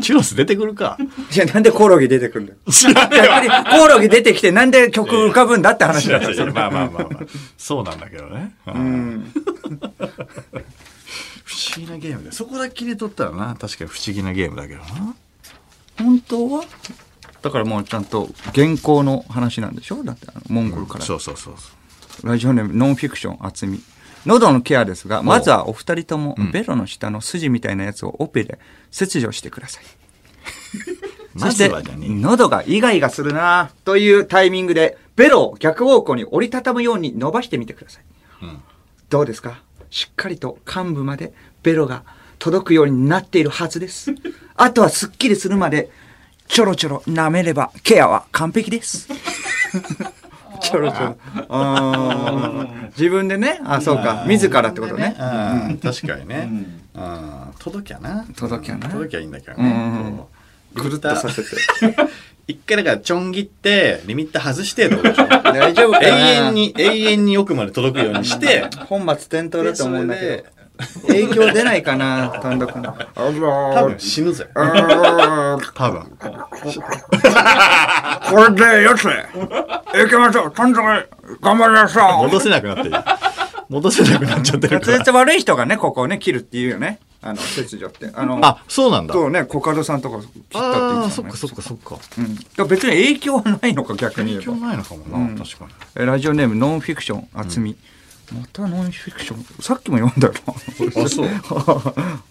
[SPEAKER 1] チュロス出てくるか
[SPEAKER 2] いやなんでコオロギ出てく るんだよ
[SPEAKER 1] 知らねえ
[SPEAKER 2] 逆にコオロギ出てきてなんで曲浮かぶんだっ て話だよ
[SPEAKER 1] まあまあまあまあそうなんだけどね、う
[SPEAKER 2] うんん
[SPEAKER 1] 不思議なゲームでそこだけ切り取ったらな確かに不思議なゲームだけどな
[SPEAKER 2] 本当はだからもうちゃんと原稿の話なんでしょだってあのモンゴルから、
[SPEAKER 1] そうそうそうそう
[SPEAKER 2] ラジオネームノンフィクション厚み喉のケアですが、まずはお二人ともベロの下の筋みたいなやつをオペで切除してください。そ
[SPEAKER 1] ま
[SPEAKER 2] し
[SPEAKER 1] ず
[SPEAKER 2] て
[SPEAKER 1] はじゃ、ね
[SPEAKER 2] 喉がイガイガするなというタイミングで、ベロを逆方向に折りたたむように伸ばしてみてください。どうですかしっかりと幹部までベロが届くようになっているはず です。あとはスッキリするまで、ちょろちょろ舐めればケアは完璧 です。ちょろちょろ。あー自分でね、あ、そうか、自らってことね。
[SPEAKER 1] うん確かにね。うん届きゃな。
[SPEAKER 2] 届きゃな
[SPEAKER 1] 届きゃいいんだけど
[SPEAKER 2] うんうん
[SPEAKER 1] ね。
[SPEAKER 2] ぐるっとさせて。
[SPEAKER 1] 一回だからちょん切って、リミッター外してってことでし ょ
[SPEAKER 2] 大丈夫か
[SPEAKER 1] 永
[SPEAKER 2] な
[SPEAKER 1] 遠に、永遠に奥まで届くようにして、
[SPEAKER 2] 本末転倒だと思うんだけ
[SPEAKER 1] で
[SPEAKER 2] ど。影響出ないかな、単独の。あ
[SPEAKER 1] 多
[SPEAKER 2] ら
[SPEAKER 1] 分死ぬぜ。
[SPEAKER 2] あー
[SPEAKER 1] 多分。
[SPEAKER 2] これでよし行きましょう単独頑張りましょう
[SPEAKER 1] 戻せなくなってる。戻せなくなっちゃってる
[SPEAKER 2] 滑
[SPEAKER 1] から。
[SPEAKER 2] 舌悪い人がね、ここをね、切るって言うよね。あの、切除って。あの、
[SPEAKER 1] あ、そうなんだ。
[SPEAKER 2] そうね、コカドさんとか切ったって
[SPEAKER 1] あ
[SPEAKER 2] 言っ
[SPEAKER 1] あ、
[SPEAKER 2] てた
[SPEAKER 1] そっ
[SPEAKER 2] も
[SPEAKER 1] か
[SPEAKER 2] んね。
[SPEAKER 1] そっかそっか。
[SPEAKER 2] うん。だから別に影響はないのか、逆に言え
[SPEAKER 1] 今
[SPEAKER 2] ば
[SPEAKER 1] 日。ないのかもな、確かに。
[SPEAKER 2] えラジオネーム、ノンフィクション、厚み。またノンフィクション。さっきも読んだよな。
[SPEAKER 1] あそう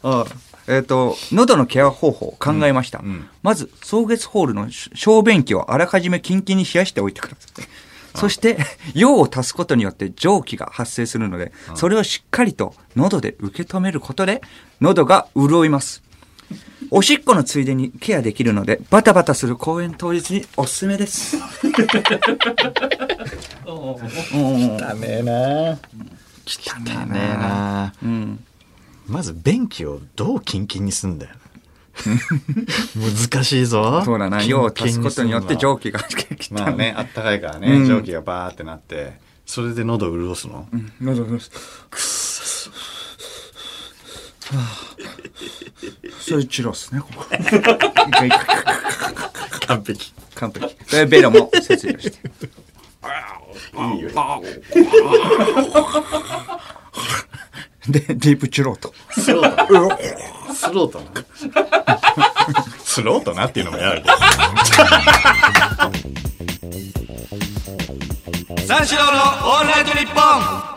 [SPEAKER 2] あえっ、と、喉のケア方法を考えました。
[SPEAKER 1] ん
[SPEAKER 2] まず、草月ホールの小便器をあらかじめキンキンに冷やしておいてください。そして、用を足すことによって蒸気が発生するので、それをしっかりと喉で受け止めることで、喉が潤います。おしっこのついでにケアできるので、バタバタする公演当日におすすめです。うん
[SPEAKER 1] ダメな
[SPEAKER 2] 汚
[SPEAKER 1] ダ
[SPEAKER 2] ね
[SPEAKER 1] メなまず便器をどうキンキンにすん だよ。難しいぞ。
[SPEAKER 2] そうだな。
[SPEAKER 1] キンキン
[SPEAKER 2] 用を
[SPEAKER 1] に
[SPEAKER 2] 足すことによって蒸
[SPEAKER 1] 気。
[SPEAKER 2] 気が汚
[SPEAKER 1] まあね、あったかいからね、
[SPEAKER 2] うん
[SPEAKER 1] 蒸気がバーってなって、それで喉を潤すの、
[SPEAKER 2] い。喉のくっそそれチュロスね、ここ。一回一回
[SPEAKER 1] 完璧。
[SPEAKER 2] 完璧。それベロも切除して。
[SPEAKER 1] いいよ。
[SPEAKER 2] で、ディープチュローと。
[SPEAKER 1] スロートな。スロートな。スロートなっていうのもやる。
[SPEAKER 2] 三四郎のオールナイトニッポン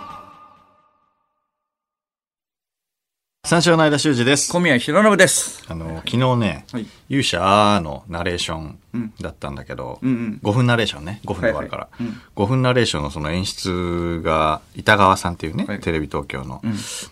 [SPEAKER 1] 三章の間修二です。
[SPEAKER 2] 小宮宏信です。
[SPEAKER 1] あの、昨日ね、
[SPEAKER 2] はい
[SPEAKER 1] 勇者あーのナレーションだったんだけど、
[SPEAKER 2] んうん
[SPEAKER 1] 5分ナレーションね、5分で終わるから、5分ナレーションのその演出が、板川さんっていうね、
[SPEAKER 2] はい
[SPEAKER 1] テレビ東京の、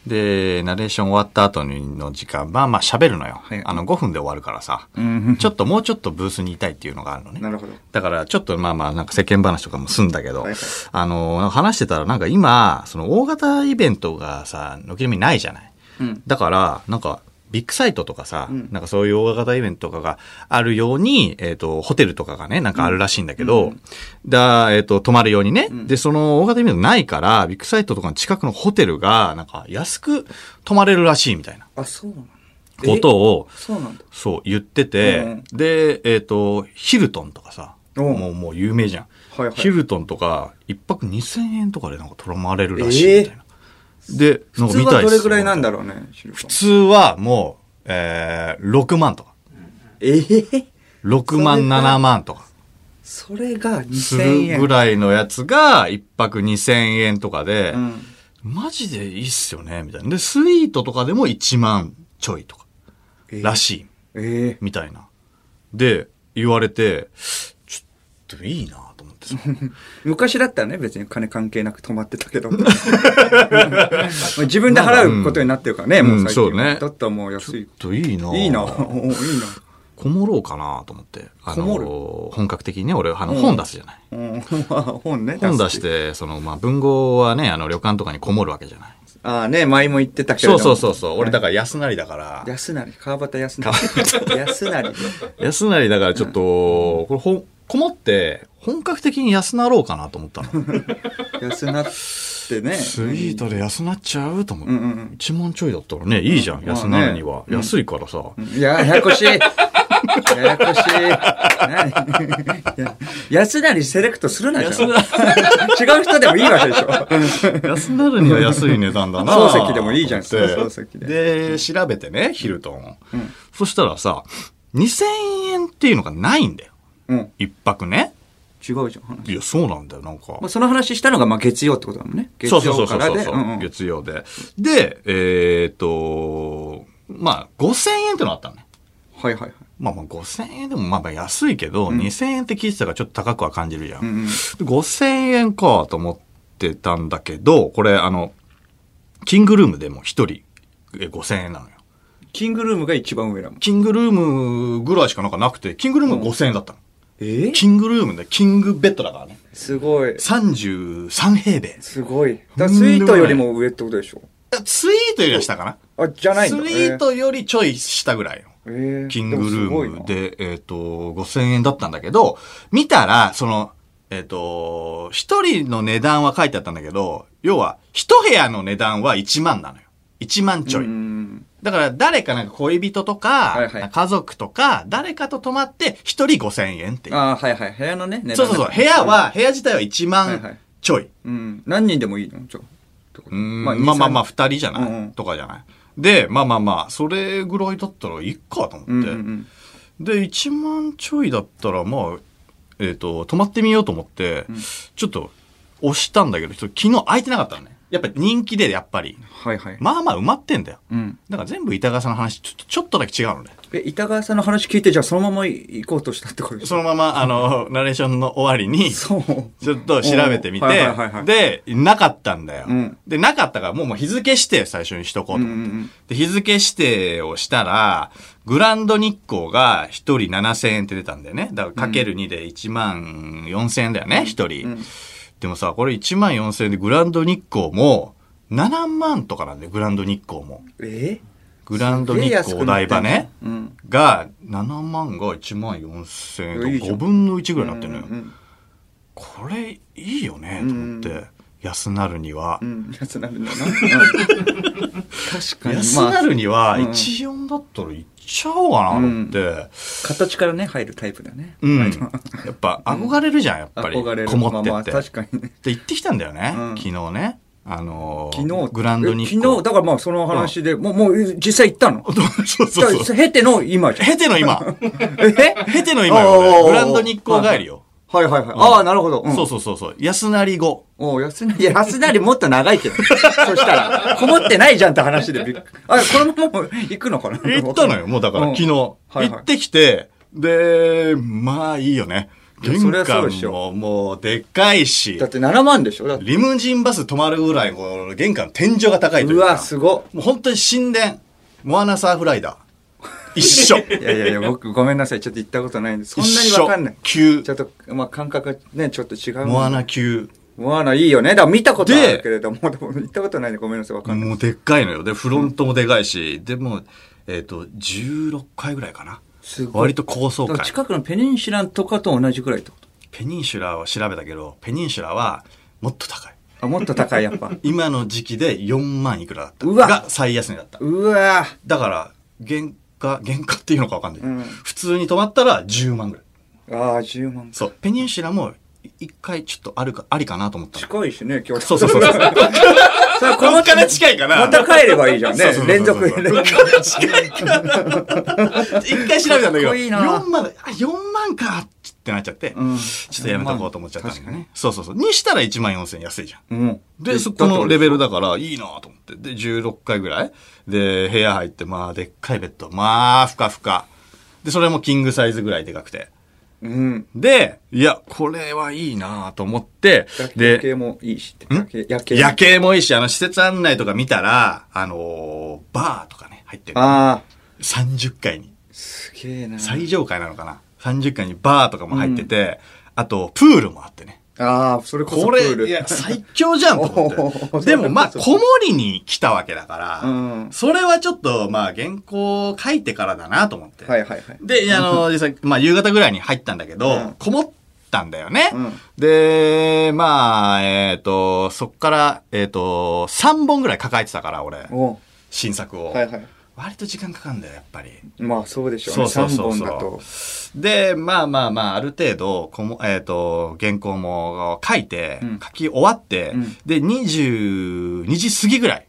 [SPEAKER 1] で、ナレーション終わった後の時間、まあまあ喋るのよ。
[SPEAKER 2] はい
[SPEAKER 1] あの、5分で終わるからさ、
[SPEAKER 2] ん
[SPEAKER 1] ちょっともうちょっとブースにいたいっていうのがあるのね。
[SPEAKER 2] なるほど。
[SPEAKER 1] だから、ちょっとまあまあ、なんか世間話とかもすんだけど、
[SPEAKER 2] はいはい
[SPEAKER 1] あの、なんか話してたら、なんか今、その大型イベントがさ、軒並みないじゃない。
[SPEAKER 2] うん
[SPEAKER 1] だから、なんか、ビッグサイトとかさ、
[SPEAKER 2] ん
[SPEAKER 1] なんかそういう大型イベントとかがあるように、えっ、と、ホテルとかがね、なんかあるらしいんだけど、だ、えっ、と、泊まるようにね、で、その大型イベントないから、ビッグサイトとかの近くのホテルが、なんか安く泊まれるらしいみたいな
[SPEAKER 2] あ、そうなんだ。
[SPEAKER 1] ことを、
[SPEAKER 2] えそうなんだ。
[SPEAKER 1] そう、言ってて、で、えっ、と、ヒルトンとかさ、
[SPEAKER 2] おう
[SPEAKER 1] もう、もう有名じゃん。
[SPEAKER 2] はいはい
[SPEAKER 1] ヒルトンとか、一泊2000円とかでなんか取らまれるらしいみたいな。で、なんか
[SPEAKER 2] 普通
[SPEAKER 1] 見た
[SPEAKER 2] は
[SPEAKER 1] っ
[SPEAKER 2] いど
[SPEAKER 1] す
[SPEAKER 2] れくらいなんだ
[SPEAKER 1] ろう
[SPEAKER 2] ろうね、シルコ
[SPEAKER 1] 普通はもう、えー、6万とか。
[SPEAKER 2] ええ
[SPEAKER 1] 6万、
[SPEAKER 2] それが
[SPEAKER 1] 7万とか。
[SPEAKER 2] それが
[SPEAKER 1] す
[SPEAKER 2] 2000
[SPEAKER 1] る
[SPEAKER 2] 円。
[SPEAKER 1] ぐらいのやつが、一泊2000円とかで、
[SPEAKER 2] うん。
[SPEAKER 1] マジでいいっすよね、みたいな。で、スイートとかでも1万ちょいとか、
[SPEAKER 2] え
[SPEAKER 1] らしい。
[SPEAKER 2] ええ
[SPEAKER 1] みたいな。で、言われて、ちょっといいなと思 ってさ。
[SPEAKER 2] 昔だったらね、別に金関係なく泊まってたけ ど。もう自分で払うことになってるからね、
[SPEAKER 1] うん
[SPEAKER 2] もう最近は。
[SPEAKER 1] うんそうね
[SPEAKER 2] だったらもう安
[SPEAKER 1] ちょっ
[SPEAKER 2] い。
[SPEAKER 1] といいない
[SPEAKER 2] い
[SPEAKER 1] い
[SPEAKER 2] なおいいな
[SPEAKER 1] こもろうかなと思って。あの
[SPEAKER 2] こも
[SPEAKER 1] 本格的にね、俺、あの、
[SPEAKER 2] うん
[SPEAKER 1] 本出すじゃない。
[SPEAKER 2] うんまあ本ね。
[SPEAKER 1] 本出し。て、その、まあ、文豪はね、あの、旅館とかにこもるわけじゃない。
[SPEAKER 2] ああね、前も言ってたけれ
[SPEAKER 1] そ
[SPEAKER 2] ど
[SPEAKER 1] う
[SPEAKER 2] も。
[SPEAKER 1] そうそうそう。俺、だ
[SPEAKER 2] か
[SPEAKER 1] から安成だから。
[SPEAKER 2] 安成、川端 安成。安成。
[SPEAKER 1] 安成だからちょっと、これ、ほん、こもって、本格的に安なろうかなと思ったの。
[SPEAKER 2] 安成ってね。
[SPEAKER 1] スイートで安なっちゃうと思
[SPEAKER 2] うんうんう
[SPEAKER 1] っ
[SPEAKER 2] ん
[SPEAKER 1] て。1万ちょいだったらね、いいじゃん、
[SPEAKER 2] まあね
[SPEAKER 1] 安なるには。
[SPEAKER 2] うん
[SPEAKER 1] 安いからさ。
[SPEAKER 2] いや、ややこ しい。ややこしい。何 いや安成セレクトするなじゃん。 違う人でもいいわけでしょ。
[SPEAKER 1] 安なるには安い値段だな
[SPEAKER 2] 漱石でもいいじゃん
[SPEAKER 1] と思って
[SPEAKER 2] 漱石
[SPEAKER 1] で調べてねヒルトン、そしたらさ2000円っていうのがないんだよ
[SPEAKER 2] うん。
[SPEAKER 1] 一泊ね
[SPEAKER 2] 違うじゃん、話。
[SPEAKER 1] いや、そうなんだよ、なんか
[SPEAKER 2] まあ、。その話したのが、まあ、月曜ってことだもんね。月
[SPEAKER 1] そうそうそ
[SPEAKER 2] 曜
[SPEAKER 1] うそ
[SPEAKER 2] か
[SPEAKER 1] う
[SPEAKER 2] らで。
[SPEAKER 1] そう
[SPEAKER 2] うんうん
[SPEAKER 1] 月曜で。で、えーっと、まあ、5000円ってのあったのね。
[SPEAKER 2] はいはいはい。
[SPEAKER 1] まあまあ5000円でもまあまあ安いけど、2000円って聞いてたからちょっと高くは感じるじゃん。
[SPEAKER 2] うんうん
[SPEAKER 1] で5000円かと思ってたんだけど、これあの、キングルームでも一人え5000円なのよ。
[SPEAKER 2] キングルームが一番上だもん。
[SPEAKER 1] キングルームぐらいしかなんかなくて、キングルームが5000円だったの。
[SPEAKER 2] え
[SPEAKER 1] キングルームでキングベッドだからね。
[SPEAKER 2] すごい。
[SPEAKER 1] 33平米。
[SPEAKER 2] すごい。だからスイートよりも上ってことでしょ。
[SPEAKER 1] あツイートよりは下かな
[SPEAKER 2] あ、じゃない
[SPEAKER 1] ス
[SPEAKER 2] ん
[SPEAKER 1] イ
[SPEAKER 2] だ
[SPEAKER 1] ートよりちょい下ぐらいの。
[SPEAKER 2] えー
[SPEAKER 1] キングルーム。
[SPEAKER 2] え
[SPEAKER 1] で、えっ、と、5000円だったんだけど、見たら、その、えっ、と、一人の値段は書いてあったんだけど、要は、一部屋の値段は1万なのよ。1万ち
[SPEAKER 2] す
[SPEAKER 1] ょ
[SPEAKER 2] ご
[SPEAKER 1] い。
[SPEAKER 2] いなうん
[SPEAKER 1] だから、誰かなんか恋人とか、
[SPEAKER 2] はいはい
[SPEAKER 1] 家族とか、誰かと泊まって、一人5000円っていう。
[SPEAKER 2] あーはいはい。部屋のね、値段
[SPEAKER 1] そうそうそう。部屋、は、部屋自体は1
[SPEAKER 2] はいは
[SPEAKER 1] 万
[SPEAKER 2] い
[SPEAKER 1] ちょい。
[SPEAKER 2] うん。何人でもいいのちょ。
[SPEAKER 1] うーんまあ、まあまあまあ、二人じゃない、
[SPEAKER 2] うんうん
[SPEAKER 1] とかじゃない。で、まあまあまあ、それぐらいだったらいいかと思って。
[SPEAKER 2] うんうんうん。
[SPEAKER 1] で1万ちょいだったらまあえっ、と泊まってみようと思って、ちょっと押したんだけどちょっと昨日空いてなかったのねやっぱ人気でやっぱり
[SPEAKER 2] はいはい。
[SPEAKER 1] まあまあ埋まってんだよ
[SPEAKER 2] うん。
[SPEAKER 1] だから全部板川さんの話ちょっとちょっとだけ違うのね
[SPEAKER 2] え、板川さんの話聞いて、じゃあそのまま行こうとしたってことでし
[SPEAKER 1] そのままあのナレーションの終わりにち
[SPEAKER 2] ょそう。
[SPEAKER 1] ょっと調べてみて、
[SPEAKER 2] おーはいはいはいはい
[SPEAKER 1] でなかったんだよ、
[SPEAKER 2] うん
[SPEAKER 1] でなかったからもうもう日付指定最初にしとこうと思って、
[SPEAKER 2] うんうんうん
[SPEAKER 1] で日付指定をしたらグランド日光が1人7000円って出たんだよねだからかける2で1万4000円だよね1人、
[SPEAKER 2] うん
[SPEAKER 1] でもさこれ1万4000円でグランド日光も7万とかなんだよグランド日光も
[SPEAKER 2] え
[SPEAKER 1] グランド日光お台場ね
[SPEAKER 2] うん。
[SPEAKER 1] が7万が1万4000
[SPEAKER 2] い
[SPEAKER 1] 円
[SPEAKER 2] いじゃ
[SPEAKER 1] 5
[SPEAKER 2] ん
[SPEAKER 1] 分の1ぐらいになってるのよ、
[SPEAKER 2] うん
[SPEAKER 1] これいいよねと思って、安なるには
[SPEAKER 2] う、ん。うん。安なるんだな。うん確かに。
[SPEAKER 1] 安
[SPEAKER 2] ま
[SPEAKER 1] な
[SPEAKER 2] あ、
[SPEAKER 1] るには
[SPEAKER 2] うん
[SPEAKER 1] 14だったらいっちゃおうかなと思って、
[SPEAKER 2] 形からね、入るタイプだね。
[SPEAKER 1] うん。 やっぱ憧れるじゃん、やっぱり。
[SPEAKER 2] 憧れる。
[SPEAKER 1] こもって
[SPEAKER 2] まあまあ
[SPEAKER 1] って。
[SPEAKER 2] 確かにね。
[SPEAKER 1] で、行ってきたんだよね、
[SPEAKER 2] うん
[SPEAKER 1] 昨日ね。あのー
[SPEAKER 2] 昨日。
[SPEAKER 1] グランドに。
[SPEAKER 2] え昨日、だからまあその話で、もう、もう実際行ったの。
[SPEAKER 1] 日。 そうそうそう。
[SPEAKER 2] 経ての今じゃん。
[SPEAKER 1] ヘテの 今。
[SPEAKER 2] え
[SPEAKER 1] ヘテの今よ
[SPEAKER 2] おーおー
[SPEAKER 1] 俺
[SPEAKER 2] おーおー
[SPEAKER 1] グランド日光帰りよ。
[SPEAKER 2] はいはいはい。ああ、なるほど。ん
[SPEAKER 1] そうそうそうそう。安なり後。
[SPEAKER 2] おう安なり、いや、 安なりもっと長いけど。そ したら、こもってないじゃんって話でびっくり。あ、このままもう行くのかな
[SPEAKER 1] 行ったのよ、もうだから、
[SPEAKER 2] うん
[SPEAKER 1] 昨日。
[SPEAKER 2] はい
[SPEAKER 1] 行ってきて、で、まあいいよね。
[SPEAKER 2] いや
[SPEAKER 1] 玄
[SPEAKER 2] そりゃそう
[SPEAKER 1] 関
[SPEAKER 2] でしょ
[SPEAKER 1] ももうでっかいし
[SPEAKER 2] だっ、て7万でしょだって。
[SPEAKER 1] リムジンバス止まるぐらい、こう玄関天井が高いといううか。
[SPEAKER 2] わ、すご
[SPEAKER 1] もう本当に神殿。モアナサーフライダー。一 緒。
[SPEAKER 2] いやいやいや、僕ごめんなさい。ちょっと行ったことないんで、そんなにわかんない。
[SPEAKER 1] 急
[SPEAKER 2] ちょ。っと、まあ感覚がね、ちょっと違う。
[SPEAKER 1] モア。ナ級。
[SPEAKER 2] モアナいいよね。だから見たことあるけれども、でも行ったことないんでごめんなさい。わかんない。
[SPEAKER 1] もうでっかいのよ。で、フロントもでかいし、でも、えっ、と、16階ぐらいかな。
[SPEAKER 2] すごい
[SPEAKER 1] 割と高層
[SPEAKER 2] だから
[SPEAKER 1] 階。
[SPEAKER 2] 近くのペニンシュラとかと同じくらいってこと
[SPEAKER 1] ペニンシュラを調べたけど、ペニンシュラはもっと高い。
[SPEAKER 2] あ、もっと高い、やっぱ。
[SPEAKER 1] 今の時期で4万いくらだった。
[SPEAKER 2] うわ
[SPEAKER 1] が最安値だった。
[SPEAKER 2] うわぁ。
[SPEAKER 1] だから、原価、原価っていうのかわかんない、
[SPEAKER 2] うん
[SPEAKER 1] 普通に泊まったら10万ぐらい。
[SPEAKER 2] ああ、10万。
[SPEAKER 1] そう。ペニンシュラも一回ちょっとあるか、ありかなと思ったの。
[SPEAKER 2] 近いしね、今日。
[SPEAKER 1] そうそうそうそう。
[SPEAKER 2] それこ
[SPEAKER 1] 物
[SPEAKER 2] の
[SPEAKER 1] 価が近いから。
[SPEAKER 2] また帰ればいいじゃん
[SPEAKER 1] そうそうそうそ
[SPEAKER 2] ね。
[SPEAKER 1] う
[SPEAKER 2] 連続
[SPEAKER 1] 物価が近いから。一回調べたんだけ
[SPEAKER 2] かっ
[SPEAKER 1] ど、
[SPEAKER 2] こいいな
[SPEAKER 1] 4万、あ、4万かってなっちゃって、
[SPEAKER 2] うん
[SPEAKER 1] ちょっとやめとこうと思っちゃったんだよ
[SPEAKER 2] 確かに
[SPEAKER 1] ね。そうそうそう。にしたら1万4000安いじゃん。
[SPEAKER 2] うん。
[SPEAKER 1] で、そこのレベルだから、いいなと思って。で、16回ぐらいで、部屋入って、まあ、でっかいベッド。まあ、ふかふか。で、それもキングサイズぐらいでかくて。
[SPEAKER 2] うん。
[SPEAKER 1] で、いや、これはいいなと思って、
[SPEAKER 2] 夜
[SPEAKER 1] で、
[SPEAKER 2] 景もいいしって。
[SPEAKER 1] ん
[SPEAKER 2] 夜景。夜景
[SPEAKER 1] 夜景もいいし、あの、施設案内とか見たら、あのーバーとかね、入ってる。
[SPEAKER 2] ああ。
[SPEAKER 1] 30階に、
[SPEAKER 2] すげえな。
[SPEAKER 1] 最上階なのかな。30階にバーとかも入ってて、あと、プールもあってね。
[SPEAKER 2] ああ、それこそ
[SPEAKER 1] こ
[SPEAKER 2] プー
[SPEAKER 1] れ、
[SPEAKER 2] ル。
[SPEAKER 1] いや、最強じゃんと 思
[SPEAKER 2] お
[SPEAKER 1] っ
[SPEAKER 2] ー
[SPEAKER 1] て。でも、まあ、
[SPEAKER 2] そ
[SPEAKER 1] こ
[SPEAKER 2] う
[SPEAKER 1] もりに来たわけだから、
[SPEAKER 2] うん
[SPEAKER 1] それはちょっと、まあ、原稿を書いてからだなと思って。
[SPEAKER 2] はいはいはい。
[SPEAKER 1] で、あの、実際、まあ、夕方ぐらいに入ったんだけど、
[SPEAKER 2] うん
[SPEAKER 1] こもったんだよね。
[SPEAKER 2] うん
[SPEAKER 1] で、まあ、えっ、と、そっから、えっ、と、3本ぐらい抱えてたから、俺、
[SPEAKER 2] お
[SPEAKER 1] 新作を。
[SPEAKER 2] はいはい。
[SPEAKER 1] 割と時間かかるんだよ、やっぱり。
[SPEAKER 2] まあそうでしょう
[SPEAKER 1] そう
[SPEAKER 2] ね。
[SPEAKER 1] そう
[SPEAKER 2] 3
[SPEAKER 1] そう
[SPEAKER 2] 本
[SPEAKER 1] そう
[SPEAKER 2] だと。
[SPEAKER 1] で、まあまあまあ、ある程度、こもえっ、と、原稿も書いて、
[SPEAKER 2] うん
[SPEAKER 1] 書き終わって、
[SPEAKER 2] うん
[SPEAKER 1] で、22時過ぎぐらい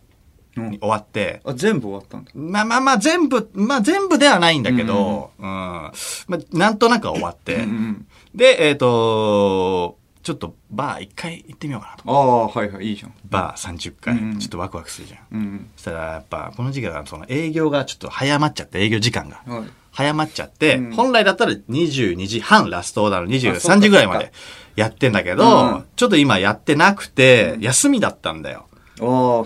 [SPEAKER 1] に終わって、
[SPEAKER 2] あ、全部終わったんだ。
[SPEAKER 1] まあまあまあ、全部、まあ全部ではないんだけど、うん、まあ、なんとなくは終わって、
[SPEAKER 2] うん。
[SPEAKER 1] で、えっ、と、ちょっとバー一回行ってみようかなと。
[SPEAKER 2] ああ、はいはい、いいじゃん。
[SPEAKER 1] バー30回、
[SPEAKER 2] うん
[SPEAKER 1] ちょっとワクワクするじゃん。
[SPEAKER 2] うん。
[SPEAKER 1] そしたら、やっぱ、この時期は、その営業がちょっと早まっちゃって、営業時間が。
[SPEAKER 2] はい。
[SPEAKER 1] 早まっちゃって、
[SPEAKER 2] うん
[SPEAKER 1] 本来だったら22時半ラストオーダーの
[SPEAKER 2] あそっか
[SPEAKER 1] 23時ぐらいまでやってんだけど、
[SPEAKER 2] うん
[SPEAKER 1] ちょっと今やってなくて、休みだったんだよ。
[SPEAKER 2] ああ、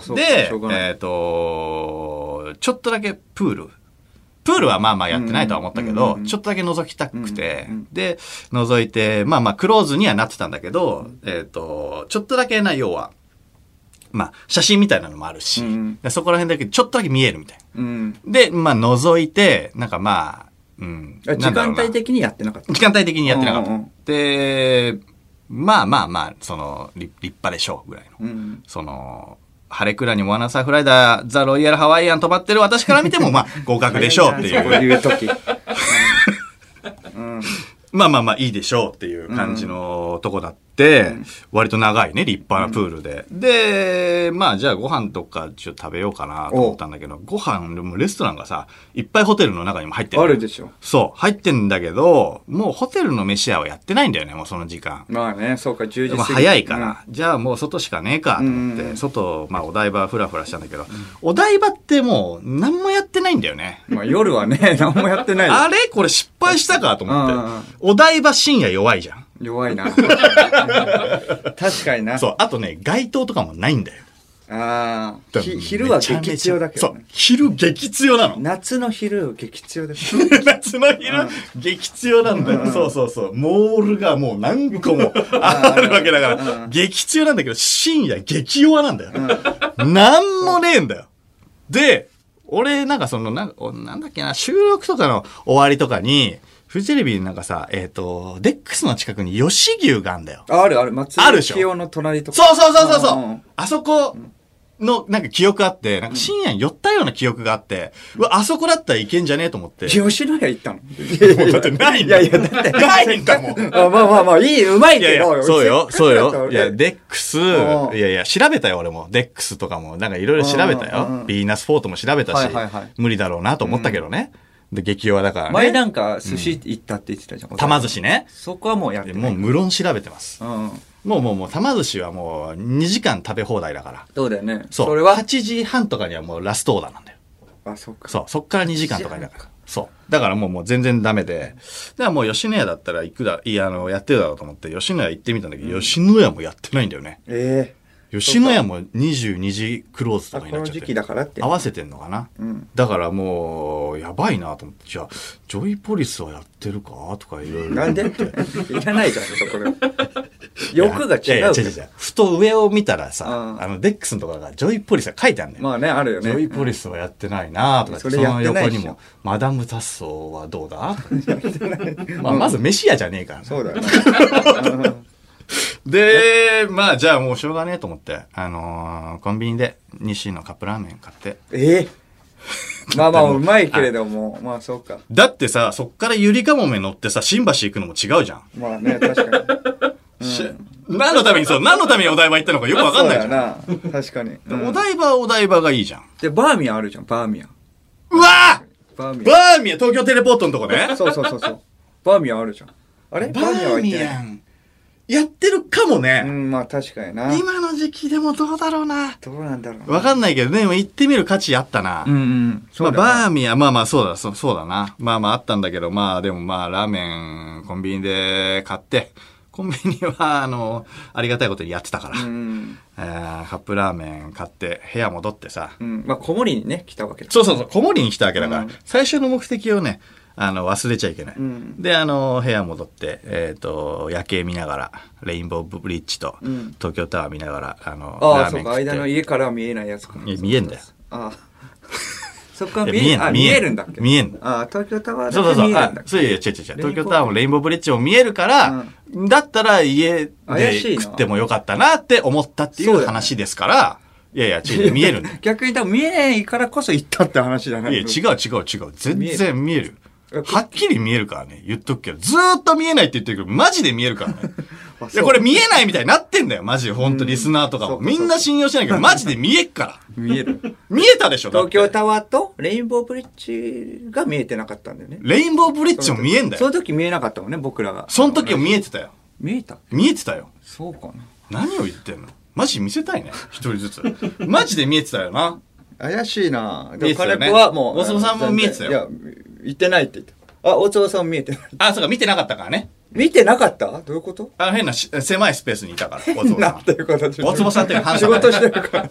[SPEAKER 2] そうか
[SPEAKER 1] で、えっ
[SPEAKER 2] しょうがない。、
[SPEAKER 1] と、ちょっとだけプール。プールはまあまあやってないとは思ったけ
[SPEAKER 2] うんうん
[SPEAKER 1] ど
[SPEAKER 2] うんう、ん
[SPEAKER 1] ちょっとだけ覗きたくて
[SPEAKER 2] うんうんうん、
[SPEAKER 1] で、覗いて、まあまあクローズにはなってたんだけど、えっと、ちょっとだけな、要は、まあ写真みたいなのもあるし
[SPEAKER 2] うんうん、
[SPEAKER 1] でそこら辺だけちょっとだけ見えるみたいな。
[SPEAKER 2] うん。
[SPEAKER 1] で、まあ、覗いて、なんかまあ、うん。
[SPEAKER 2] あ時間帯
[SPEAKER 1] 的
[SPEAKER 2] 的にやってなかった。
[SPEAKER 1] 時間帯的にやってなかっ
[SPEAKER 2] うん
[SPEAKER 1] た。
[SPEAKER 2] うんうん
[SPEAKER 1] で、まあまあまあ、その、り立派でしょう、ぐらいの。
[SPEAKER 2] うん。
[SPEAKER 1] その、ハレクラにモアナサーフライダー、ザ・ロイヤル・ハワイアン止まってる私から見て も、まあ、合格でしょうって
[SPEAKER 2] そ
[SPEAKER 1] いうう。
[SPEAKER 2] いう時。うん。うん
[SPEAKER 1] まあまあまあ、いいでしょうっていう感じのとこだって、割と長いね、立派なプールで。で、まあ、じゃあご飯とかちょっと食べようかなと思ったんだけど、ご飯、でもレストランがさ、いっぱいホテルの中にも入ってる
[SPEAKER 2] あるでしょ。
[SPEAKER 1] そう、入ってんだけど、もうホテルの飯屋はやってないんだよね、もうその時間。
[SPEAKER 2] まあね、そうか、10時
[SPEAKER 1] で
[SPEAKER 2] 過
[SPEAKER 1] も
[SPEAKER 2] ぎ。
[SPEAKER 1] 早いから、じゃあもう外しかねえかと思って、
[SPEAKER 2] うん
[SPEAKER 1] 外、まあお台場ふらふらしたんだけど、お台場ってもう何もやってないんだよね。
[SPEAKER 2] うん。まあ夜はね、 何もやってないです
[SPEAKER 1] あれこれ失敗したかと
[SPEAKER 2] うんうんう
[SPEAKER 1] 思っ
[SPEAKER 2] ん
[SPEAKER 1] て。お台場深夜弱いじゃん。
[SPEAKER 2] 弱 いな。確かにな。
[SPEAKER 1] そう、あとね、街灯とかもないんだよ。
[SPEAKER 2] ああ、
[SPEAKER 1] だから
[SPEAKER 2] ひ昼は
[SPEAKER 1] めちゃめちゃ
[SPEAKER 2] 激強だけど、
[SPEAKER 1] そう
[SPEAKER 2] ね、。
[SPEAKER 1] 昼激強なの。
[SPEAKER 2] 夏の昼激強だけ
[SPEAKER 1] 夏の昼、激強なんだよ、そうそうそう。モールがもう何個もあるわけだか
[SPEAKER 2] う
[SPEAKER 1] ら、
[SPEAKER 2] ん
[SPEAKER 1] 激強なんだけど、深夜激弱なんだよ。なんもねえんだよ。で、俺なんかその、なんかおなんだっけな、収録とかの終わりとかに、フジテレビになんかさ、えっ、と、デックスの近くに吉牛があんだよ。
[SPEAKER 2] ど。あるある、松
[SPEAKER 1] あるでしょ
[SPEAKER 2] 清の隣とか。
[SPEAKER 1] そうそうそうそうそ
[SPEAKER 2] うんうんうん
[SPEAKER 1] う。あそこのなんか記憶あって、なんか深夜に寄ったような記憶があって、うわ、あそこだったらいけんじゃねえと思って。
[SPEAKER 2] 吉野家行ったの
[SPEAKER 1] もうだってないん
[SPEAKER 2] い
[SPEAKER 1] だも
[SPEAKER 2] や
[SPEAKER 1] ん
[SPEAKER 2] いや、だって。
[SPEAKER 1] ないんだもん。
[SPEAKER 2] あまあまあまあ、いい、うまい
[SPEAKER 1] いやい
[SPEAKER 2] けど。
[SPEAKER 1] や、そうよ、そうよ。い
[SPEAKER 2] い
[SPEAKER 1] や、
[SPEAKER 2] や、
[SPEAKER 1] デックス、い
[SPEAKER 2] ん
[SPEAKER 1] やいや、調べたよ、俺も。デックスとかも、なんかいろいろ調べた
[SPEAKER 2] うんうんう
[SPEAKER 1] よ
[SPEAKER 2] ん。
[SPEAKER 1] ビーナスフォートも調べた
[SPEAKER 2] は
[SPEAKER 1] し
[SPEAKER 2] いはいはい、
[SPEAKER 1] 無理だろうなと思ったけどね。で、激弱だから
[SPEAKER 2] 前
[SPEAKER 1] ね。
[SPEAKER 2] なんか寿司行ったって言ってたじゃん。
[SPEAKER 1] 玉寿司ね。
[SPEAKER 2] そこはもうやってな
[SPEAKER 1] もう
[SPEAKER 2] い。
[SPEAKER 1] 無論調べてます。
[SPEAKER 2] うん。
[SPEAKER 1] もうもうもう、玉寿司はもう2時間食べ放題だから。
[SPEAKER 2] そうだよね。
[SPEAKER 1] そう。
[SPEAKER 2] それは
[SPEAKER 1] 8時半とかにはもうラストオーダーなんだよ。
[SPEAKER 2] あ、そっか。
[SPEAKER 1] そう、そっから2時間とかになる
[SPEAKER 2] 時間か
[SPEAKER 1] そう。だからもうもう全然ダメで。だからもう吉野家だったら行くだ、いや、あの、やってるだろうと思って、吉野家行ってみたんだけど、吉野家もやってないんだよね。
[SPEAKER 2] え
[SPEAKER 1] 吉野家も22時クローズ
[SPEAKER 2] え
[SPEAKER 1] と
[SPEAKER 2] あ、
[SPEAKER 1] か
[SPEAKER 2] こ
[SPEAKER 1] になっ
[SPEAKER 2] の
[SPEAKER 1] ちゃ
[SPEAKER 2] 時
[SPEAKER 1] っ
[SPEAKER 2] 期
[SPEAKER 1] て。
[SPEAKER 2] だからって
[SPEAKER 1] 合。わせてんのかな、
[SPEAKER 2] うん
[SPEAKER 1] だからもう、やばいなと思って、じゃあ、ジョイポリスはやってるかとかいろいろ。
[SPEAKER 2] なんでいらないじゃん、そこで。欲が
[SPEAKER 1] いやい
[SPEAKER 2] 違
[SPEAKER 1] や
[SPEAKER 2] う
[SPEAKER 1] 違
[SPEAKER 2] か
[SPEAKER 1] う違う
[SPEAKER 2] ら
[SPEAKER 1] 違。うふと上を見たらさ、
[SPEAKER 2] うん
[SPEAKER 1] あの、デックスのところがジョイポリスが書いてあるんだよ。
[SPEAKER 2] まあね、あるよ
[SPEAKER 1] ジョイ
[SPEAKER 2] ね。
[SPEAKER 1] ポリスはやってないなとか、
[SPEAKER 2] それや
[SPEAKER 1] の
[SPEAKER 2] ってない
[SPEAKER 1] 横
[SPEAKER 2] でしょ
[SPEAKER 1] にも、マダム・タッソーはどうだまあ、まず飯屋じゃねえからね
[SPEAKER 2] そ うだよね。
[SPEAKER 1] で、まあ、じゃあもうしょうがねえと思って、あのーコンビニで西のカップラーメン買って。
[SPEAKER 2] ええまあまあ、うまいけれども、まあそうか。
[SPEAKER 1] だってさ、そっからゆりかもめ乗ってさ、新橋行くのも違うじゃん。
[SPEAKER 2] まあね、確かに。
[SPEAKER 1] し何のためにそう、何のためにお台場行ったのかよくわかんないじ
[SPEAKER 2] そう
[SPEAKER 1] ゃん。
[SPEAKER 2] だよな。確かに。うん
[SPEAKER 1] お台場はお台場がいいじゃん。
[SPEAKER 2] で、バーミヤンあるじゃん、バーミヤン。
[SPEAKER 1] うわ
[SPEAKER 2] バー
[SPEAKER 1] ー
[SPEAKER 2] ミヤ
[SPEAKER 1] バーミヤン東京テレポートのとこね
[SPEAKER 2] ン。。そうそうそうそう。バーミヤンあるじゃん。あれ
[SPEAKER 1] バーミ
[SPEAKER 2] は行
[SPEAKER 1] ヤン、やってるかも
[SPEAKER 2] ってない
[SPEAKER 1] ね。
[SPEAKER 2] うん、まあ確かにな。
[SPEAKER 1] 今の時期でもどうだろうな。
[SPEAKER 2] どうなんだろうな。
[SPEAKER 1] わかんないけどね、でも行ってみる価値あったな。
[SPEAKER 2] うんうん。
[SPEAKER 1] まあ、
[SPEAKER 2] だよな
[SPEAKER 1] バーミヤン、まあまあ、そうだ、そうそうだな。まあまあ、あったんだけど、まあ、でもまあ、ラーメン、コンビニで買って、コンビニは、あの、ありがたいことにやってたから、
[SPEAKER 2] うん。
[SPEAKER 1] えーカップラーメン買って、部屋戻ってさ、
[SPEAKER 2] うん。まあ、子守にね、来たわけだ。
[SPEAKER 1] そうそうそう、小森に来たわけだから、
[SPEAKER 2] うん
[SPEAKER 1] 最初の目的をね、あの、忘れちゃいけない。
[SPEAKER 2] うん
[SPEAKER 1] で、あの、部屋戻って、えっ、と、夜景見ながら、レインボーブリッジと、
[SPEAKER 2] うん
[SPEAKER 1] 東京タワー見ながら、あの、
[SPEAKER 2] あ
[SPEAKER 1] ラ
[SPEAKER 2] あ、
[SPEAKER 1] ー
[SPEAKER 2] そ
[SPEAKER 1] メ
[SPEAKER 2] う
[SPEAKER 1] ン
[SPEAKER 2] か。
[SPEAKER 1] 食っ
[SPEAKER 2] 間の
[SPEAKER 1] て。
[SPEAKER 2] 家からは見えないやつか。
[SPEAKER 1] いや見えんだよ。
[SPEAKER 2] ああ。 そっか
[SPEAKER 1] いや
[SPEAKER 2] ら見
[SPEAKER 1] 見
[SPEAKER 2] え
[SPEAKER 1] えん見え
[SPEAKER 2] あ見
[SPEAKER 1] ん
[SPEAKER 2] えるんだっけ
[SPEAKER 1] 見えんの
[SPEAKER 2] ああ、東京タワーだ
[SPEAKER 1] そうそう
[SPEAKER 2] け
[SPEAKER 1] そ
[SPEAKER 2] 見
[SPEAKER 1] う。
[SPEAKER 2] える
[SPEAKER 1] あ
[SPEAKER 2] んだっ、け
[SPEAKER 1] そういや、違う違う違う。東京タワーもレインボーブリッジも見えるから、だったら家
[SPEAKER 2] 怪しい
[SPEAKER 1] で
[SPEAKER 2] な
[SPEAKER 1] 食ってもよかったなって思ったってい
[SPEAKER 2] そうだ
[SPEAKER 1] う
[SPEAKER 2] よ。
[SPEAKER 1] 話ですから、いやいや、違う違う、見えるんだよ
[SPEAKER 2] 逆に多分見えないからこそ行ったって話だ
[SPEAKER 1] い
[SPEAKER 2] ね。
[SPEAKER 1] や、違う違う違う。全然見える
[SPEAKER 2] 見える。
[SPEAKER 1] はっきり見えるからね。言っとくけど。ずーっと見えないって言ってるけど、マジで見えるからね。
[SPEAKER 2] あそう
[SPEAKER 1] で、これ見えないみたいになってんだよ、マジ。ほんと、リスナーとか
[SPEAKER 2] そ
[SPEAKER 1] も。
[SPEAKER 2] うかそう
[SPEAKER 1] み
[SPEAKER 2] か
[SPEAKER 1] んな信用してない けど、マジで見えっから。
[SPEAKER 2] 見 える。
[SPEAKER 1] 見えたでしょ、だっ
[SPEAKER 2] 東
[SPEAKER 1] て
[SPEAKER 2] 京タワーとレインボーブリッジが見えてなかったんだよね。
[SPEAKER 1] レインボーブリッジも見えんだ
[SPEAKER 2] そ
[SPEAKER 1] よ。
[SPEAKER 2] の時見えなかったもんね、僕らが。
[SPEAKER 1] その時は見えてたよ。
[SPEAKER 2] 見えた
[SPEAKER 1] 見えてたよ。
[SPEAKER 2] そうかな。
[SPEAKER 1] 何を言ってんのマジ見せたいね。一人ずつ。マジで見えてたよな。
[SPEAKER 2] 怪しいな
[SPEAKER 1] 見え
[SPEAKER 2] で
[SPEAKER 1] て
[SPEAKER 2] も
[SPEAKER 1] たよね
[SPEAKER 2] 金子はもう。
[SPEAKER 1] 大坪さんも見えてたよ
[SPEAKER 2] いや、言ってないって言った。あ、大坪さんも見えてない。
[SPEAKER 1] あ、そうか、見てなかったからね。
[SPEAKER 2] 見てなかったどういうこと
[SPEAKER 1] あの変なし狭いスペースにいたから、大坪さ
[SPEAKER 2] なん
[SPEAKER 1] ん。
[SPEAKER 2] ていうことで
[SPEAKER 1] 大坪さんっていうか、
[SPEAKER 2] 仕事してるから。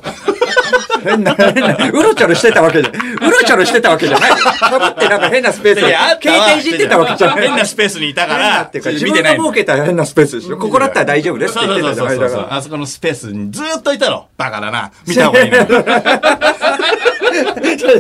[SPEAKER 2] 変な、変な、うろちょろしてたわけじゃ、うろちょろしてたわけじゃない。サボってなんか変なスペース
[SPEAKER 1] い
[SPEAKER 2] で、
[SPEAKER 1] やいやあったわ
[SPEAKER 2] 携帯いじってたわけじゃない。
[SPEAKER 1] 変なスペースにいたか
[SPEAKER 2] 変な
[SPEAKER 1] ら、
[SPEAKER 2] っていうか、
[SPEAKER 1] 見
[SPEAKER 2] 自
[SPEAKER 1] て
[SPEAKER 2] 分
[SPEAKER 1] な
[SPEAKER 2] が
[SPEAKER 1] いの
[SPEAKER 2] 設けたら変なスペースでしょ。ここだったら大丈夫ですって言ってたじゃないだ
[SPEAKER 1] そうそうそうそう
[SPEAKER 2] か
[SPEAKER 1] あそこのスペースにずーっといたろ。バカだな。見た方がい いな。見せて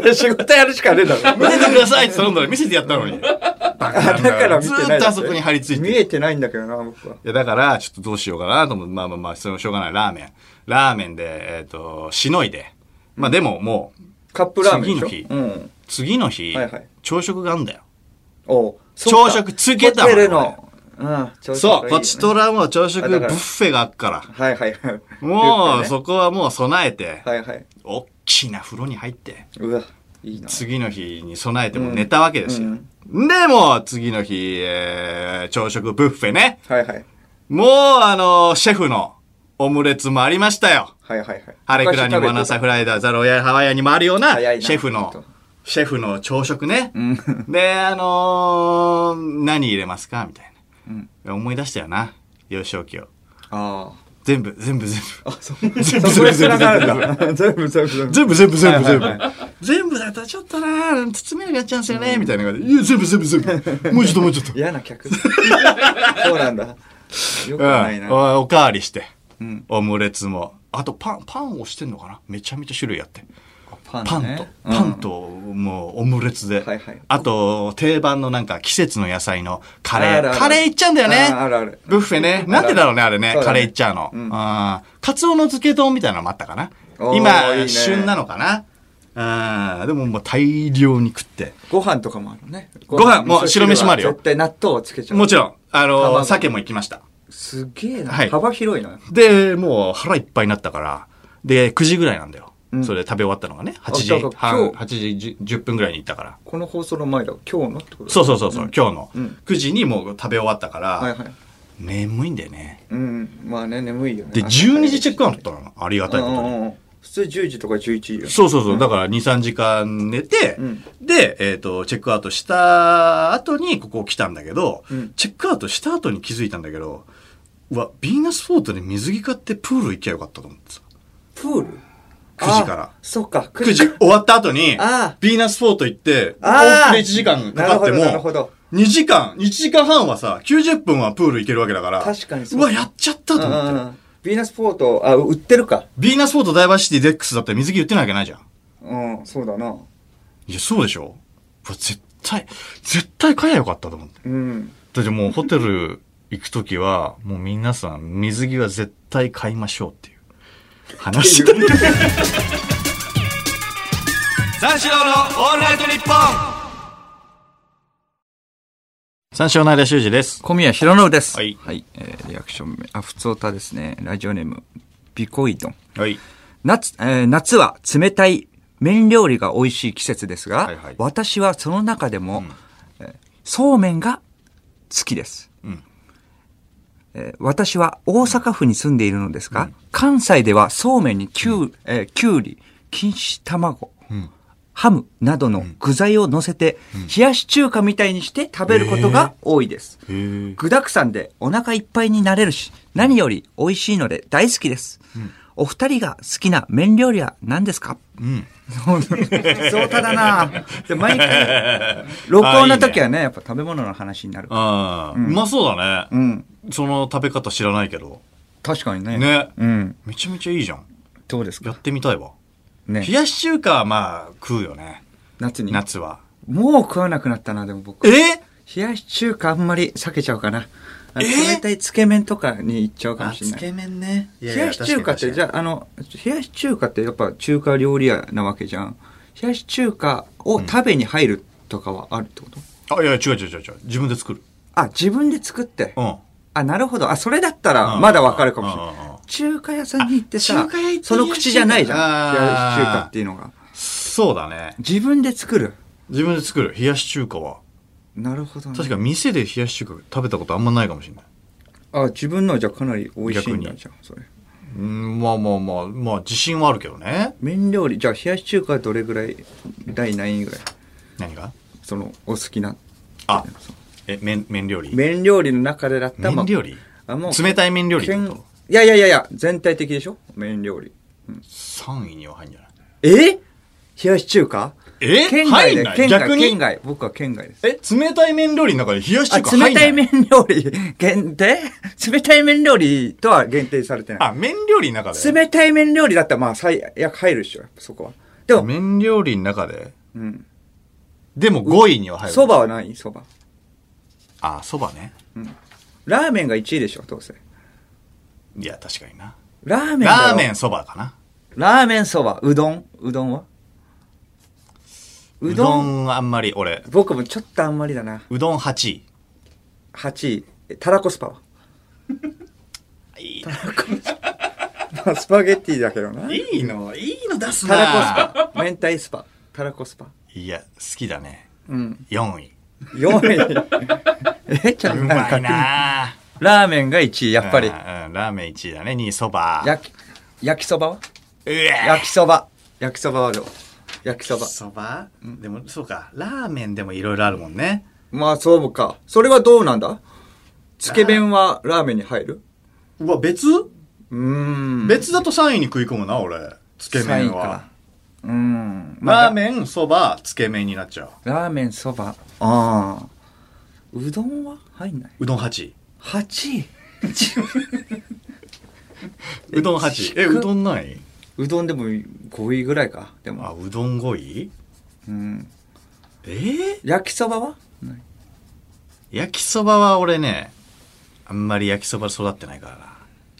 [SPEAKER 2] ら。仕事やるしかねえだろ。
[SPEAKER 1] くださいって頼んだら見せてやったのに。バカ
[SPEAKER 2] あ
[SPEAKER 1] なんだ
[SPEAKER 2] だか
[SPEAKER 1] よ
[SPEAKER 2] ら見てな
[SPEAKER 1] ずーって
[SPEAKER 2] いだっ。
[SPEAKER 1] とあそこに張り付いて
[SPEAKER 2] 見えてないんだけどな、僕は。
[SPEAKER 1] いや、だから、ちょっとどうしようかなと思って、まあまあまあ、それもしょうがない。ラーメン。ラーメンで、えっ、と、しのいで。まあでも、もう、
[SPEAKER 2] カップラーメ
[SPEAKER 1] 次
[SPEAKER 2] ンでしょ。
[SPEAKER 1] の日
[SPEAKER 2] うん。
[SPEAKER 1] 次の日、
[SPEAKER 2] はいはい
[SPEAKER 1] 朝食があんだよ。
[SPEAKER 2] おうそっか
[SPEAKER 1] 朝食つけたもん
[SPEAKER 2] ホテルの。うん、朝食がいいよ
[SPEAKER 1] そう、
[SPEAKER 2] ね
[SPEAKER 1] こっちとらもう朝食
[SPEAKER 2] あ
[SPEAKER 1] ブ
[SPEAKER 2] だ
[SPEAKER 1] ッ
[SPEAKER 2] から
[SPEAKER 1] フェがあっから。
[SPEAKER 2] はいはいはい。
[SPEAKER 1] もう、
[SPEAKER 2] 言っ
[SPEAKER 1] そこはもう備えて、
[SPEAKER 2] たよねはいはい。
[SPEAKER 1] おっきな風呂に入って、
[SPEAKER 2] うわ、いいな。
[SPEAKER 1] 次の日に備えてもう寝たわけですよ。
[SPEAKER 2] うん
[SPEAKER 1] で、もう次の日、えー朝食ブッフェね。
[SPEAKER 2] はいはい。
[SPEAKER 1] もう、あのシェフのオムレツもありましたよ。
[SPEAKER 2] はいはいはい。
[SPEAKER 1] ハレクラにもアナサフライダー、ザロやハワイアにもあるような、シ
[SPEAKER 2] 早いな
[SPEAKER 1] ェフ
[SPEAKER 2] ちょっ
[SPEAKER 1] の
[SPEAKER 2] と、
[SPEAKER 1] シェフの朝食ね。
[SPEAKER 2] うん。
[SPEAKER 1] で、あのー何入れますかみたいな
[SPEAKER 2] ん、
[SPEAKER 1] 思い出したよな。幼少期を。
[SPEAKER 2] あ
[SPEAKER 1] 全部、全部、全部。
[SPEAKER 2] あ。そ、そこに繋がるんだ。全部全部 全部。
[SPEAKER 1] 全部、全部、全部、全
[SPEAKER 2] はいは
[SPEAKER 1] 部。全部だとちょっとなー包めなくなっちゃうんですよね、みたいな感じで。いや、全部、全部、全部。もうちょっと、もうちょっと。
[SPEAKER 2] 嫌な客。そうなんだ。よくない
[SPEAKER 1] うん
[SPEAKER 2] な。
[SPEAKER 1] おおかわりして、
[SPEAKER 2] うん
[SPEAKER 1] オムレツも。あと、パン、パンをしてんのかなめちゃめちゃ種類あって。
[SPEAKER 2] パ
[SPEAKER 1] パンと、
[SPEAKER 2] ね
[SPEAKER 1] パン。と、もう、オムレツで。
[SPEAKER 2] はいはい
[SPEAKER 1] あと、定番のなんか、季節の野菜のカレ
[SPEAKER 2] ある
[SPEAKER 1] ー。
[SPEAKER 2] ある
[SPEAKER 1] カレーいっちゃうんだよね。
[SPEAKER 2] ああるある
[SPEAKER 1] ブッフェね。なんでだろうね、あれね
[SPEAKER 2] そうだ。ね
[SPEAKER 1] カレーいっちゃうの。
[SPEAKER 2] うん
[SPEAKER 1] あーカツオの漬け丼みたいなのもあったかな。
[SPEAKER 2] おー
[SPEAKER 1] 今、
[SPEAKER 2] いいね
[SPEAKER 1] 旬なのかな。あーでももう大量に食って。
[SPEAKER 2] ご飯とかもあるね。
[SPEAKER 1] ご飯もう白飯もあるよ
[SPEAKER 2] 絶対納豆をつけちゃう。
[SPEAKER 1] もちろん、あの、
[SPEAKER 2] 卵
[SPEAKER 1] 鮭も行きました。
[SPEAKER 2] すげえな。
[SPEAKER 1] はい
[SPEAKER 2] 幅広いな。
[SPEAKER 1] で、もう腹いっぱいになったから、で、9時ぐらいなんだよ。
[SPEAKER 2] うん
[SPEAKER 1] それ食べ終わったのがね、8
[SPEAKER 2] あだ
[SPEAKER 1] 時
[SPEAKER 2] から
[SPEAKER 1] 半、
[SPEAKER 2] 今日
[SPEAKER 1] 8時10 10分ぐらいに行ったから。
[SPEAKER 2] この放送の前だ。今日のってこと。
[SPEAKER 1] そううそうそう、そう今日の、
[SPEAKER 2] うん
[SPEAKER 1] 9時にもう食べ終わったから、
[SPEAKER 2] はいはい。
[SPEAKER 1] 眠いんだよね。
[SPEAKER 2] うん。まあね、眠いよね。
[SPEAKER 1] で、12時チェックアウトなの。ありがたいことに。
[SPEAKER 2] うんうんうん普通10時とか11時よ。
[SPEAKER 1] そうそうそう。だから2、3時間寝て、
[SPEAKER 2] うん
[SPEAKER 1] で、えっ、と、チェックアウトした後にここ来たんだけど、
[SPEAKER 2] うん
[SPEAKER 1] チェックアウトした後に気づいたんだけど、うわ、ビーナスフォートで水着買ってプール行きゃよかったと思ってた。
[SPEAKER 2] プール
[SPEAKER 1] 9時から
[SPEAKER 2] あそっか、
[SPEAKER 1] 9時終わった後に、
[SPEAKER 2] ああ
[SPEAKER 1] ビーナスフォート行って、往
[SPEAKER 2] ああ
[SPEAKER 1] 復で1時間かかって
[SPEAKER 2] な
[SPEAKER 1] も、
[SPEAKER 2] るほど、なるほど。
[SPEAKER 1] 2時間、1時間半はさ、90分はプール行けるわけだから、
[SPEAKER 2] 確かにそうう
[SPEAKER 1] わ、やっちゃったと
[SPEAKER 2] うんうんう
[SPEAKER 1] 思って。
[SPEAKER 2] んヴィーナスポート、あ、売ってるか。
[SPEAKER 1] ビーナスフォートダイバーシティデックスだったら水着売ってないわけないじゃん。
[SPEAKER 2] うん、そうだな。
[SPEAKER 1] いや、そうでしょうわ絶対、絶対買えばよかったと思って。
[SPEAKER 2] うん。
[SPEAKER 1] だってもうホテル行くときは、もう皆さん水着は絶対買いましょうっていう話だ。 三四郎のオールナイトニッポン三四郎の間修二です。
[SPEAKER 2] 小宮弘信です。
[SPEAKER 1] はい
[SPEAKER 2] はい。えー、リアクション名。あ、普通歌ですね。ラジオネーム、ビコイドン。
[SPEAKER 1] はい。
[SPEAKER 2] 夏、えー夏は冷たい麺料理が美味しい季節ですが、
[SPEAKER 1] はいはい
[SPEAKER 2] 私はその中でも、えーそうめんが好きです、
[SPEAKER 1] ん
[SPEAKER 2] えー私は大阪府に住んでいるのですが、関西ではそうめんにきゅう、えーきゅうり、錦糸卵、ハムなどの具材を乗せて、冷やし中華みたいにして食べることが多いです。
[SPEAKER 1] へえ。
[SPEAKER 2] 具沢山でお腹いっぱいになれるし、何より美味しいので大好きです。お二人が好きな麺料理は何ですか
[SPEAKER 1] うん。
[SPEAKER 2] そうた だなで毎回、録音の時はね、やっぱ食べ物の話になる。
[SPEAKER 1] ああ、うまそうだ
[SPEAKER 2] う
[SPEAKER 1] ね、
[SPEAKER 2] ん。
[SPEAKER 1] その食べ方知らないけど。
[SPEAKER 2] 確かにね。
[SPEAKER 1] ね。
[SPEAKER 2] うん。
[SPEAKER 1] めちゃめちゃいいじゃん。
[SPEAKER 2] どうです
[SPEAKER 1] や
[SPEAKER 2] か
[SPEAKER 1] ってみたいわ。
[SPEAKER 2] ね
[SPEAKER 1] 冷。やし中華はまあ食うよね。
[SPEAKER 2] 夏に。
[SPEAKER 1] 夏は。
[SPEAKER 2] もう食わなくなったな、でも僕。
[SPEAKER 1] え
[SPEAKER 2] 冷
[SPEAKER 1] ー
[SPEAKER 2] やし中華あんまり避けちゃうかな。あの
[SPEAKER 1] え
[SPEAKER 2] 冷たいつけ麺とかに行っちゃうかも
[SPEAKER 1] あ
[SPEAKER 2] しれない。
[SPEAKER 1] 麺ね。いやい
[SPEAKER 2] 冷
[SPEAKER 1] や
[SPEAKER 2] やし中華って、じゃあ、あの、冷やし中華ってやっぱ中華料理屋なわけじゃん。冷やし中華を食べに入るとかはあるってこと、
[SPEAKER 1] あ、いや、違う違う違う違う。自分で作る。
[SPEAKER 2] あ、自分で作って。
[SPEAKER 1] うん。
[SPEAKER 2] ああ、なるほど。あ、それだったら、まだわかるかもしれない。
[SPEAKER 1] い。
[SPEAKER 2] 中華屋さんに行ってさ、
[SPEAKER 1] あ中華屋行って
[SPEAKER 2] その口じゃないじゃん。
[SPEAKER 4] 冷やし中華
[SPEAKER 2] 冷やし中華っていうのが。
[SPEAKER 1] そうだね。
[SPEAKER 2] 自分で作る。
[SPEAKER 1] 自分で作る冷やし中華は。
[SPEAKER 2] なるほど、ね。
[SPEAKER 1] 確か店で冷やし中華食べたことあんまないかもしれない。
[SPEAKER 2] あ、自分のはじゃあかなり美味しいんだ
[SPEAKER 1] 逆に
[SPEAKER 2] じゃん、それ。
[SPEAKER 1] うん、まあまあまあ、まあ自信はあるけどね。
[SPEAKER 2] 麺料理、じゃあ冷やし中華はどれぐらい、第何位ぐらい
[SPEAKER 1] 何が
[SPEAKER 2] その、お好きな。
[SPEAKER 1] あ、え、麺、麺料理。
[SPEAKER 2] 麺料理の中でだったら、
[SPEAKER 1] 麺料理
[SPEAKER 2] あ、もう、
[SPEAKER 1] 冷たい麺料理って
[SPEAKER 2] け
[SPEAKER 1] こ
[SPEAKER 2] ん
[SPEAKER 1] と
[SPEAKER 2] いやいやいやいや、全体的でしょ麺料理。
[SPEAKER 1] ?3 位には入んじゃない
[SPEAKER 2] え冷やし中華
[SPEAKER 1] え
[SPEAKER 2] 県外
[SPEAKER 1] 入ん
[SPEAKER 2] で、
[SPEAKER 1] ない
[SPEAKER 2] 県
[SPEAKER 1] 逆
[SPEAKER 2] 外、
[SPEAKER 1] に
[SPEAKER 2] 県外。僕は県外です。
[SPEAKER 1] え、冷たい麺料理の中で冷やし
[SPEAKER 2] あ、
[SPEAKER 1] 中華入んない
[SPEAKER 2] 冷たい麺料理限定冷たい麺料理とは限定されてない。
[SPEAKER 1] あ、麺料理の中で
[SPEAKER 2] 冷たい麺料理だったらまあ最悪入るでしょ、やっぱそこは。でも、
[SPEAKER 1] 麺料理の中で
[SPEAKER 2] うん。
[SPEAKER 1] でも5位には入る。
[SPEAKER 2] 蕎麦はない蕎麦。
[SPEAKER 1] あ、そばね。
[SPEAKER 2] ラーメンが1位でしょ、どうせ。
[SPEAKER 1] いや、確かにな。
[SPEAKER 2] ラーメンだよ
[SPEAKER 1] ラーメン、そばかな。
[SPEAKER 2] ラーメン蕎麦。うどんうどんはう
[SPEAKER 1] う
[SPEAKER 2] ど
[SPEAKER 1] ど
[SPEAKER 2] ん
[SPEAKER 1] んはあんまり、俺、
[SPEAKER 2] 僕もちょっとあんまりだな。
[SPEAKER 1] うどん8位。
[SPEAKER 2] 8位。えたらこスパは。
[SPEAKER 1] いい
[SPEAKER 2] まあ スパゲッティだけどな。
[SPEAKER 1] いいの、いいの出す
[SPEAKER 2] たらこスパ。明太スパ。たらこスパ。
[SPEAKER 1] いや、好きだね。
[SPEAKER 2] うん。
[SPEAKER 1] 4位。
[SPEAKER 2] 4位。 え、ちょ
[SPEAKER 1] う
[SPEAKER 2] っと
[SPEAKER 1] ま
[SPEAKER 2] なん
[SPEAKER 1] い
[SPEAKER 2] か、
[SPEAKER 1] なあ
[SPEAKER 2] ラーメンが1位、やっぱり
[SPEAKER 1] うん。うんラーメン1位だね。2位、そば。
[SPEAKER 2] 焼き、焼きそばは
[SPEAKER 1] うえ
[SPEAKER 2] 焼きそば。焼きそばはどう焼きそば。
[SPEAKER 1] そばでも、そうか。ラーメンでもいろいろあるもんね。
[SPEAKER 2] まあ、そうか。それはどうなんだつけ麺はラーメンに入る
[SPEAKER 1] うわ、別
[SPEAKER 2] うーん。
[SPEAKER 1] 別だと3位に食い込むな、俺。つけ
[SPEAKER 2] 3
[SPEAKER 1] 麺
[SPEAKER 2] 位
[SPEAKER 1] は
[SPEAKER 2] か。。うーん。ま
[SPEAKER 1] ラー
[SPEAKER 2] あ、
[SPEAKER 1] メン、そば、つけ麺になっちゃう。
[SPEAKER 2] ラーメン、そば。ああ。うどんは入んないう
[SPEAKER 1] どん8位。
[SPEAKER 2] ?8 位。
[SPEAKER 1] うどん8位。え、うどんない。
[SPEAKER 2] うどんでも5位ぐらいか。で
[SPEAKER 1] あ、
[SPEAKER 2] も。
[SPEAKER 1] うどん5位
[SPEAKER 2] うん。
[SPEAKER 1] えー
[SPEAKER 2] 焼きそばは
[SPEAKER 1] 焼きそばは俺ね、あんまり焼きそば育ってないからな。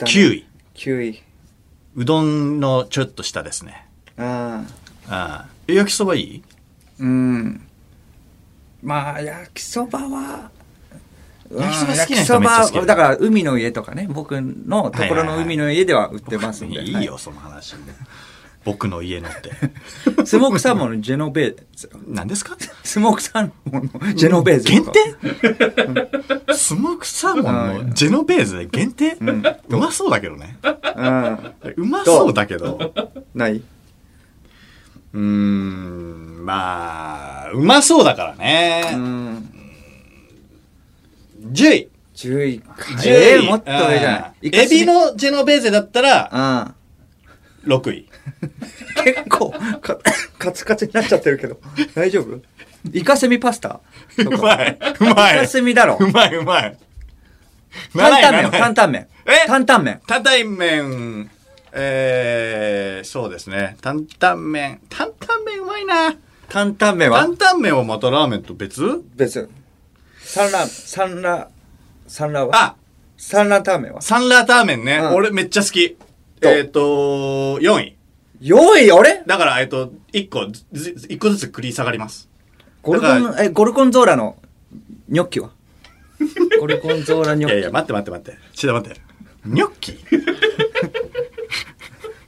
[SPEAKER 1] 9位。。
[SPEAKER 2] 9位。
[SPEAKER 1] うどんのちょっと下ですね。
[SPEAKER 2] ああ。
[SPEAKER 1] ああえ焼きそばいい
[SPEAKER 2] うん。まあ、焼きそばは、
[SPEAKER 1] 焼きそば
[SPEAKER 2] うん
[SPEAKER 1] 好きな人めっちゃ好きだよ
[SPEAKER 2] 焼きそばだから、海の家とかね、僕のところの海の家では売ってますんで。
[SPEAKER 1] いいよ、その話。僕の家の って。
[SPEAKER 2] はい。スモークサーモンのジェノベーゼ。
[SPEAKER 1] 何ですか
[SPEAKER 2] スモークサーモンのジェノベーゼ
[SPEAKER 1] 限
[SPEAKER 2] とか。
[SPEAKER 1] 定スモークサーモンのジェノベーゼ限定
[SPEAKER 2] ん
[SPEAKER 1] うまそうだけどね。
[SPEAKER 2] うん。
[SPEAKER 1] うまそうだけど。
[SPEAKER 2] ない。
[SPEAKER 1] うーん、まあ、うまそうだから
[SPEAKER 2] う
[SPEAKER 1] ね。
[SPEAKER 2] ん。
[SPEAKER 1] 10位。
[SPEAKER 2] 10位か。
[SPEAKER 1] 10位
[SPEAKER 2] ええもっと上じゃない。
[SPEAKER 1] うんエビ
[SPEAKER 2] う
[SPEAKER 1] のジェノベーゼだったら
[SPEAKER 2] ん。
[SPEAKER 1] 6位。
[SPEAKER 2] 結構か、カツカツになっちゃってるけど。大丈夫イカスミパスタ
[SPEAKER 1] うまい。うま
[SPEAKER 2] イ
[SPEAKER 1] い
[SPEAKER 2] カ。スミだろ。
[SPEAKER 1] うまいうまい。
[SPEAKER 2] 担々
[SPEAKER 1] 七
[SPEAKER 2] 麺
[SPEAKER 1] 位
[SPEAKER 2] よ、担々麺。
[SPEAKER 1] え
[SPEAKER 2] 担々麺。
[SPEAKER 1] 担々麺、えー、そうですね。担々麺。担々麺うまいな。
[SPEAKER 2] 担々麺は
[SPEAKER 1] 担々麺はまたラーメンと別
[SPEAKER 2] 別。サンラ、サンラ、サンラは
[SPEAKER 1] あ、
[SPEAKER 2] サンラタンメンは
[SPEAKER 1] サンラーターメンね。
[SPEAKER 2] うん
[SPEAKER 1] 俺めっちゃ好き。
[SPEAKER 2] どう
[SPEAKER 1] えっ、ー、と、4位。
[SPEAKER 2] ?4 位、あれ
[SPEAKER 1] だから、えっ、と、1個ず、ず一個ずつ繰り下がります。
[SPEAKER 2] ゴルゴン、え、ゴルゴンゾーラのニョッキは ゴルゴンゾーラニ
[SPEAKER 1] い
[SPEAKER 2] ョ
[SPEAKER 1] やい
[SPEAKER 2] ッ
[SPEAKER 1] や、
[SPEAKER 2] キ。
[SPEAKER 1] 待って待って待って。ちょっと待って。ニョッキ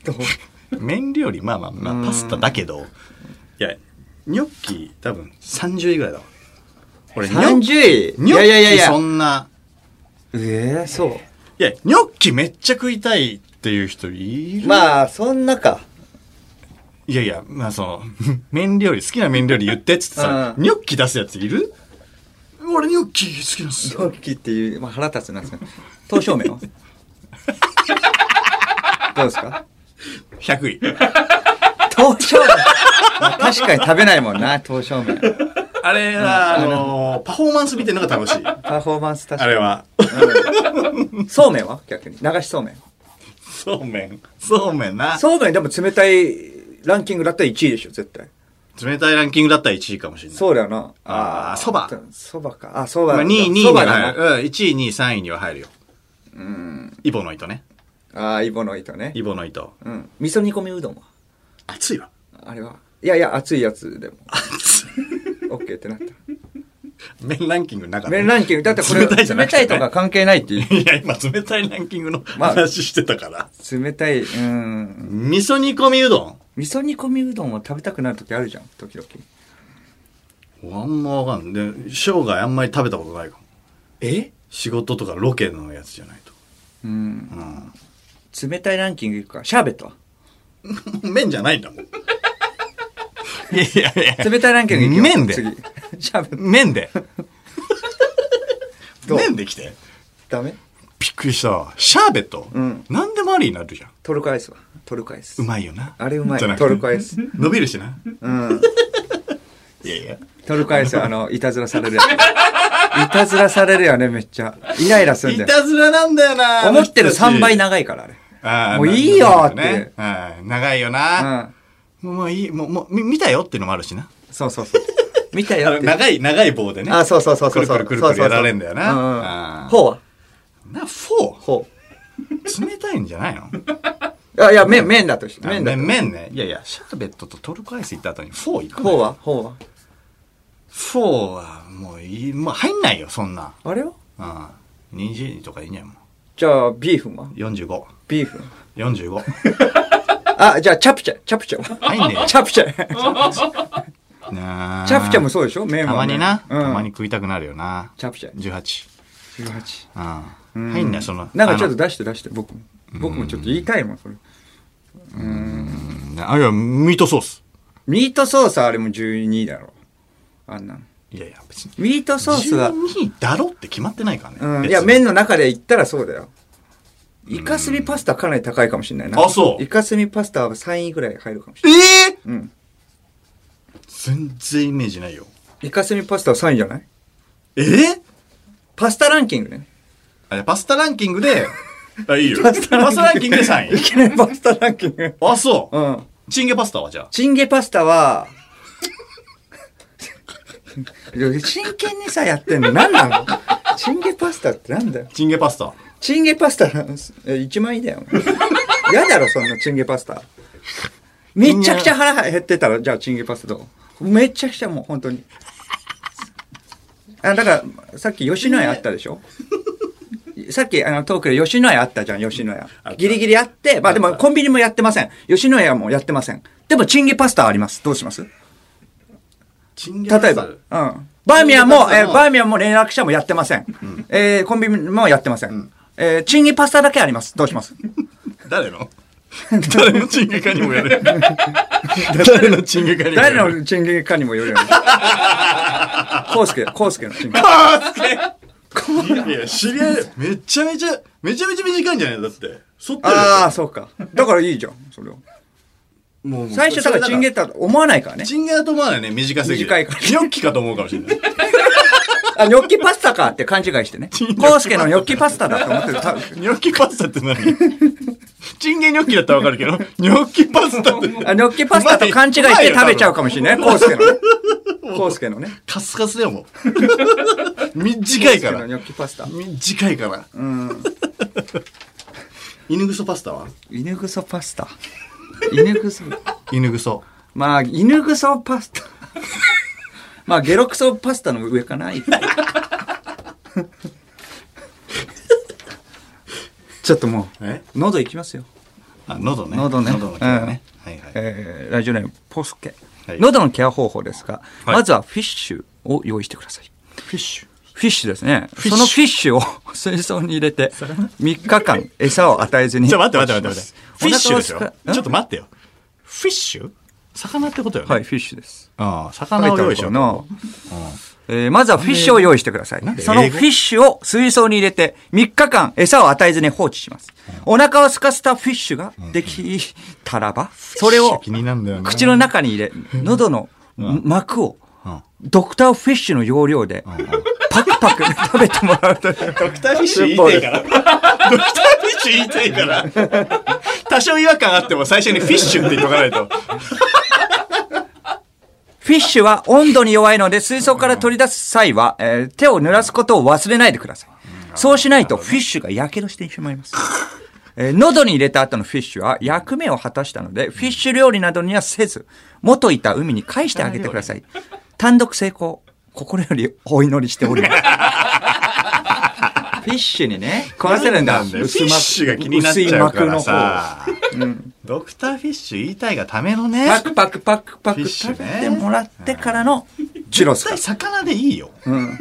[SPEAKER 2] どう
[SPEAKER 1] 麺料理、まあまあまあ、パスタだけど。いや、ニョッキ、多分30位ぐらいだわ。俺、ニョッキ
[SPEAKER 2] ?30 位
[SPEAKER 1] ニョッキ
[SPEAKER 2] いやいやいやいや
[SPEAKER 1] そ。んな。
[SPEAKER 2] ええ、そ。
[SPEAKER 1] いや、ニョッキめっちゃ食いたいっていう人いうるあ。
[SPEAKER 2] まあ、そんなか。
[SPEAKER 1] いやいや、まあその、 麺料理、好きな麺料理言ってっつってさ、
[SPEAKER 2] うん
[SPEAKER 1] ニョッキ出すやついる俺ニョッキ好きなんです
[SPEAKER 2] ニ
[SPEAKER 1] よ。
[SPEAKER 2] ョッキっていう、まあ腹立つなんですよ。刀 削麺はどうですか
[SPEAKER 1] 100位。
[SPEAKER 2] 刀削麺。まあ確かに食べないもんな、刀削麺。
[SPEAKER 1] あれは、あのーパフォーマンス見てるのが楽しい。あ
[SPEAKER 2] パフォーマンス確かに
[SPEAKER 1] れは。
[SPEAKER 2] そうめんは逆に流しそうめん
[SPEAKER 1] そうめん。そうめんな。
[SPEAKER 2] そうめんでも冷たいランキングだったら1位でしょ絶対
[SPEAKER 1] 冷たいランキングだったら1位かもしれない。
[SPEAKER 2] そうだよな
[SPEAKER 1] あーそば
[SPEAKER 2] そばかあそば
[SPEAKER 1] まあ、2位、2位には
[SPEAKER 2] そばだ
[SPEAKER 1] 入
[SPEAKER 2] な
[SPEAKER 1] る。うん、1位、2位、3位には入るよ。
[SPEAKER 2] うん
[SPEAKER 1] イボの糸ね。
[SPEAKER 2] ああイボの糸ね
[SPEAKER 1] イボの糸。
[SPEAKER 2] うん味噌煮込みうどんは
[SPEAKER 1] 熱いわ。
[SPEAKER 2] あれはいやいや熱いやつでも
[SPEAKER 1] 熱い。
[SPEAKER 2] オッケーってなった
[SPEAKER 1] 麺ランキングなかった。
[SPEAKER 2] 麺ランキング、だってこれ、
[SPEAKER 1] 冷たいじゃな
[SPEAKER 2] 冷
[SPEAKER 1] くて
[SPEAKER 2] たいとか関係ないっていう。
[SPEAKER 1] いや、今冷たいランキングの
[SPEAKER 2] まあ
[SPEAKER 1] 話してたから。
[SPEAKER 2] 冷たい、うん。
[SPEAKER 1] 味噌煮込みうど
[SPEAKER 2] 味噌煮込みうどんを食べたくなる時あるじゃん、時々。
[SPEAKER 1] んあんまわかんない。で、生涯あんまり食べたことないかも。
[SPEAKER 2] え
[SPEAKER 1] 仕事とかロケのやつじゃないと。
[SPEAKER 2] うん。
[SPEAKER 1] うん。
[SPEAKER 2] 冷たいランキングいくか。シャーベットは
[SPEAKER 1] 麺じゃないんだ もん。いやいやいや。
[SPEAKER 2] 冷たいランキングいくよ。
[SPEAKER 1] 麺で
[SPEAKER 2] 次。 シャーベット。
[SPEAKER 1] 麺で。
[SPEAKER 2] どう
[SPEAKER 1] 麺できて。
[SPEAKER 2] ダメ
[SPEAKER 1] びっくりしたわ。シャーベット、
[SPEAKER 2] うん
[SPEAKER 1] 何でもありになるじゃん。
[SPEAKER 2] トルコアイスは。トルコアイス。
[SPEAKER 1] うまいよな。
[SPEAKER 2] あれうまい
[SPEAKER 1] じゃなくて
[SPEAKER 2] トルコアイス。
[SPEAKER 1] 伸びるしな。
[SPEAKER 2] うん。
[SPEAKER 1] いやいや。
[SPEAKER 2] トルコアイスはあの、いたずらされるやつ。いたずらされるよね、めっちゃ。イライラするん
[SPEAKER 1] い
[SPEAKER 2] だよ。
[SPEAKER 1] たずらなんだよな。
[SPEAKER 2] 思ってる3倍
[SPEAKER 1] な。
[SPEAKER 2] 長いから、あれ。
[SPEAKER 1] あー
[SPEAKER 2] もういいよーって
[SPEAKER 1] なるほどねうん長いよ
[SPEAKER 2] う
[SPEAKER 1] な。
[SPEAKER 2] ん。
[SPEAKER 1] もういい、もう、もう、み見たよっていうのもあるしな。
[SPEAKER 2] そうそうそう。見たよって。
[SPEAKER 1] 長い、長い棒でね。
[SPEAKER 2] あ、そうそうそうそうそう。
[SPEAKER 1] くるくるくるくるやられんだよな
[SPEAKER 2] そうそうそう
[SPEAKER 1] あー
[SPEAKER 2] ほうは
[SPEAKER 1] な、フォ
[SPEAKER 2] ほ
[SPEAKER 1] ー冷たいんじゃ ないの
[SPEAKER 2] う。あいや、麺、麺だとして。麺
[SPEAKER 1] 麺
[SPEAKER 2] だ
[SPEAKER 1] ね。
[SPEAKER 2] と。
[SPEAKER 1] 麺ね。いやいや、シャーベットとトルコアイス行った後にフォー行く
[SPEAKER 2] ほうはほうは
[SPEAKER 1] フォーはもういい、もう入んないよ、そんな。
[SPEAKER 2] あれは
[SPEAKER 1] うん。人参とかいいんじゃん、も
[SPEAKER 2] じゃあ、ビーフンは
[SPEAKER 1] う。45。
[SPEAKER 2] ビーフン。
[SPEAKER 1] 45。
[SPEAKER 2] あ、じゃあ、チャプチャ、チャプチャは。
[SPEAKER 1] 入んねえ よ。
[SPEAKER 2] チャプチャ。
[SPEAKER 1] なあ
[SPEAKER 2] チャプチャもそうでしょ麺は。
[SPEAKER 1] たまにな、
[SPEAKER 2] うん。
[SPEAKER 1] たまに。食いたくなるよな。
[SPEAKER 2] チャプチャ。
[SPEAKER 1] 18。
[SPEAKER 2] 18。
[SPEAKER 1] う
[SPEAKER 2] うん
[SPEAKER 1] ん。入んない、その。
[SPEAKER 2] なんかちょっと
[SPEAKER 1] と。
[SPEAKER 2] 出して出して、僕も。僕もちょっと言いたいもん、それ。
[SPEAKER 1] あ、いや、ミートソース。
[SPEAKER 2] ミートソースはあれも12だろ。あんなん。
[SPEAKER 1] いやいや、別に。
[SPEAKER 2] ミートソースは、
[SPEAKER 1] 12だろって決まってないからね。
[SPEAKER 2] うん、
[SPEAKER 1] 別に
[SPEAKER 2] いや、麺の中で言ったらそうだよ。イカスミパスタかなり高いかもしれないな。
[SPEAKER 1] あそう
[SPEAKER 2] イカスミパスタは3位ぐらい入るかもしれ
[SPEAKER 1] ええ
[SPEAKER 2] ない。うん。
[SPEAKER 1] 全然イメージないよ。
[SPEAKER 2] イカスミパスタは3位じゃない
[SPEAKER 1] え
[SPEAKER 2] パスタランキング ね。
[SPEAKER 1] あれパスタランキングで、 あ、いいよ。パスタランキングで3
[SPEAKER 2] い
[SPEAKER 1] 位。
[SPEAKER 2] きなりパスタランキング。
[SPEAKER 1] あ、そう。
[SPEAKER 2] うん。
[SPEAKER 1] チンゲパスタはじゃあ。
[SPEAKER 2] チンゲパスタは、 真剣にさ、やってんの。何なのチンゲパスタってなんだよ。
[SPEAKER 1] チンゲパスタ。
[SPEAKER 2] チンゲパスタ、 え一枚だよ。嫌だろ、そんなチンゲパスタ。めちゃくちゃ腹減ってたら、じゃあチンゲパスタどうめちゃくちゃもう、本当に。あ、だから、さっき吉野家あったでしょさっきあのトークで吉野家あったじゃん、吉野
[SPEAKER 1] た
[SPEAKER 2] 家。ギリギリあって、まあでもコンビニもやってません。吉野家もやってません。でもチンゲパスタはあります。どうします
[SPEAKER 1] チンゲパスタ。
[SPEAKER 2] 例えば。うん。バーミヤンも、えーバーミヤンも連絡者もやってません。えーコンビニもやってません。えーチンゲパスタだけあります。どうします
[SPEAKER 1] 誰の誰のチンゲかにもやる。 誰のチンゲかにもや
[SPEAKER 2] 誰
[SPEAKER 1] る。
[SPEAKER 2] のチンゲかにもよる よね。コウスケ、コウスケのチンゲ。
[SPEAKER 1] いや、知り合い、めちゃめちゃ、めちゃめちゃ短いんじゃないだって。そってる
[SPEAKER 2] ああ、そうか。だからいいじゃん、それを。
[SPEAKER 1] もう
[SPEAKER 2] 最初、だからチンゲっ。て思わないからね。
[SPEAKER 1] チンゲだと思わないね、短すぎて。
[SPEAKER 2] 短いから
[SPEAKER 1] ニョッキかと思うかもしれない。
[SPEAKER 2] あ、ニョッキパスタかって勘違いしてね。コウスケのニョッキパスタだと思ってる。多分
[SPEAKER 1] ニョッキパスタって何チンゲニョッキだったらわかるけど、ニョッキパスタって。
[SPEAKER 2] あニョッキパスタと勘違いして食べちゃうかもしれない。コウスケのね。コウスケのね。
[SPEAKER 1] カスカスだよ、もう。短いか
[SPEAKER 2] コウスケの
[SPEAKER 1] ら。
[SPEAKER 2] ニョッキパスタ。
[SPEAKER 1] 短いから。
[SPEAKER 2] うん。
[SPEAKER 1] 犬ぐそパスタは
[SPEAKER 2] 犬ぐそパスタ。犬ぐそ。
[SPEAKER 1] 犬ぐそ。
[SPEAKER 2] まあ、犬ぐそパスタ。 まあ、ゲロクソパスタの上かな。 ちょっとも
[SPEAKER 1] え
[SPEAKER 2] う、喉いきますよ。
[SPEAKER 1] あ、喉ね。
[SPEAKER 2] 喉ね
[SPEAKER 1] 喉の毛がね。はいはい。
[SPEAKER 2] えーラジオネーム、ポスケ。
[SPEAKER 1] はい
[SPEAKER 2] 喉のケア方法ですが、
[SPEAKER 1] はい
[SPEAKER 2] まずはフィッシュを用意してください。
[SPEAKER 1] フィッシュ。
[SPEAKER 2] フィッシュですね。
[SPEAKER 1] ィッシュ
[SPEAKER 2] そのフィッシュを水槽に入 れて、3日間餌を与えずに。
[SPEAKER 1] ちょ、待って待って待って待って。フィッシュでし
[SPEAKER 2] お
[SPEAKER 1] ょ
[SPEAKER 2] 腹をすかん
[SPEAKER 1] ちょっと待ってよ。フィッシュ魚ってことよね。
[SPEAKER 2] はい、。フィッシュです。
[SPEAKER 1] ああ、魚を用意しよう。
[SPEAKER 2] の、えーまずはフィッシュを用意してください
[SPEAKER 1] なん。で
[SPEAKER 2] その
[SPEAKER 1] 英語
[SPEAKER 2] フィッシュを水槽に入れて、3日間餌を与えずに放置します。お腹を空かせたフィッシュができたらば、それを
[SPEAKER 1] 気になるんだよな
[SPEAKER 2] 口の中に入れ、喉の膜を
[SPEAKER 1] うん、
[SPEAKER 2] ドクターフィッシュの要領で、パクパク食べてもらうという。
[SPEAKER 1] ドクターフィッシュ言いたい から。ドクターフィッシュ言いたいから。多少違和感あっても最初にフィッシュって言っとかないと。
[SPEAKER 2] フィッシュは温度に弱いので水槽から取り出す際は、えー手を濡らすことを忘れないでください。そうしないとフィッシュが火傷してしまいます。えー喉に入れた後のフィッシュは役目を果たしたので、フィッシュ料理などにはせず、元いた海に返してあげてください。単独成功。心よりお祈りして おります。フィッシュにね、食わせるんだ。
[SPEAKER 1] なんだよフ
[SPEAKER 2] 薄
[SPEAKER 1] ィッ
[SPEAKER 2] 膜
[SPEAKER 1] シュが気になっちゃうからさ。
[SPEAKER 2] 薄い膜の方うん
[SPEAKER 1] ドクターフィッシュ言いたいがためのね。
[SPEAKER 2] パクパクパクパ
[SPEAKER 1] フィッ
[SPEAKER 2] ク
[SPEAKER 1] シ
[SPEAKER 2] 食
[SPEAKER 1] ュ
[SPEAKER 2] べ
[SPEAKER 1] ね
[SPEAKER 2] てもらってからのチュロス
[SPEAKER 1] 絶
[SPEAKER 2] か
[SPEAKER 1] 対。魚でいいよ。
[SPEAKER 2] うん。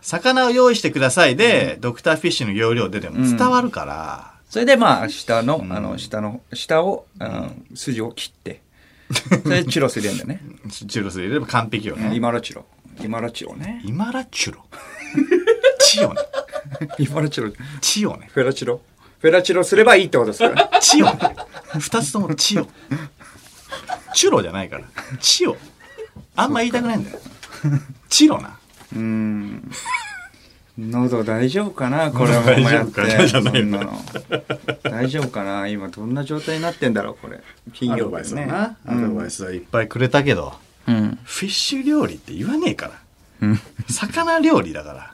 [SPEAKER 1] 魚を用意してくださいで、ドクターフィッシュの要領ででも伝わるから。
[SPEAKER 2] それでまあ、下の、あの、下の、下を、うん、筋を切って、それでチュロス入れるんだよね。
[SPEAKER 1] チュロス入れれば完璧よね。
[SPEAKER 2] 今のチュロ。今のチュロ ね。
[SPEAKER 1] イマラチュロ。チヨネ。
[SPEAKER 2] 今のチュロ。
[SPEAKER 1] チヨネ。
[SPEAKER 2] フェラチロ。フェラチロすればいいってことですから。
[SPEAKER 1] チヨネ。二つともチヨ。チュロじゃないから。チヨ。あんま言いたくないんだよ。チロな。
[SPEAKER 2] うーん。 喉大丈夫かなこれはもうやっ
[SPEAKER 1] 喉大丈
[SPEAKER 2] て。そ
[SPEAKER 1] 夫かなじゃない
[SPEAKER 2] ん
[SPEAKER 1] の
[SPEAKER 2] なの。大丈夫かな今どんな状態になってんだろうこれ。金曜日ね。
[SPEAKER 1] アドバイスはいっぱいくれたけど、
[SPEAKER 2] うん。
[SPEAKER 1] フィッシュ料理って言わねえから。
[SPEAKER 2] うん。
[SPEAKER 1] 魚料理だから。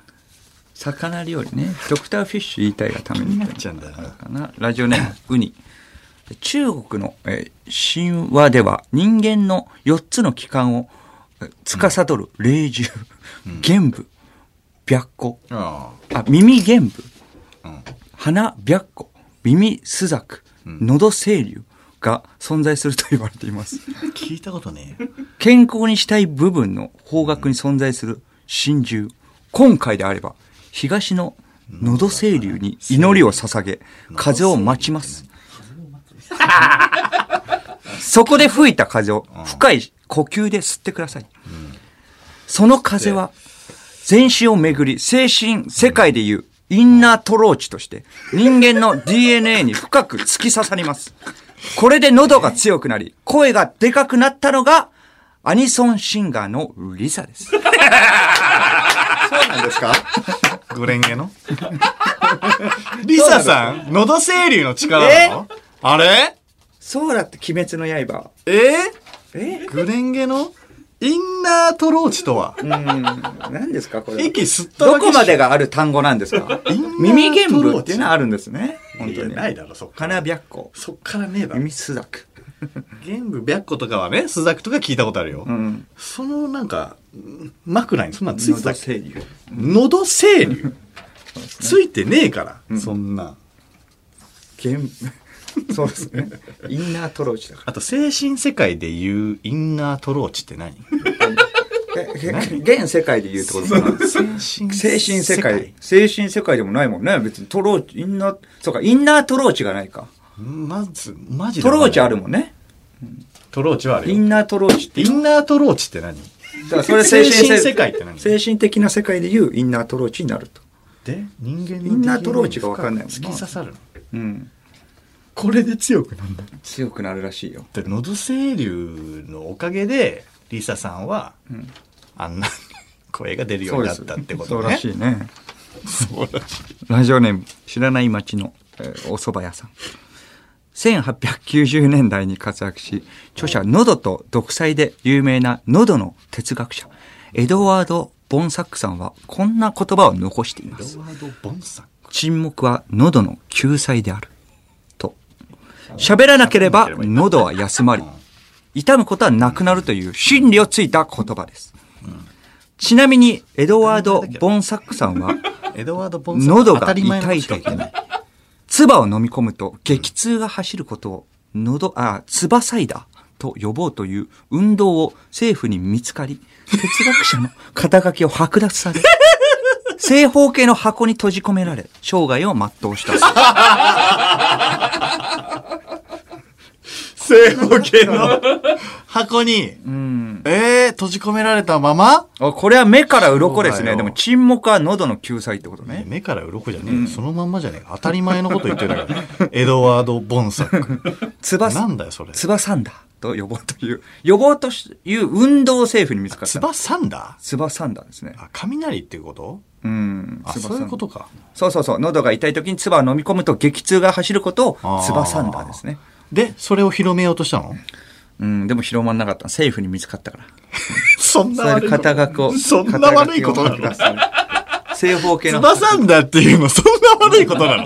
[SPEAKER 2] 魚料理ね。ドクターフィッシュ言いたいがため
[SPEAKER 1] 気に
[SPEAKER 2] に
[SPEAKER 1] なっちゃうんだよな。
[SPEAKER 2] かな。ラジオネーム、ウニ。中国の、えー神話では人間の4つの器官をえー司る霊獣、玄武、白虎、
[SPEAKER 1] あ
[SPEAKER 2] あ、耳玄武、
[SPEAKER 1] あ。うん。
[SPEAKER 2] 鼻白虎、耳朱雀、喉清流が存在すると言われています。
[SPEAKER 1] 聞いたことねえよ。
[SPEAKER 2] 健康にしたい部分の方角に存在する神獣。今回であれば、東の喉清流に祈りを捧げ、風を待ちます。そこで吹いた風を深い呼吸で吸ってください。その風は、全身をめぐり、精神世界でいうインナートローチとして、人間の DNA に深く突き刺さります。これで喉が強くなり、声がでかくなったのが、アニソンシンガーのリサです。
[SPEAKER 1] そうなんですかゴレンゲ のリサさん、のど清流の力なのあれ
[SPEAKER 2] そうだって、鬼滅の刃。
[SPEAKER 1] え
[SPEAKER 2] え
[SPEAKER 1] グレンゲのインナートローチとは
[SPEAKER 2] うん。何ですか、これは。
[SPEAKER 1] 息吸っただ
[SPEAKER 2] ど
[SPEAKER 1] け
[SPEAKER 2] こまでがある単語なんですか
[SPEAKER 1] インナートローチ
[SPEAKER 2] 耳玄武っていうのはあるんですね。本
[SPEAKER 1] い
[SPEAKER 2] 当に。
[SPEAKER 1] やないだろそっから
[SPEAKER 2] 金白虎。
[SPEAKER 1] そっからねえだろ
[SPEAKER 2] 耳朱雀。
[SPEAKER 1] 玄武白虎とかはねスザクとか聞いたことあるよ、
[SPEAKER 2] うん。
[SPEAKER 1] そのなんか枕にそんなんついてた
[SPEAKER 2] 喉
[SPEAKER 1] っけ
[SPEAKER 2] 清流。
[SPEAKER 1] のど清流ついてねえから、そんな
[SPEAKER 2] 玄 そうですね。インナートローチだか
[SPEAKER 1] あと精神世界で言うインナートローチって何
[SPEAKER 2] ら。えげ現世界で言うってことかな。
[SPEAKER 1] 精神
[SPEAKER 2] 精神世界。精神世界でもないもんね。別にトローチ、インナー、そうか、インナートローチがないか。
[SPEAKER 1] まずマジで
[SPEAKER 2] トローチある
[SPEAKER 1] ん
[SPEAKER 2] もんね。
[SPEAKER 1] トローチはある
[SPEAKER 2] イ
[SPEAKER 1] よ
[SPEAKER 2] ンナートローチって。
[SPEAKER 1] インナートローチって何
[SPEAKER 2] だからそれ
[SPEAKER 1] 精神世界って何
[SPEAKER 2] 精神的な世界でいうインナートローチになると。
[SPEAKER 1] で人間の
[SPEAKER 2] インナートローチが分かんないもんな
[SPEAKER 1] 突き刺さるの
[SPEAKER 2] うん。
[SPEAKER 1] これで強くなるんだ
[SPEAKER 2] 強くなるらしいよ。
[SPEAKER 1] で喉清流のおかげでリサさんは、
[SPEAKER 2] うん
[SPEAKER 1] あんな 声が出るようになったってこと
[SPEAKER 2] そうで
[SPEAKER 1] ね
[SPEAKER 2] すそうらしいね。
[SPEAKER 1] そうらしい
[SPEAKER 2] ラジオネーム、知らない町の、えーお蕎麦屋さん。1890年代に活躍し、著者、喉と独裁で有名な喉の哲学者、エドワード・ボンサックさんは、こんな言葉を残していま
[SPEAKER 1] ロ
[SPEAKER 2] す。
[SPEAKER 1] ワード・ボンさん
[SPEAKER 2] 沈黙は喉の救済である。と。喋らなければ喉は休まり、痛むことはなくなるという真理をついた言葉です。ちなみに、エドワード・ボンサックさんは、
[SPEAKER 1] エドワード・ボンさん
[SPEAKER 2] 喉
[SPEAKER 1] 当
[SPEAKER 2] が
[SPEAKER 1] たり前の
[SPEAKER 2] 痛
[SPEAKER 1] こ
[SPEAKER 2] い
[SPEAKER 1] しか
[SPEAKER 2] 時
[SPEAKER 1] 言ってない
[SPEAKER 2] に、唾を飲み込むと激痛が走ることを、喉、あ、唾サイダーと呼ぼうという運動を政府に見つかり、哲学者の肩書きを剥奪され、正方形の箱に閉じ込められ、生涯を全うしたそう。
[SPEAKER 1] 正方形の箱に、えー、閉じ込められたまま
[SPEAKER 2] あこれは目から鱗です
[SPEAKER 1] そうだ
[SPEAKER 2] ね。
[SPEAKER 1] よ
[SPEAKER 2] でも沈黙は喉の救済ってことね。
[SPEAKER 1] 目から鱗じゃねえよ、そのまんまじゃねえか当たり前のこと言ってるからエドワード・ボンサック
[SPEAKER 2] 唾
[SPEAKER 1] な
[SPEAKER 2] さ、
[SPEAKER 1] んだよそれ
[SPEAKER 2] 唾サンダーと呼ぼうという、呼ぼうという運動を政府に見つかった。
[SPEAKER 1] 唾サンダ
[SPEAKER 2] 唾サンダーですね
[SPEAKER 1] ー。あ雷っていうこと
[SPEAKER 2] うん。
[SPEAKER 1] あ
[SPEAKER 2] 唾サ
[SPEAKER 1] そういう
[SPEAKER 2] ンダー
[SPEAKER 1] ことか
[SPEAKER 2] そうそうそう。喉が痛い時に唾を飲み込むと激痛が走ることを
[SPEAKER 1] あー、
[SPEAKER 2] 唾サンダーですね。
[SPEAKER 1] でそれを広めようとしたの
[SPEAKER 2] うん、でも広まんなかった。政府に見つかったから。
[SPEAKER 1] そん
[SPEAKER 2] そういう肩書きを。
[SPEAKER 1] そんな悪いことなの
[SPEAKER 2] 肩書きを剥奪する正方形の。
[SPEAKER 1] 唾サンダーっていうのそんな悪いことな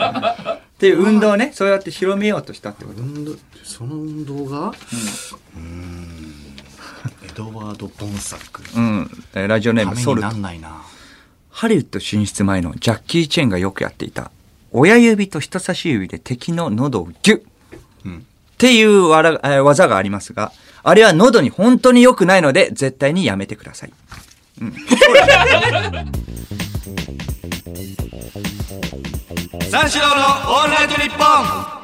[SPEAKER 1] の
[SPEAKER 2] っていう運動をね、そうやって広めようとしたってこと。
[SPEAKER 1] 運動その運動がうーんエ
[SPEAKER 4] ドワード・ボンサック。
[SPEAKER 2] うん。えーラジオネー
[SPEAKER 4] た
[SPEAKER 2] ム、
[SPEAKER 4] め
[SPEAKER 2] ソ
[SPEAKER 4] に
[SPEAKER 2] ル
[SPEAKER 4] な
[SPEAKER 2] ト。
[SPEAKER 4] んないな。
[SPEAKER 2] ハリウッド進出前のジャッキー・チェンがよくやっていた、親指と人差し指で敵の喉をギュッ。っていうわら、えー技がありますが、あれは喉に本当に良くないので、絶対にやめてください。
[SPEAKER 1] 三四郎のオールナイトニッポン